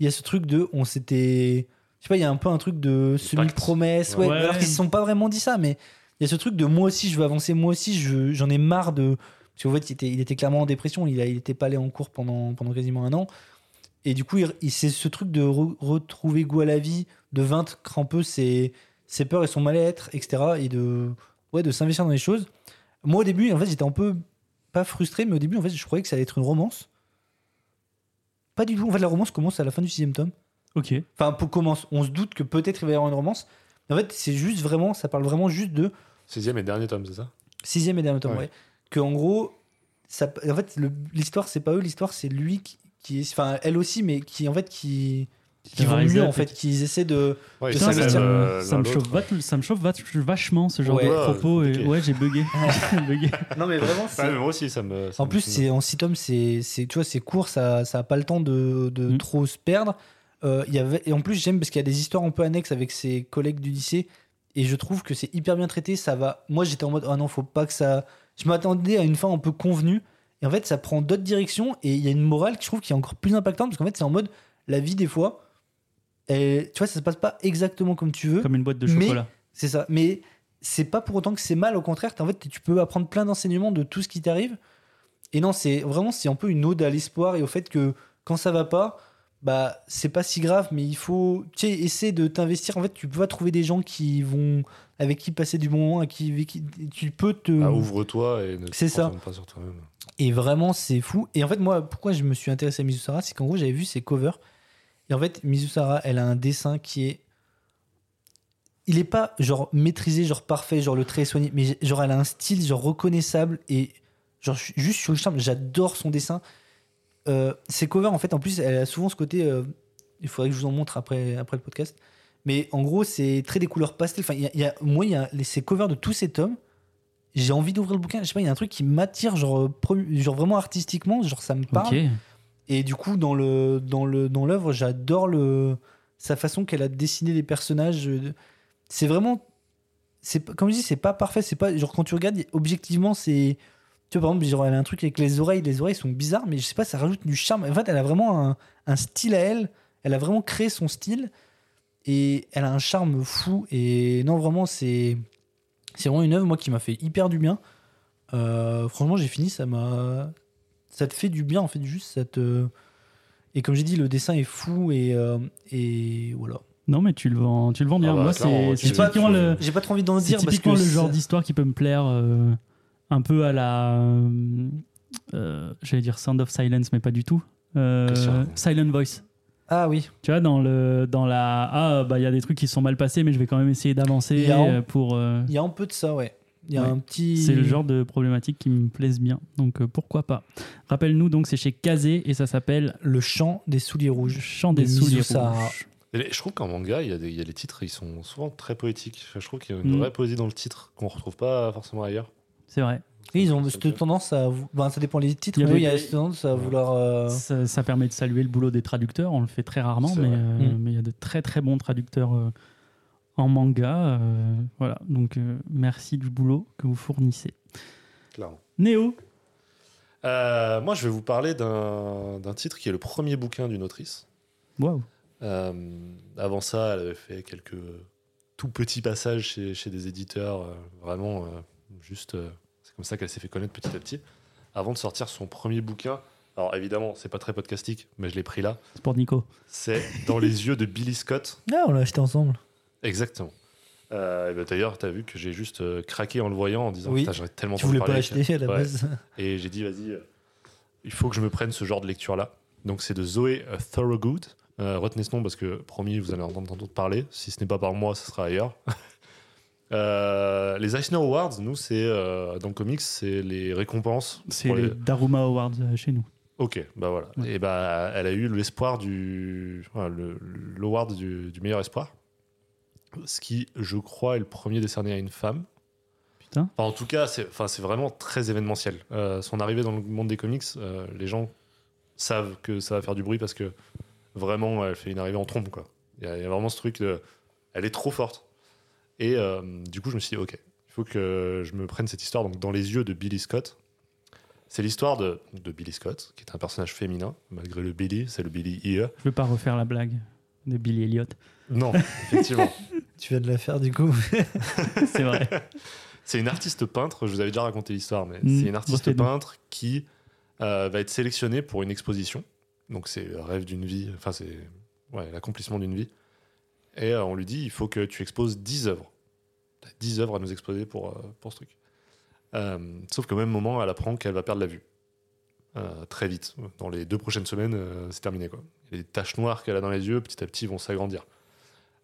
[SPEAKER 5] il y a ce truc de, on s'était, je sais pas, il y a un peu un truc de semi-promesse, ouais,
[SPEAKER 1] Ouais.
[SPEAKER 5] alors qu'ils se sont pas vraiment dit ça, mais il y a ce truc de moi aussi, je veux avancer, moi aussi, je- j'en ai marre de, parce qu'en fait, il était, il était clairement en dépression, il, a, il était pas allé en cours pendant, pendant quasiment un an. Et du coup, il, il- c'est ce truc de re- retrouver goût à la vie, de vaincre un peu ses, ses peurs et son mal-être, etc. Et de, ouais, de s'investir dans les choses. Moi, au début, en fait, j'étais un peu pas frustré, mais au début, en fait, je croyais que ça allait être une romance. Pas du tout. En fait, la romance commence à la fin du sixième tome.
[SPEAKER 1] Ok.
[SPEAKER 5] Enfin, pour commence, on se doute que peut-être il va y avoir une romance. En fait, c'est juste vraiment, ça parle vraiment juste de
[SPEAKER 4] Sixième et dernier tome, c'est ça
[SPEAKER 5] sixième et dernier tome,
[SPEAKER 4] Ouais.
[SPEAKER 5] ouais. Que en gros, ça, en fait, le- l'histoire c'est pas eux, l'histoire c'est lui qui, qui est, enfin elle aussi, mais qui en fait qui, qui vont
[SPEAKER 1] Terrorisé,
[SPEAKER 5] mieux en
[SPEAKER 1] en fait.
[SPEAKER 5] fait, qui essaient de.
[SPEAKER 4] Ouais,
[SPEAKER 1] Putain,
[SPEAKER 4] ils
[SPEAKER 5] Putain, ça,
[SPEAKER 1] ça,
[SPEAKER 4] s'aiment,
[SPEAKER 1] me,
[SPEAKER 4] euh,
[SPEAKER 1] ça
[SPEAKER 4] l'un
[SPEAKER 1] me
[SPEAKER 4] l'autre.
[SPEAKER 1] chauffe, va- ça me chauffe va- vachement ce genre
[SPEAKER 5] Ouais.
[SPEAKER 1] de propos. et-
[SPEAKER 4] Ok.
[SPEAKER 1] Ouais, j'ai bugué. J'ai bugué.
[SPEAKER 5] Non mais vraiment.
[SPEAKER 4] Ah, mais moi aussi, ça me. ça
[SPEAKER 5] En
[SPEAKER 4] me-
[SPEAKER 5] plus,
[SPEAKER 4] ça me-
[SPEAKER 5] c'est en six tomes, c'est, c'est- tu vois, c'est court, ça, ça a pas le temps de, de
[SPEAKER 1] Mm.
[SPEAKER 5] trop se perdre. Euh, il y avait, et en plus, j'aime parce qu'il y a des histoires un peu annexes avec ses collègues du lycée, et je trouve que c'est hyper bien traité. Ça va. Moi, j'étais en mode, ah non, faut pas que ça. Je m'attendais à une fin un peu convenue, et en fait, ça prend d'autres directions, et il y a une morale que je trouve qui est encore plus impactante parce qu'en fait, c'est en mode la vie des fois, elle- tu vois, ça se passe pas exactement comme tu veux.
[SPEAKER 1] Comme une boîte de
[SPEAKER 5] Mais-
[SPEAKER 1] chocolat.
[SPEAKER 5] C'est ça. Mais c'est pas pour autant que c'est mal. Au contraire, t'as- en fait, tu peux apprendre plein d'enseignements de tout ce qui t'arrive. Et non, c'est vraiment c'est un peu une ode à l'espoir et au fait que quand ça va pas, bah c'est pas si grave. Mais il faut, tu sais, essayer de t'investir. En fait, tu vas trouver des gens qui vont avec qui passer du bon moment, à qui, avec qui- tu peux te.
[SPEAKER 4] Ah, ouvre-toi et ne te
[SPEAKER 5] C'est ça.
[SPEAKER 4] concentre pas sur toi-même.
[SPEAKER 5] Et vraiment, c'est fou. Et en fait, moi, pourquoi je me suis intéressé à Mizusara, c'est qu'en gros, j'avais vu ses covers. Et en fait, Mizusara, elle a un dessin qui est. Il est pas genre maîtrisé, genre parfait, genre le trait est soigné, mais genre elle a un style genre reconnaissable et genre je suis juste sur le charme, j'adore son dessin. Euh, ses covers en fait, en plus, elle a souvent ce côté. euh, il faudrait que je vous en montre après, après le podcast. Mais en gros, c'est très des couleurs pastel. Enfin, il y a- il y a, moi, il y a les- ses covers de tous ces tomes. j'ai envie d'ouvrir le bouquin. Je sais pas, il y a un truc qui m'attire, genre, premi- genre vraiment artistiquement, genre ça me parle.
[SPEAKER 1] Ok.
[SPEAKER 5] Et du coup, dans le dans le dans l'œuvre, j'adore le sa façon qu'elle a dessiné les personnages. euh, C'est vraiment, c'est pas- comme je dis, c'est pas parfait. C'est pas genre quand tu regardes objectivement, c'est tu vois par exemple, genre, elle a un truc avec les oreilles. Les oreilles sont bizarres, mais je sais pas, ça rajoute du charme. En fait, elle a vraiment un, un style à elle. Elle a vraiment créé son style et elle a un charme fou. Et non, vraiment, c'est c'est vraiment une œuvre moi qui m'a fait hyper du bien. Euh, franchement, j'ai fini, ça m'a ça te fait du bien en fait juste ça te et comme j'ai dit le dessin est fou et euh, et voilà
[SPEAKER 1] Non, mais tu le vends, tu le vends bien.
[SPEAKER 4] Ah bah,
[SPEAKER 1] Moi,
[SPEAKER 4] clairement,
[SPEAKER 1] c'est c'est
[SPEAKER 4] tu-
[SPEAKER 5] pas-
[SPEAKER 1] typiquement le,
[SPEAKER 5] j'ai pas trop envie d'en
[SPEAKER 1] c'est
[SPEAKER 5] dire parce que
[SPEAKER 1] typiquement le genre
[SPEAKER 5] ça-
[SPEAKER 1] d'histoire qui peut me plaire euh, un peu à la. euh, euh, J'allais dire Sound of Silence, mais pas du tout. Euh,
[SPEAKER 4] Qu'est-ce que
[SPEAKER 1] Silent Voice.
[SPEAKER 5] ah oui
[SPEAKER 1] Tu vois, dans, le, dans la. Ah, bah, il y a des trucs qui se sont mal passés, mais je vais quand même essayer
[SPEAKER 5] Il
[SPEAKER 1] d'avancer
[SPEAKER 5] y a un-
[SPEAKER 1] euh, pour. euh,
[SPEAKER 5] il y a un peu de ça ouais il y a
[SPEAKER 1] Ouais.
[SPEAKER 5] un petit
[SPEAKER 1] C'est le genre de problématique qui me plaise bien. Donc, euh, pourquoi pas Rappelle-nous, donc, c'est chez Kazé et ça s'appelle
[SPEAKER 5] le chant des souliers rouges
[SPEAKER 1] Chant des
[SPEAKER 5] De
[SPEAKER 1] souliers
[SPEAKER 5] Mizu Sahara.
[SPEAKER 1] rouges.
[SPEAKER 4] Et les- je trouve qu'en manga, il y, a des- il y a les titres, ils sont souvent très poétiques. Enfin, je trouve qu'il y a une
[SPEAKER 1] Mm.
[SPEAKER 4] vraie poésie dans le titre qu'on retrouve pas forcément ailleurs.
[SPEAKER 1] C'est vrai.
[SPEAKER 5] Et ils ont cette tendance à vou- ben, ça dépend des titres
[SPEAKER 1] Il y a
[SPEAKER 5] mais
[SPEAKER 1] des-
[SPEAKER 5] il y a cette tendance à vouloir euh,
[SPEAKER 1] Ça, ça permet de saluer le boulot des traducteurs. On le fait très rarement,
[SPEAKER 4] C'est
[SPEAKER 1] mais
[SPEAKER 4] vrai.
[SPEAKER 1] euh,
[SPEAKER 5] Mm.
[SPEAKER 1] mais il y a de très très bons traducteurs euh, en manga. euh, voilà, donc euh, merci du boulot que vous fournissez.
[SPEAKER 4] Clairement.
[SPEAKER 1] Néo,
[SPEAKER 4] Euh, moi, je vais vous parler d'un d'un titre qui est le premier bouquin d'une autrice.
[SPEAKER 1] waouh,
[SPEAKER 4] Euh, avant ça, elle avait fait quelques tout petits passages chez, chez des éditeurs. euh, vraiment, euh, juste, euh, c'est comme ça qu'elle s'est fait connaître petit à petit. Avant de sortir son premier bouquin, alors évidemment, c'est pas très podcastique, mais je l'ai pris là.
[SPEAKER 1] c'est pour Nico.
[SPEAKER 4] C'est Dans les yeux de Billy Scott.
[SPEAKER 5] ah on l'a acheté ensemble
[SPEAKER 4] Exactement. Euh, et ben, D'ailleurs, tu as vu que j'ai juste euh, craqué en le voyant en disant
[SPEAKER 5] Oui.
[SPEAKER 4] Putain, j'aurais tellement
[SPEAKER 5] tu
[SPEAKER 4] voulu
[SPEAKER 5] voulais pas
[SPEAKER 4] parler avec
[SPEAKER 5] l'acheter à la
[SPEAKER 4] Ouais.
[SPEAKER 5] base
[SPEAKER 4] elle. Et j'ai dit Vas-y, euh, il faut que je me prenne ce genre de lecture-là. Donc, c'est de Zoé euh, Thorogood. Euh, retenez ce nom parce que, promis, vous allez en entendre entendre parler. Si ce n'est pas par moi, ce sera ailleurs. Euh, les Eisner Awards, nous, c'est euh, dans le comics, c'est les récompenses.
[SPEAKER 1] C'est
[SPEAKER 4] pour
[SPEAKER 1] les
[SPEAKER 4] les-
[SPEAKER 1] Daruma Awards euh, chez nous.
[SPEAKER 4] Ok, bah voilà.
[SPEAKER 1] Ouais.
[SPEAKER 4] Et bah, elle a eu l'espoir du. voilà, le- L'award du, du meilleur espoir. Ce qui, je crois, est le premier décerné à une femme.
[SPEAKER 1] Putain.
[SPEAKER 4] Enfin, en tout cas, c'est enfin, c'est vraiment très événementiel. Euh, son arrivée dans le monde des comics, euh, les gens savent que ça va faire du bruit parce que vraiment, elle fait une arrivée en trompe. quoi. Il y, a il y a vraiment ce truc de. Elle est trop forte. Et euh, du coup, je me suis dit, ok, il faut que je me prenne cette histoire donc, dans les yeux de Billy Scott. C'est l'histoire de, de Billy Scott, qui est un personnage féminin, malgré le Billy, c'est le Billy IE.
[SPEAKER 1] Je veux pas refaire la blague de Billy Elliot.
[SPEAKER 4] Non, effectivement.
[SPEAKER 5] tu vas de la faire du coup
[SPEAKER 1] C'est vrai.
[SPEAKER 4] C'est une artiste peintre, je vous avais déjà raconté l'histoire, mais
[SPEAKER 1] Mm,
[SPEAKER 4] c'est une artiste
[SPEAKER 1] refais-nous.
[SPEAKER 4] peintre qui euh, va être sélectionnée pour une exposition. Donc c'est le rêve d'une vie, enfin c'est ouais, l'accomplissement d'une vie. Et euh, on lui dit, il faut que tu exposes 10 œuvres. T'as 10 œuvres à nous exposer pour, euh, pour ce truc. Euh, sauf qu'au même moment, elle apprend qu'elle va perdre la vue. Euh, très vite. Dans les deux prochaines semaines, euh, c'est terminé. Quoi. Les taches noires qu'elle a dans les yeux, petit à petit, vont s'agrandir.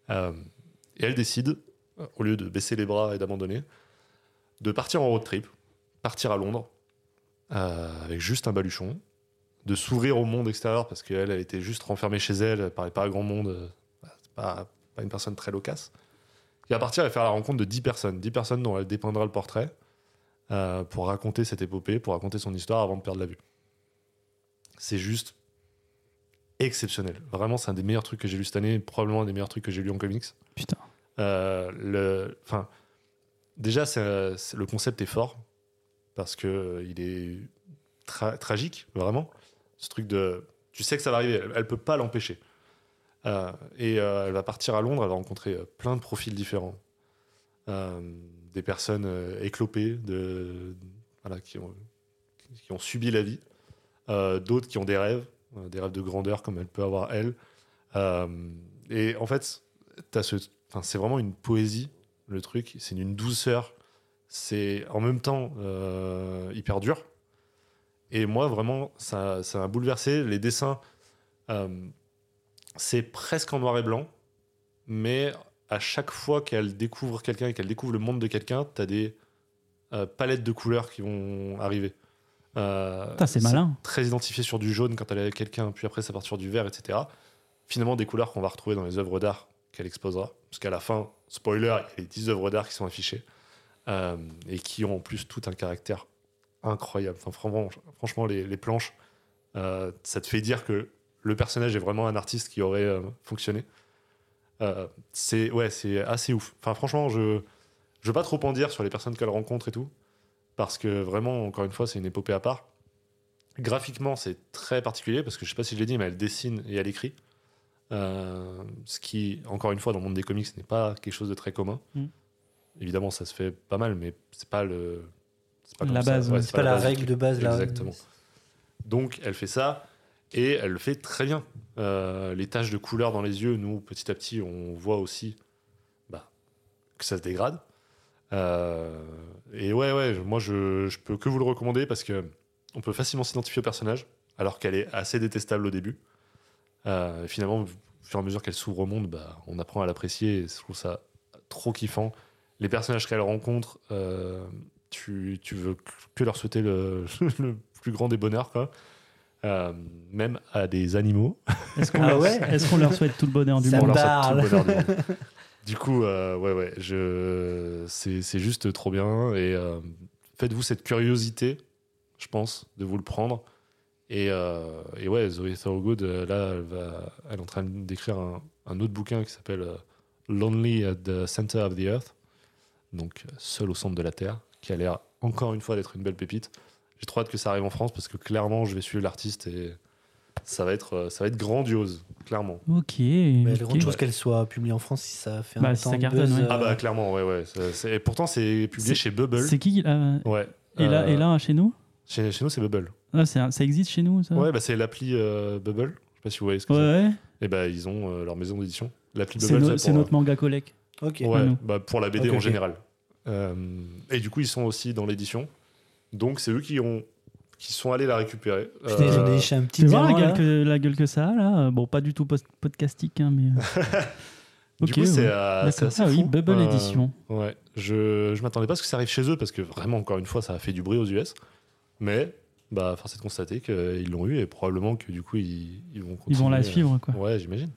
[SPEAKER 4] Euh, et elle décide, euh, au lieu de baisser les bras et d'abandonner, de partir en road trip, partir à Londres, euh, avec juste un baluchon, de s'ouvrir au monde extérieur parce qu'elle, elle était juste renfermée chez elle, elle parlait pas à grand monde, euh, bah, c'est pas, pas une personne très loquace. Et à partir, elle va faire la rencontre de 10 personnes, 10 personnes dont elle dépeindra le portrait euh, pour raconter cette épopée, pour raconter son histoire avant de perdre la vue. C'est juste exceptionnel. Vraiment, c'est un des meilleurs trucs que j'ai lu cette année, probablement un des meilleurs trucs que j'ai lu en comics.
[SPEAKER 1] Putain.
[SPEAKER 4] Euh, le, enfin, déjà, c'est, euh, c'est- le concept est fort parce que euh, il est tra- tragique, vraiment. Ce truc de, tu sais que ça va arriver, elle, elle peut pas l'empêcher. Euh, et euh, elle va partir à Londres, elle va rencontrer euh, plein de profils différents, Euh, des personnes euh, éclopées, de, voilà, qui ont, qui ont subi la vie, Euh, d'autres qui ont des rêves, euh, des rêves de grandeur comme elle peut avoir elle. Euh, et en fait, t'as ce, enfin, c'est vraiment une poésie, le truc. C'est d'une douceur. C'est en même temps euh, hyper dur. Et moi, vraiment, ça ça m'a bouleversé. Les dessins, euh, c'est presque en noir et blanc, mais à chaque fois qu'elle découvre quelqu'un et qu'elle découvre le monde de quelqu'un, t'as des euh, palettes de couleurs qui vont arriver. Euh,
[SPEAKER 1] Putain, c'est
[SPEAKER 4] ça-
[SPEAKER 1] malin.
[SPEAKER 4] très identifié sur du jaune quand elle est avec quelqu'un, puis après ça part sur du vert, etc. Finalement, des couleurs qu'on va retrouver dans les œuvres d'art qu'elle exposera. Parce qu'à la fin, spoiler, il y a les 10 œuvres d'art qui sont affichées. euh, et qui ont en plus tout un caractère incroyable. Enfin, franchement, franchement, les, les planches, euh, ça te fait dire que le personnage est vraiment un artiste qui aurait euh, fonctionné. Euh, c'est ouais, c'est assez ouf. Enfin, franchement, je je veux pas trop en dire sur les personnes qu'elle rencontre et tout, parce que vraiment, encore une fois, c'est une épopée à part. Graphiquement, c'est très particulier parce que je sais pas si je l'ai dit, mais elle dessine et elle écrit. Euh, ce qui, encore une fois, dans le monde des comics, n'est pas quelque chose de très commun.
[SPEAKER 1] Mm.
[SPEAKER 4] Évidemment, ça se fait pas mal, mais c'est pas le. c'est pas
[SPEAKER 1] La
[SPEAKER 4] comme ça.
[SPEAKER 1] base, ouais.
[SPEAKER 5] C'est pas la
[SPEAKER 4] base du
[SPEAKER 5] règle
[SPEAKER 4] truc.
[SPEAKER 5] de base, là.
[SPEAKER 4] Exactement. Donc, elle fait ça et elle le fait très bien. Euh, les taches de couleur dans les yeux, nous, petit à petit, on voit aussi bah, que ça se dégrade. Euh, et ouais, ouais, je- moi, je, je peux que vous le recommander parce que on peut facilement s'identifier au personnage, alors qu'elle est assez détestable au début. Euh, et finalement, au fur et à mesure qu'elle s'ouvre au monde, bah, on apprend à l'apprécier et je trouve ça trop kiffant. Les personnages qu'elle rencontre, euh, tu, tu veux que leur souhaiter le, le plus grand des bonheurs, quoi. Euh, même à des animaux.
[SPEAKER 1] Est-ce qu'on
[SPEAKER 5] Ah
[SPEAKER 1] leur,
[SPEAKER 5] ouais
[SPEAKER 1] est-ce qu'on leur souhaite tout le bonheur du
[SPEAKER 5] Ça
[SPEAKER 4] On
[SPEAKER 1] monde
[SPEAKER 5] me
[SPEAKER 4] leur souhaite tout le
[SPEAKER 5] parle.
[SPEAKER 4] bonheur du monde. Du coup, euh, ouais, ouais, je... c'est c'est juste trop bien. Et euh, faites-vous cette curiosité, je pense, de vous le prendre. Et, euh, et ouais, Zoé Thorogood, euh, là, elle, va- elle est en train d'écrire un, un autre bouquin qui s'appelle euh, Lonely at the Center of the Earth. Donc, Seul au centre de la Terre, qui a l'air encore une fois d'être une belle pépite. J'ai trop hâte que ça arrive en France parce que clairement, je vais suivre l'artiste et ça va être, euh, ça va être grandiose, clairement.
[SPEAKER 1] Ok.
[SPEAKER 5] Mais
[SPEAKER 1] ok.
[SPEAKER 5] les grandes choses qu'elle soit publiée en France, si ça fait
[SPEAKER 1] Bah,
[SPEAKER 5] un
[SPEAKER 1] si
[SPEAKER 5] temps
[SPEAKER 1] ça
[SPEAKER 5] de
[SPEAKER 1] cartonne,
[SPEAKER 5] buzz,
[SPEAKER 1] ouais.
[SPEAKER 5] euh,
[SPEAKER 4] Ah bah clairement, ouais, ouais. Ça, c'est- et pourtant, c'est publié
[SPEAKER 1] C'est-
[SPEAKER 4] chez Bubble.
[SPEAKER 1] C'est qui qui l'a-
[SPEAKER 4] Ouais.
[SPEAKER 1] et, là,
[SPEAKER 4] Euh,
[SPEAKER 1] et là, chez nous
[SPEAKER 4] Chez, chez nous, c'est Bubble.
[SPEAKER 1] Ah, c'est un- Ça existe chez nous, ça
[SPEAKER 4] Ouais, bah c'est l'appli euh, Bubble. Je sais pas si vous voyez ce que
[SPEAKER 1] Ah. Ouais, ouais.
[SPEAKER 4] c'est. Et bah ils ont euh, leur maison d'édition. L'appli
[SPEAKER 1] C'est
[SPEAKER 4] Bubble,
[SPEAKER 1] no-
[SPEAKER 4] pour,
[SPEAKER 1] c'est notre manga collègue.
[SPEAKER 5] Ok.
[SPEAKER 4] ouais,
[SPEAKER 1] à nous.
[SPEAKER 4] bah, pour la BD
[SPEAKER 5] Ok,
[SPEAKER 4] en
[SPEAKER 5] ok.
[SPEAKER 4] général. Euh, et du coup, ils sont aussi dans l'édition. Donc c'est eux qui ont qui sont allés la récupérer.
[SPEAKER 5] Putain, ils ont
[SPEAKER 4] Euh,
[SPEAKER 5] déniché un petit
[SPEAKER 1] Tu vois la
[SPEAKER 5] diamant,
[SPEAKER 1] gueule,
[SPEAKER 5] là.
[SPEAKER 1] que, la gueule que ça a, là euh, Bon, pas du tout post- podcastique, hein, mais. euh,
[SPEAKER 4] du coup, c'est
[SPEAKER 1] ouais.
[SPEAKER 4] euh,
[SPEAKER 1] D'accord.
[SPEAKER 4] c'est assez
[SPEAKER 1] Ah oui,
[SPEAKER 4] fou.
[SPEAKER 1] Bubble
[SPEAKER 4] Euh,
[SPEAKER 1] Edition.
[SPEAKER 4] Ouais, je, je m'attendais pas à ce que ça arrive chez eux parce que vraiment, encore une fois, ça a fait du bruit aux US. Mais bah, force est de constater qu'ils l'ont eu et probablement que du coup, ils, ils vont
[SPEAKER 1] Ils
[SPEAKER 4] continuer.
[SPEAKER 1] vont la suivre, quoi.
[SPEAKER 4] Ouais, j'imagine.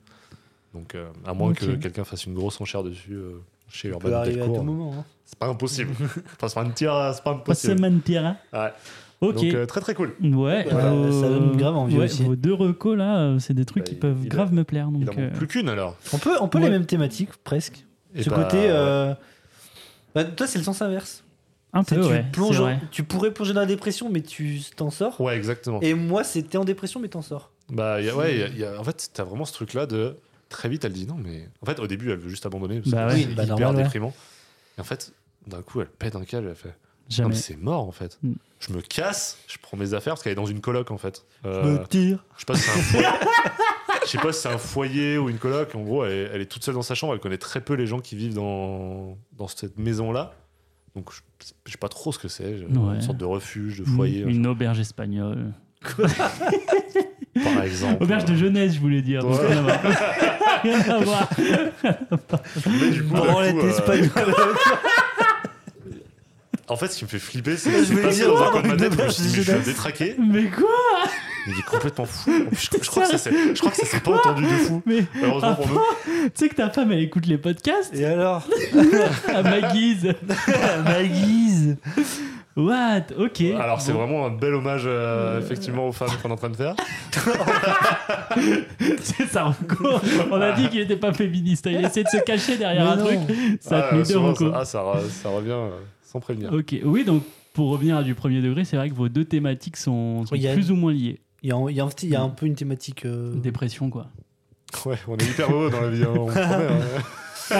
[SPEAKER 4] Donc, euh, à moins
[SPEAKER 1] Ok.
[SPEAKER 4] que quelqu'un fasse une grosse enchère dessus euh, chez
[SPEAKER 5] Ça peut
[SPEAKER 4] Urban
[SPEAKER 5] arriver à tout
[SPEAKER 4] Delcourt,
[SPEAKER 5] moment. hein.
[SPEAKER 4] c'est pas impossible. enfin, c'est pas une tire, c'est pas
[SPEAKER 1] Pas se
[SPEAKER 4] impossible.
[SPEAKER 1] mentir. hein.
[SPEAKER 4] Ouais.
[SPEAKER 1] Ok.
[SPEAKER 4] Donc, euh, très très cool.
[SPEAKER 1] Ouais, euh,
[SPEAKER 5] Voilà, ça donne grave envie
[SPEAKER 1] ouais,
[SPEAKER 5] aussi.
[SPEAKER 1] Vos deux recos là, euh, c'est des trucs
[SPEAKER 4] Bah,
[SPEAKER 1] qui
[SPEAKER 4] il-
[SPEAKER 1] peuvent
[SPEAKER 4] il a-
[SPEAKER 1] grave me plaire.
[SPEAKER 4] Il en
[SPEAKER 1] Donc,
[SPEAKER 4] manque
[SPEAKER 1] euh,
[SPEAKER 4] plus qu'une alors.
[SPEAKER 5] On peut, on peut
[SPEAKER 1] Ouais.
[SPEAKER 5] les mêmes thématiques, presque.
[SPEAKER 4] Et
[SPEAKER 5] Ce
[SPEAKER 4] bah,
[SPEAKER 5] côté. euh, bah, toi, c'est le sens inverse.
[SPEAKER 1] un
[SPEAKER 5] C'est
[SPEAKER 1] peu,
[SPEAKER 5] tu,
[SPEAKER 1] ouais.
[SPEAKER 5] plonges-
[SPEAKER 1] c'est vrai.
[SPEAKER 5] tu pourrais plonger dans la dépression, mais tu t'en sors.
[SPEAKER 4] Ouais, exactement.
[SPEAKER 5] Et moi, c'était en dépression, mais t'en sors.
[SPEAKER 4] Bah, y a- ouais, y a- y a- en fait, t'as vraiment ce truc-là de très vite, elle dit non, mais en fait, au début, elle veut juste abandonner parce
[SPEAKER 1] Bah
[SPEAKER 4] que
[SPEAKER 1] ouais.
[SPEAKER 4] c'est
[SPEAKER 5] Oui, bah
[SPEAKER 4] hyper
[SPEAKER 5] normal, ouais.
[SPEAKER 4] déprimant. Et en fait, d'un coup, elle pète un câble, elle fait non, mais
[SPEAKER 1] Jamais.
[SPEAKER 4] c'est mort en fait.
[SPEAKER 1] Mm.
[SPEAKER 4] Je me casse, je prends mes affaires parce qu'elle est dans une coloc en fait. Euh,
[SPEAKER 5] tire.
[SPEAKER 4] je sais pas si c'est un foyer. Je sais pas si c'est un foyer ou une coloc. En gros, elle est, elle est toute seule dans sa chambre. Elle connaît très peu les gens qui vivent dans, dans cette maison-là. Donc, je, je sais pas trop ce que c'est. Je-
[SPEAKER 1] Ouais. Mm.
[SPEAKER 4] Une sorte de refuge, de foyer, euh.
[SPEAKER 1] Une- une auberge espagnole.
[SPEAKER 4] par exemple. Euh,
[SPEAKER 1] Auberge de jeunesse, je voulais dire. donc
[SPEAKER 4] Ouais.
[SPEAKER 1] rien à voir. Rien à voir.
[SPEAKER 4] Mais du coup, d'un
[SPEAKER 5] Branlette
[SPEAKER 4] coup, euh,
[SPEAKER 5] Oh, espagnole.
[SPEAKER 4] En fait, ce qui me fait flipper, c'est
[SPEAKER 5] Je
[SPEAKER 4] que c'est
[SPEAKER 5] voulais
[SPEAKER 4] pas
[SPEAKER 5] dire,
[SPEAKER 4] ça dans un
[SPEAKER 5] oh,
[SPEAKER 4] coin de ma
[SPEAKER 5] mais
[SPEAKER 4] tête,
[SPEAKER 5] dommage,
[SPEAKER 4] je me suis dit,
[SPEAKER 5] je
[SPEAKER 4] mais je vais le
[SPEAKER 5] laisse.
[SPEAKER 4] détraquer.
[SPEAKER 1] Mais quoi
[SPEAKER 4] Il est complètement fou. En plus, Je, je crois que ça s'est- je crois que ça s'est pas entendu de fou.
[SPEAKER 1] Mais ah,
[SPEAKER 4] Heureusement pour nous.
[SPEAKER 1] tu sais que ta femme, elle écoute les podcasts
[SPEAKER 5] Et alors
[SPEAKER 1] à ma guise.
[SPEAKER 5] Ma guise
[SPEAKER 1] What Ok.
[SPEAKER 4] Alors, c'est
[SPEAKER 1] Bon.
[SPEAKER 4] vraiment un bel hommage, euh, effectivement, aux femmes qu'on est en train de faire.
[SPEAKER 1] C'est ça, Rocco. On a dit qu'il était pas féministe. Il essaie de se cacher derrière un
[SPEAKER 5] Mais non.
[SPEAKER 1] truc. Ça a
[SPEAKER 4] Ah,
[SPEAKER 1] tenu deux
[SPEAKER 4] souvent,
[SPEAKER 1] Rocco.
[SPEAKER 4] ça- ah, ça, re- ça revient euh, sans prévenir.
[SPEAKER 1] Ok, oui, donc pour revenir à du premier degré, c'est vrai que vos deux thématiques sont, sont
[SPEAKER 5] Il y a-
[SPEAKER 1] plus ou moins liées.
[SPEAKER 5] Il y a, il y a un petit- il y a un peu une thématique. euh,
[SPEAKER 1] Dépression, quoi.
[SPEAKER 4] Ouais, on est hyper heureux dans la vie, hein, on promet, hein.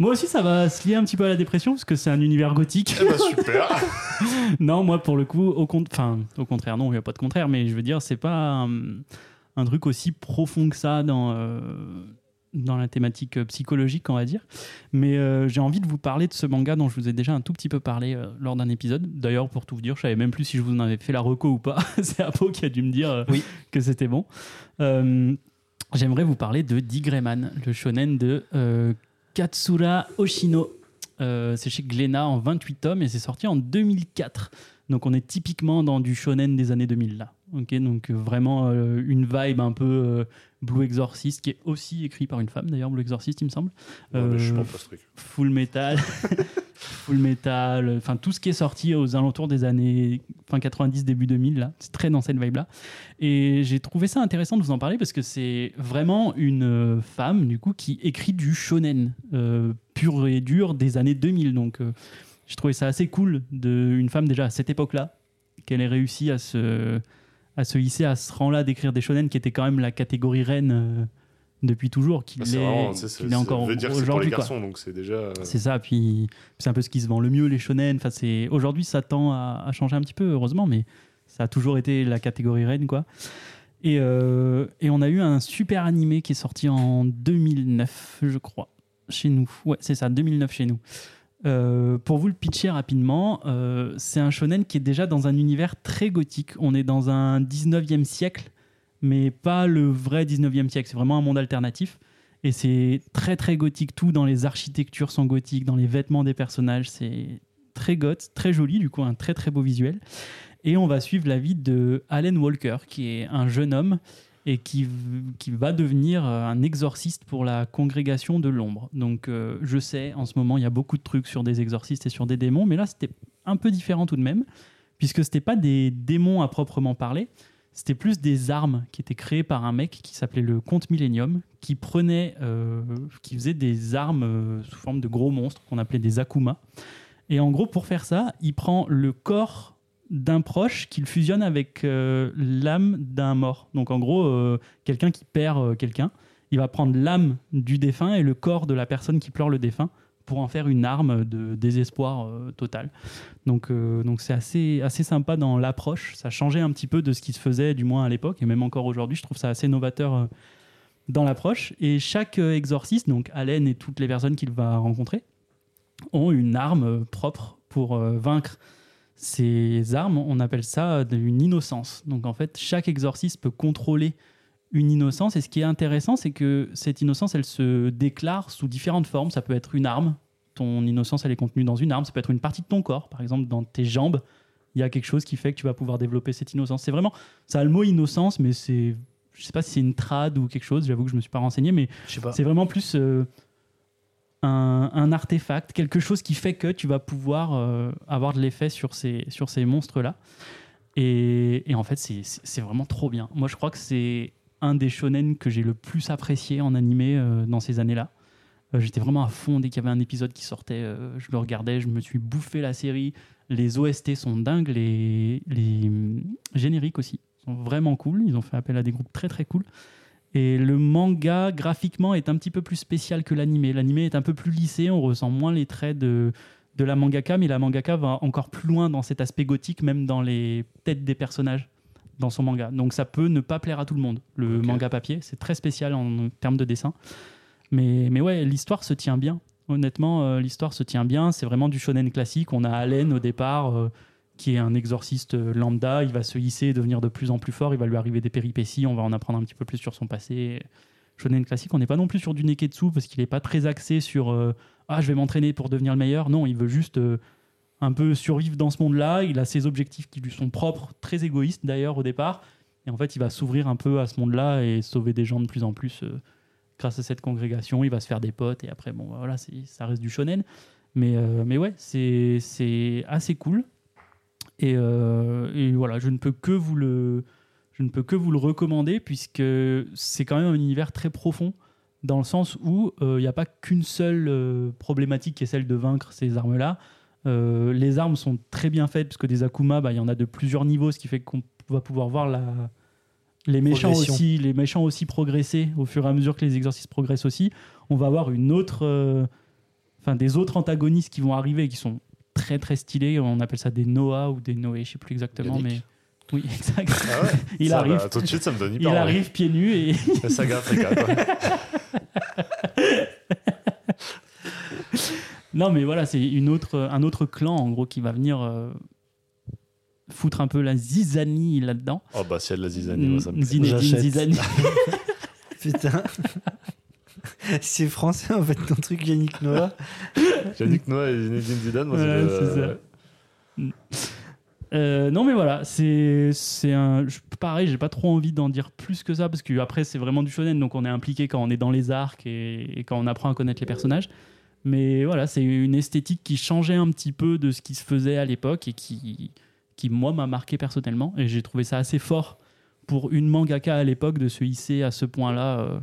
[SPEAKER 1] Moi aussi, ça va se lier un petit peu à la dépression, parce que c'est un univers gothique.
[SPEAKER 4] Eh ben, super
[SPEAKER 1] non, moi, pour le coup, au, con- enfin, au contraire, non, il n'y a pas de contraire, mais je veux dire, c'est pas hum, un, truc aussi profond que ça dans, euh, dans la thématique euh, psychologique, on va dire. Mais euh, j'ai envie de vous parler de ce manga dont je vous ai déjà un tout petit peu parlé euh, lors d'un épisode. D'ailleurs, pour tout vous dire, je savais même plus si je vous en avais fait la reco ou pas. c'est Apo qui a dû me dire euh,
[SPEAKER 5] Oui.
[SPEAKER 1] que c'était bon. Euh, J'aimerais vous parler de Digreman, le shonen de euh, Katsura Oshino. Euh, c'est chez Glénat en 28 tomes et c'est sorti en 2004. Donc on est typiquement dans du shonen des années 2000 là. Ok, donc euh, vraiment euh, une vibe un peu euh, Blue Exorcist, qui est aussi écrit par une femme d'ailleurs, Blue Exorcist, il me semble.
[SPEAKER 4] Ouais, mais je
[SPEAKER 1] Euh,
[SPEAKER 4] pense pas ce truc.
[SPEAKER 1] full metal, full metal, enfin tout ce qui est sorti aux alentours des années fin 90, début 2000, là, c'est très dans cette vibe-là. Et j'ai trouvé ça intéressant de vous en parler parce que c'est vraiment une euh, femme, du coup, qui écrit du shonen euh, pur et dur des années 2000. Donc, euh, j'ai trouvé ça assez cool d'une femme déjà à cette époque-là, qu'elle ait réussi à se, à se hisser à ce rang-là d'écrire des shonen qui était quand même la catégorie reine. euh, depuis toujours qu'il
[SPEAKER 4] Bah,
[SPEAKER 1] est,
[SPEAKER 4] c'est vraiment, tu sais, c'est-
[SPEAKER 1] qu'il est
[SPEAKER 4] c'est-
[SPEAKER 1] encore
[SPEAKER 4] veut dire que c'est pour les
[SPEAKER 1] aujourd'hui quoi.
[SPEAKER 4] garçons, donc c'est déjà. euh,
[SPEAKER 1] C'est ça, puis puis c'est un peu ce qui se vend le mieux, les shonen. Enfin, c'est- Aujourd'hui, ça tend à, à changer un petit peu, heureusement, mais ça a toujours été la catégorie reine, quoi. Et, euh, et on a eu un super animé qui est sorti en 2009, je crois, chez nous. Ouais, c'est ça, 2009 chez nous. Euh, pour vous le pitcher rapidement, euh, c'est un shonen qui est déjà dans un univers très gothique. On est dans un 19e siècle, mais pas le vrai 19e siècle. C'est vraiment un monde alternatif. Et c'est très très gothique, tout dans les architectures sont gothiques, dans les vêtements des personnages, c'est très goth, très joli, du coup un très très beau visuel. Et on va suivre la vie de Alan Walker, qui est un jeune homme et qui, v- qui va devenir euh, un exorciste pour la congrégation de l'ombre. Donc euh, je sais, en ce moment, il y a beaucoup de trucs sur des exorcistes et sur des démons, mais là c'était un peu différent tout de même, puisque c'était pas des démons à proprement parler, c'était plus des armes qui étaient créées par un mec qui s'appelait le Comte Millennium, qui prenait, euh, qui faisait des armes euh, sous forme de gros monstres qu'on appelait des Akuma. Et en gros, pour faire ça, il prend le corps d'un proche qu'il fusionne avec euh, l'âme d'un mort. Donc en gros, euh, quelqu'un qui perd euh, quelqu'un, il va prendre l'âme du défunt et le corps de la personne qui pleure le défunt pour en faire une arme de désespoir euh, total. Donc euh, donc c'est assez, assez sympa dans l'approche. Ça changeait un petit peu de ce qui se faisait, du moins à l'époque, et même encore aujourd'hui. Je trouve ça assez novateur euh, dans l'approche. Et chaque euh, exorciste, donc Allen et toutes les personnes qu'il va rencontrer, ont une arme euh, propre pour euh, vaincre ces armes. On appelle ça de- une innocence. Donc en fait, chaque exorciste peut contrôler une innocence. Et ce qui est intéressant, c'est que cette innocence, elle se déclare sous différentes formes. Ça peut être une arme, ton innocence elle est contenue dans une arme, ça peut être une partie de ton corps, par exemple dans tes jambes, il y a quelque chose qui fait que tu vas pouvoir développer cette innocence. C'est vraiment, ça a le mot innocence, mais c'est, je sais pas si c'est une trad ou quelque chose, j'avoue que je me suis pas renseigné, mais
[SPEAKER 5] Je sais pas.
[SPEAKER 1] c'est vraiment plus euh, un, un artefact, quelque chose qui fait que tu vas pouvoir euh, avoir de l'effet sur ces, sur ces monstres-là. Et, et en fait, c'est- c'est c'est vraiment trop bien. Moi, je crois que c'est un des shonen que j'ai le plus apprécié en animé euh, dans ces années-là. Euh, J'étais vraiment à fond dès qu'il y avait un épisode qui sortait. euh, je le regardais, je me suis bouffé la série. Les OST sont dingues, les, les hum, génériques aussi sont vraiment cool. Ils ont fait appel à des groupes très très cool. Et le manga, graphiquement, est un petit peu plus spécial que l'animé. L'animé est un peu plus lissé, on ressent moins les traits de, de la mangaka, mais la mangaka va encore plus loin dans cet aspect gothique, même dans les têtes des personnages dans son manga. Donc ça peut ne pas plaire à tout le monde. Le manga papier, c'est très spécial en termes de dessin. Mais, mais ouais, l'histoire se tient bien. Honnêtement, euh, l'histoire se tient bien. C'est vraiment du shonen classique. On a Allen au départ, euh, qui est un exorciste euh, lambda. Il va se hisser et devenir de plus en plus fort. Il va lui arriver des péripéties. On va en apprendre un petit peu plus sur son passé. Shonen classique, on n'est pas non plus sur du Neketsu parce qu'il n'est pas très axé sur euh, Ah, je vais m'entraîner pour devenir le meilleur. Non, il veut juste euh, un peu survivre dans ce monde-là. Il a ses objectifs qui lui sont propres, très égoïstes d'ailleurs au départ. Et en fait, il va s'ouvrir un peu à ce monde-là et sauver des gens de plus en plus euh, grâce à cette congrégation. Il va se faire des potes et après, bon, bah, voilà, c'est- ça reste du shonen. Mais, euh, mais ouais, c'est c'est assez cool. Et, euh, et voilà, je ne peux que vous le, je ne peux que vous le recommander puisque c'est quand même un univers très profond dans le sens où euh, il n'y a pas qu'une seule euh, problématique qui est celle de vaincre ces armes-là. Euh, les armes sont très bien faites parce que des Akuma, bah, il y en a de plusieurs niveaux, ce qui fait qu'on va pouvoir voir la- les méchants
[SPEAKER 5] Progression.
[SPEAKER 1] aussi, les méchants aussi progresser au fur et à mesure que les exercices progressent aussi. On va avoir une autre, euh, enfin des autres antagonistes qui vont arriver et qui sont très très stylés. On appelle ça des Noah ou des Noé, je sais plus exactement,
[SPEAKER 5] Yannick.
[SPEAKER 1] mais oui, exact.
[SPEAKER 4] Ah ouais
[SPEAKER 1] Il
[SPEAKER 4] Ça,
[SPEAKER 1] arrive.
[SPEAKER 4] bah, tout de suite, ça me donne
[SPEAKER 1] Il
[SPEAKER 4] hyper envie.
[SPEAKER 1] arrive pieds nus et
[SPEAKER 4] La saga Africa, quoi.
[SPEAKER 1] non mais voilà c'est une autre un autre clan en gros qui va venir euh, foutre un peu la zizanie là-dedans.
[SPEAKER 4] Oh bah, si elle la zizanie, moi, ça me plaît.
[SPEAKER 1] Zinedine
[SPEAKER 5] J'achète.
[SPEAKER 1] Zizanie.
[SPEAKER 5] Putain. c'est français en fait ton truc, Yannick Noah.
[SPEAKER 4] Yannick Noah et Zinedine Zidane, moi,
[SPEAKER 1] Ouais,
[SPEAKER 4] c'est
[SPEAKER 1] c'est ça. Euh, non mais voilà c'est c'est un je- pareil, j'ai pas trop envie d'en dire plus que ça parce que après c'est vraiment du shonen, donc on est impliqué quand on est dans les arcs et, et quand on apprend à connaître les
[SPEAKER 4] Euh.
[SPEAKER 1] personnages. Mais voilà, c'est une esthétique qui changeait un petit peu de ce qui se faisait à l'époque et qui, qui moi m'a marqué personnellement et j'ai trouvé ça assez fort pour une mangaka à l'époque de se hisser à ce point-là. euh,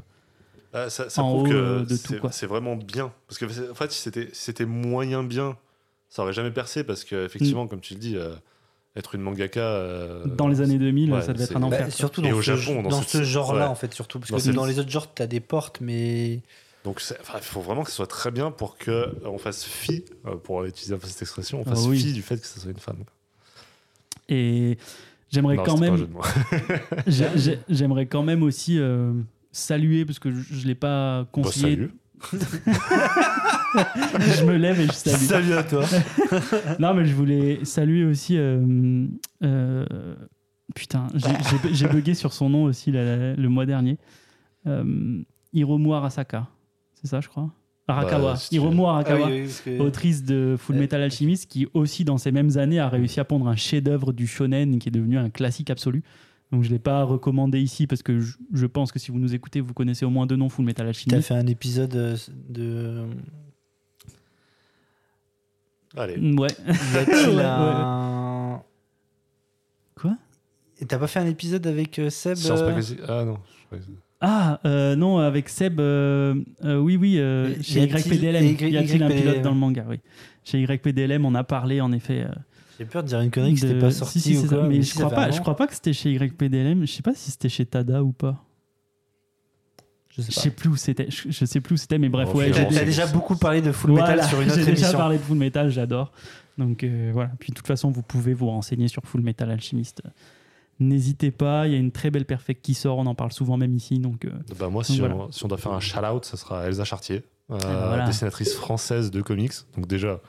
[SPEAKER 4] Ah, ça, ça
[SPEAKER 1] en
[SPEAKER 4] prouve
[SPEAKER 1] haut,
[SPEAKER 4] que
[SPEAKER 1] euh, de tout,
[SPEAKER 4] c'est-
[SPEAKER 1] quoi.
[SPEAKER 4] c'est vraiment bien. Parce que c'est- en fait, si c'était si c'était moyen bien, ça aurait jamais percé parce que effectivement, comme tu le dis, euh, être une mangaka euh,
[SPEAKER 1] Mm. dans les années 2000,
[SPEAKER 4] ouais,
[SPEAKER 1] ça devait être
[SPEAKER 4] c'est-
[SPEAKER 1] un
[SPEAKER 4] Bah,
[SPEAKER 1] enfer. quoi.
[SPEAKER 5] surtout
[SPEAKER 4] Et
[SPEAKER 5] dans
[SPEAKER 4] au
[SPEAKER 5] ce,
[SPEAKER 4] Japon, dans
[SPEAKER 5] dans
[SPEAKER 4] ce-
[SPEAKER 5] ce genre-là,
[SPEAKER 4] ouais.
[SPEAKER 5] en fait, surtout. Parce
[SPEAKER 4] Dans
[SPEAKER 5] que
[SPEAKER 4] cette-
[SPEAKER 5] dans les autres genres, t'as des portes, mais.
[SPEAKER 4] Donc il faut vraiment que ce soit très bien pour que euh, on fasse fi, euh, pour utiliser un peu cette expression, on
[SPEAKER 1] Ah
[SPEAKER 4] fasse
[SPEAKER 1] oui.
[SPEAKER 4] fi du fait que ce soit une femme.
[SPEAKER 1] Et j'aimerais
[SPEAKER 4] Non,
[SPEAKER 1] quand
[SPEAKER 4] c'était pas un
[SPEAKER 1] même
[SPEAKER 4] jeu de mots. Euh.
[SPEAKER 1] J'ai- j'ai- J'aimerais quand même aussi euh, saluer, parce que je ne l'ai pas
[SPEAKER 4] Bah,
[SPEAKER 1] conseillé.
[SPEAKER 4] salut.
[SPEAKER 1] je me lève et je salue.
[SPEAKER 5] Salut à toi.
[SPEAKER 1] non, mais je voulais saluer aussi. euh, euh, putain, j'ai- j'ai- j'ai bugué sur son nom aussi la- la- le mois dernier. Euh, Hiromu Arasaka, c'est ça, je crois Arakawa.
[SPEAKER 4] Bah, si tu-
[SPEAKER 1] Hiromu
[SPEAKER 5] Ah oui,
[SPEAKER 1] Arakawa.
[SPEAKER 5] oui, parce que-
[SPEAKER 1] Autrice de Full
[SPEAKER 5] Euh,
[SPEAKER 1] Metal Alchemist, qui aussi dans ces mêmes années a réussi à pondre un chef-d'œuvre du shonen qui est devenu un classique absolu. Donc je ne l'ai pas recommandé ici parce que je, je pense que si vous nous écoutez, vous connaissez au moins deux noms Full Metal
[SPEAKER 5] T'as
[SPEAKER 1] Alchemist.
[SPEAKER 5] fait un épisode euh, de.
[SPEAKER 4] Allez.
[SPEAKER 1] Mm, Ouais.
[SPEAKER 5] Y a-t-il
[SPEAKER 1] Ouais, ouais,
[SPEAKER 5] un-
[SPEAKER 1] Quoi
[SPEAKER 5] Et T'as pas fait un épisode avec euh, Seb
[SPEAKER 4] Science
[SPEAKER 1] Bah,
[SPEAKER 5] euh,
[SPEAKER 4] pas classique. Ah non. je croyais que-
[SPEAKER 1] Ah euh, non, avec Seb, euh, euh, oui, oui, euh,
[SPEAKER 5] Y-
[SPEAKER 1] chez
[SPEAKER 5] y a-t-il-
[SPEAKER 1] YPDLM.
[SPEAKER 5] Y-
[SPEAKER 1] Y a-t-il un pilote
[SPEAKER 5] YPDLM?
[SPEAKER 1] dans le manga Oui. Chez YPDLM, on a parlé en effet. euh,
[SPEAKER 5] J'ai peur de dire une connerie que c'était
[SPEAKER 1] de-
[SPEAKER 5] pas
[SPEAKER 1] Si,
[SPEAKER 5] sorti
[SPEAKER 1] si,
[SPEAKER 5] ou
[SPEAKER 1] c'est ça.
[SPEAKER 5] quoi.
[SPEAKER 1] Mais
[SPEAKER 5] si,
[SPEAKER 1] je
[SPEAKER 5] ça
[SPEAKER 1] crois,
[SPEAKER 5] fait
[SPEAKER 1] pas,
[SPEAKER 5] un
[SPEAKER 1] je
[SPEAKER 5] an.
[SPEAKER 1] crois pas que c'était chez YPDLM. Je sais pas si c'était chez Tada ou pas.
[SPEAKER 5] Je
[SPEAKER 1] Je
[SPEAKER 5] sais
[SPEAKER 1] sais plus où c'était. Je, je sais plus où c'était, mais bref,
[SPEAKER 4] Bon,
[SPEAKER 1] ouais.
[SPEAKER 5] pas.
[SPEAKER 1] j'ai-
[SPEAKER 5] T'as t'as
[SPEAKER 4] c'est-
[SPEAKER 5] déjà
[SPEAKER 4] c'est-
[SPEAKER 5] beaucoup parlé de Full
[SPEAKER 1] Voilà,
[SPEAKER 5] Metal sur une autre
[SPEAKER 1] J'ai déjà
[SPEAKER 5] émission.
[SPEAKER 1] parlé de Full Metal, j'adore. Donc euh, voilà. Puis de toute façon, vous pouvez vous renseigner sur Full Metal Alchimiste. N'hésitez pas, il y a une très belle perfect qui sort, on en parle souvent même ici. Donc euh,
[SPEAKER 4] Bah, moi, si,
[SPEAKER 1] Voilà.
[SPEAKER 4] on, si on doit faire un shout-out, ça sera Elsa Chartier, euh,
[SPEAKER 1] bah voilà.
[SPEAKER 4] dessinatrice française de comics. Donc déjà,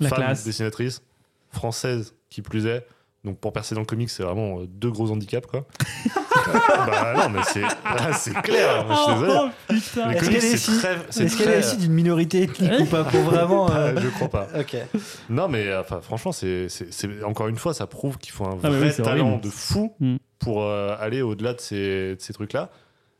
[SPEAKER 1] La
[SPEAKER 4] femme
[SPEAKER 1] classe.
[SPEAKER 4] dessinatrice française qui plus est. Donc pour percer dans le comics, c'est vraiment euh, deux gros handicaps, quoi. bah non, mais c'est ah, c'est clair. Je suis désolé.
[SPEAKER 1] Oh, putain.
[SPEAKER 4] Les
[SPEAKER 5] Est-ce
[SPEAKER 4] comics,
[SPEAKER 5] qu'elle est
[SPEAKER 4] c'est
[SPEAKER 5] ici
[SPEAKER 4] très... c'est
[SPEAKER 5] Est-ce qu'elle
[SPEAKER 4] très-
[SPEAKER 5] est aussi d'une minorité ethnique ou pas Pour vraiment.
[SPEAKER 4] Ah,
[SPEAKER 5] euh,
[SPEAKER 4] je crois pas.
[SPEAKER 5] Ok.
[SPEAKER 4] Non, mais euh, enfin, franchement, c'est, c'est- c'est- encore une fois, ça prouve qu'il faut un
[SPEAKER 1] Ah, mais
[SPEAKER 4] vrai
[SPEAKER 1] oui, c'est
[SPEAKER 4] talent
[SPEAKER 1] horrible.
[SPEAKER 4] de fou
[SPEAKER 1] Mm.
[SPEAKER 4] pour euh, aller au-delà de ces, de ces trucs-là.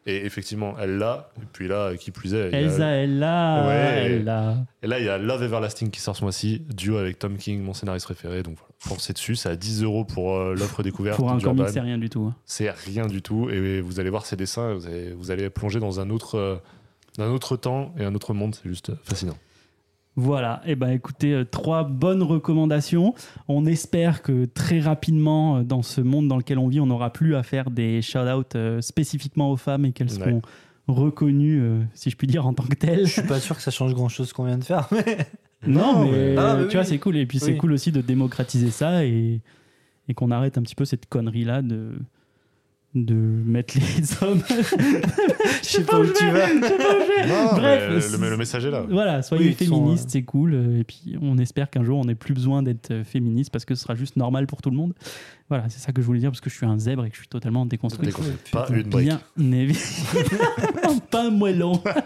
[SPEAKER 4] Et effectivement, elle l'a. Et puis là, euh, qui plus est, il y a-
[SPEAKER 1] Elsa, elle l'a.
[SPEAKER 4] Ouais.
[SPEAKER 1] Elle l'a.
[SPEAKER 4] et là, il y a Love Everlasting qui sort ce mois-ci, duo avec Tom King, mon scénariste préféré. Donc voilà, foncez dessus. C'est à 10 euros pour euh, l'offre découverte.
[SPEAKER 1] Pour un
[SPEAKER 4] d'Urban.
[SPEAKER 1] comic, c'est rien du tout. hein.
[SPEAKER 4] C'est rien du tout. Et vous allez voir ses dessins. et Vous allez, vous allez plonger dans un autre, euh, un autre temps et un autre monde. C'est juste fascinant.
[SPEAKER 1] Voilà, et ben écoutez, euh, trois bonnes recommandations. On espère que très rapidement, euh, dans ce monde dans lequel on vit, on n'aura plus à faire des shout-outs euh, spécifiquement aux femmes et qu'elles
[SPEAKER 4] Ouais.
[SPEAKER 1] seront reconnues, euh, si je puis dire, en tant que telles.
[SPEAKER 5] Je suis pas sûr que ça change grand chose qu'on vient de faire. mais-
[SPEAKER 1] Non,
[SPEAKER 4] Non,
[SPEAKER 1] mais,
[SPEAKER 4] mais-
[SPEAKER 5] Ah, mais
[SPEAKER 1] tu
[SPEAKER 5] oui.
[SPEAKER 1] vois, c'est cool. Et puis c'est
[SPEAKER 5] Oui.
[SPEAKER 1] cool aussi de démocratiser ça et, et qu'on arrête un petit peu cette connerie-là de de mettre les hommes.
[SPEAKER 5] Je sais pas où tu vas. Ah,
[SPEAKER 4] Non,
[SPEAKER 1] Bref,
[SPEAKER 4] mais
[SPEAKER 1] c'est-
[SPEAKER 4] le, le message est là.
[SPEAKER 1] Voilà, soyez
[SPEAKER 5] Oui, ils sont,
[SPEAKER 1] féministes,
[SPEAKER 5] euh,
[SPEAKER 1] c'est cool. euh, Et puis, on espère qu'un jour, on n'ait plus besoin d'être euh, féministe parce que ce sera juste normal pour tout le monde. Voilà, c'est ça que je voulais dire parce que je suis un zèbre et que je suis totalement déconstruit.
[SPEAKER 4] Déconstruit. Pas une break.
[SPEAKER 1] Bien évidemment, pas un moellon.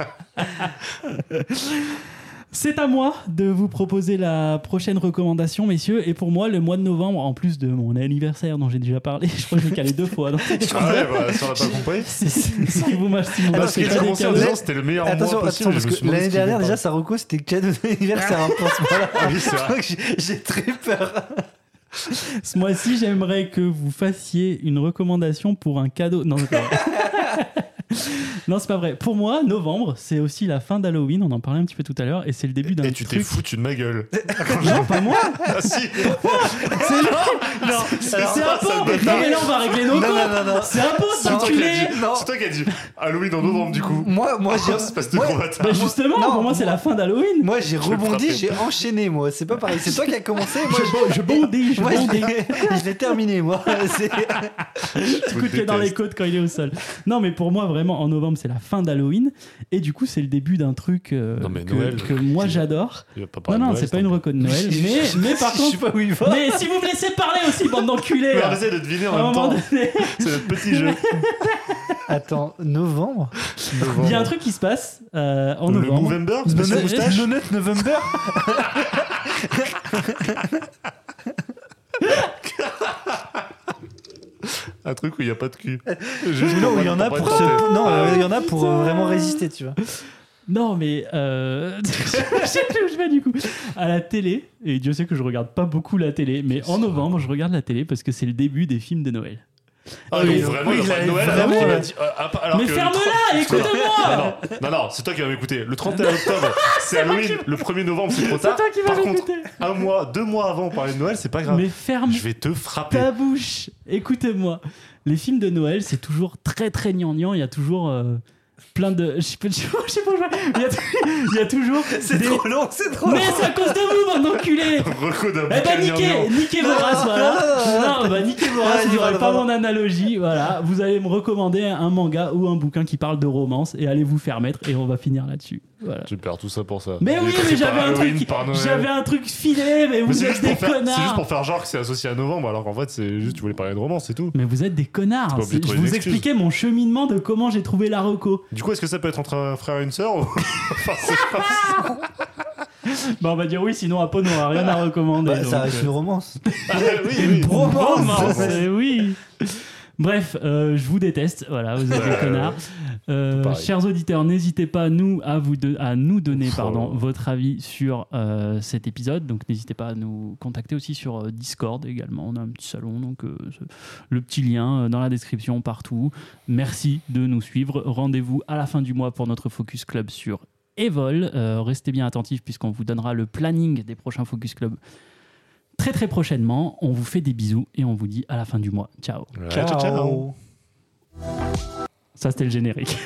[SPEAKER 1] C'est à moi de vous proposer la prochaine recommandation, messieurs. Et pour moi, le mois de novembre, en plus de mon anniversaire dont j'ai déjà parlé, je crois que je l'ai calé deux fois. donc-
[SPEAKER 4] Ah ouais, bah, ça, on l'a pas compris.
[SPEAKER 1] si, si- si vous m'achetez, vous
[SPEAKER 4] Parce
[SPEAKER 1] m'achetez
[SPEAKER 4] qu'il a
[SPEAKER 1] pas des
[SPEAKER 4] commencé en
[SPEAKER 1] cadeaux.
[SPEAKER 4] disant c'était le meilleur
[SPEAKER 5] Attention,
[SPEAKER 4] mois possible.
[SPEAKER 5] attention, parce
[SPEAKER 4] je me suis
[SPEAKER 5] que
[SPEAKER 4] demandé
[SPEAKER 5] l'année
[SPEAKER 4] ce qu'il
[SPEAKER 5] dernière,
[SPEAKER 4] voulait
[SPEAKER 5] déjà, sa reco, c'était cadeau d'anniversaire. hein, pour ce moment-là.
[SPEAKER 4] parler. Oui, c'est vrai.
[SPEAKER 5] Donc, j'ai- J'ai très peur.
[SPEAKER 1] Ce mois-ci, j'aimerais que vous fassiez une recommandation pour un cadeau. Non, c'est pas vrai. non, c'est pas vrai. Pour moi, novembre, c'est aussi la fin d'Halloween. On en parlait un petit peu tout à l'heure, et c'est le début d'un
[SPEAKER 4] Et tu t'es
[SPEAKER 1] truc.
[SPEAKER 4] foutu de ma gueule.
[SPEAKER 1] Non, pas moi.
[SPEAKER 4] Ah si
[SPEAKER 1] C'est non, non. C'est
[SPEAKER 5] alors,
[SPEAKER 1] un
[SPEAKER 4] ça
[SPEAKER 1] pot.
[SPEAKER 4] me dépasse.
[SPEAKER 1] Mais là, on va régler nos
[SPEAKER 5] Non,
[SPEAKER 1] comptes.
[SPEAKER 5] non, non, non.
[SPEAKER 1] C'est un pot,
[SPEAKER 4] C'est toi qui
[SPEAKER 1] enculé.
[SPEAKER 4] l'as dit.
[SPEAKER 5] Non.
[SPEAKER 4] C'est toi qui as dit ah, Halloween en novembre du coup.
[SPEAKER 5] Moi, Oh. moi, j'ai.
[SPEAKER 4] Ah, Espèce de
[SPEAKER 5] moi-
[SPEAKER 4] gros bâtard.
[SPEAKER 1] Bah, justement,
[SPEAKER 5] Non,
[SPEAKER 1] pour moi,
[SPEAKER 5] moi-
[SPEAKER 1] c'est la fin d'Halloween.
[SPEAKER 5] Moi, j'ai
[SPEAKER 4] vais le
[SPEAKER 5] rebondi,
[SPEAKER 4] frapper.
[SPEAKER 5] j'ai enchaîné, moi. C'est pas pareil. C'est toi qui as commencé. Moi,
[SPEAKER 1] Je, je bondis, je
[SPEAKER 5] Moi, je
[SPEAKER 1] bondis.
[SPEAKER 5] l'ai- je l'ai terminé, moi. C'est-
[SPEAKER 4] Je vous
[SPEAKER 1] coup de pied dans les
[SPEAKER 4] déteste.
[SPEAKER 1] côtes quand il est au sol. Non, mais pour moi, vraiment, en novembre, c'est la fin d'Halloween. Et du coup, c'est le début d'un truc euh,
[SPEAKER 4] Non, mais
[SPEAKER 1] que-
[SPEAKER 4] Noël.
[SPEAKER 1] que moi, j'adore.
[SPEAKER 4] Il va pas
[SPEAKER 1] Non,
[SPEAKER 4] parler
[SPEAKER 1] non,
[SPEAKER 4] de
[SPEAKER 1] c'est
[SPEAKER 4] Noël,
[SPEAKER 1] pas une
[SPEAKER 4] tant
[SPEAKER 1] reco de Noël, mais, mais par
[SPEAKER 5] je sais
[SPEAKER 1] contre.
[SPEAKER 5] pas où il va.
[SPEAKER 1] Mais si vous me laissez parler aussi, bande d'enculés
[SPEAKER 4] pis. Mais
[SPEAKER 1] là.
[SPEAKER 4] arrêtez de deviner
[SPEAKER 1] À
[SPEAKER 4] en
[SPEAKER 1] un
[SPEAKER 4] même
[SPEAKER 1] moment
[SPEAKER 4] temps.
[SPEAKER 1] donné,
[SPEAKER 4] C'est notre petit jeu.
[SPEAKER 5] Attends, novembre
[SPEAKER 1] il y a un truc qui se passe euh, en
[SPEAKER 4] Le
[SPEAKER 1] novembre.
[SPEAKER 4] Movember Spécial
[SPEAKER 1] Noël-
[SPEAKER 4] moustache
[SPEAKER 5] Nonut November
[SPEAKER 4] Un truc où il n'y a pas de cul.
[SPEAKER 5] Non, il y en a pour se- non, euh, il y en a pour euh, vraiment résister, tu vois.
[SPEAKER 1] Non, mais euh... je sais plus où je vais du coup. À la télé, et Dieu sait que je regarde pas beaucoup la télé, mais en novembre, je regarde la télé parce que c'est le début des films de Noël.
[SPEAKER 4] Ah, donc
[SPEAKER 5] Oui,
[SPEAKER 4] vraiment,
[SPEAKER 5] oui,
[SPEAKER 4] il
[SPEAKER 5] il
[SPEAKER 4] a pas
[SPEAKER 5] a
[SPEAKER 4] de Noël.
[SPEAKER 5] vraiment,
[SPEAKER 4] alors qu'il
[SPEAKER 5] là.
[SPEAKER 4] m'a dit, euh, ah, pas- alors
[SPEAKER 1] mais
[SPEAKER 4] que le
[SPEAKER 1] ferme-la,
[SPEAKER 4] trois-
[SPEAKER 1] écoute-moi
[SPEAKER 4] Non, non, non, c'est toi qui vas m'écouter. Le 31 octobre, c'est Halloween. Le 1er novembre, c'est trop
[SPEAKER 1] C'est
[SPEAKER 4] tard.
[SPEAKER 1] toi qui vas
[SPEAKER 4] Par contre,
[SPEAKER 1] m'écouter
[SPEAKER 4] un mois, deux mois avant, on parlait de Noël, c'est pas grave.
[SPEAKER 1] Mais ferme
[SPEAKER 4] Je vais te frapper.
[SPEAKER 1] ta bouche Écoutez-moi Les films de Noël, c'est toujours très très gnangnan, il y a toujours... euh, plein de je sais pas je sais pas- je sais pas où je vais. il y a, il y a toujours des-
[SPEAKER 5] long, c'est trop
[SPEAKER 1] mais c'est à cause de vous bande d'enculés
[SPEAKER 4] Reco d'un
[SPEAKER 1] Eh
[SPEAKER 4] bouquin
[SPEAKER 1] bah niquez,
[SPEAKER 4] gnangnan.
[SPEAKER 1] niquez vos races, voilà. Non, bah niquez vos races, vous
[SPEAKER 5] Ah, pardon,
[SPEAKER 1] n'aurez pas
[SPEAKER 5] pardon.
[SPEAKER 1] mon analogie, voilà. Vous allez me recommander un manga ou un bouquin qui parle de romance et allez vous faire mettre et on va finir là-dessus. Voilà.
[SPEAKER 4] Tu perds tout ça pour ça.
[SPEAKER 1] Mais
[SPEAKER 4] Il est
[SPEAKER 1] oui,
[SPEAKER 4] pris
[SPEAKER 1] mais
[SPEAKER 4] par
[SPEAKER 1] j'avais un
[SPEAKER 4] Halloween,
[SPEAKER 1] truc,
[SPEAKER 4] par Noël.
[SPEAKER 1] j'avais un truc filé, mais
[SPEAKER 4] Mais
[SPEAKER 1] vous
[SPEAKER 4] c'est
[SPEAKER 1] êtes
[SPEAKER 4] juste,
[SPEAKER 1] des
[SPEAKER 4] pour faire- c'est juste
[SPEAKER 1] connards.
[SPEAKER 4] pour faire genre que c'est associé à novembre, alors qu'en fait, c'est juste tu voulais parler de romance, c'est tout.
[SPEAKER 1] Mais vous êtes des connards.
[SPEAKER 4] pas obligé
[SPEAKER 1] C'est-
[SPEAKER 4] de
[SPEAKER 1] Je
[SPEAKER 4] trouver
[SPEAKER 1] vous
[SPEAKER 4] une excuse.
[SPEAKER 1] expliquais mon cheminement de comment j'ai trouvé la reco.
[SPEAKER 4] Du coup, est-ce que ça peut être entre un frère et une sœur ou- Enfin, c'est-
[SPEAKER 1] Bah on va dire oui, sinon Apo n'aura rien à recommander.
[SPEAKER 4] Bah,
[SPEAKER 1] donc,
[SPEAKER 5] Bah, ça reste
[SPEAKER 1] euh,
[SPEAKER 5] une romance.
[SPEAKER 4] Ah, oui, oui.
[SPEAKER 5] Romance.
[SPEAKER 1] Romance, euh, oui. Bref, euh, je vous déteste. Voilà, vous êtes des connards. Euh,
[SPEAKER 4] pareil.
[SPEAKER 1] chers auditeurs, n'hésitez pas nous à vous de- à nous donner
[SPEAKER 4] Oh.
[SPEAKER 1] pardon votre avis sur euh, cet épisode. Donc n'hésitez pas à nous contacter aussi sur euh, Discord également. On a un petit salon, donc euh, ce- le petit lien euh, dans la description partout. Merci de nous suivre. Rendez-vous à la fin du mois pour notre focus club sur Evol. Euh, restez bien attentifs puisqu'on vous donnera le planning des prochains focus club très très prochainement. On vous fait des bisous et on vous dit à la fin du mois. Ciao.
[SPEAKER 4] Ouais, ciao, ciao.
[SPEAKER 1] Ça c'était le générique.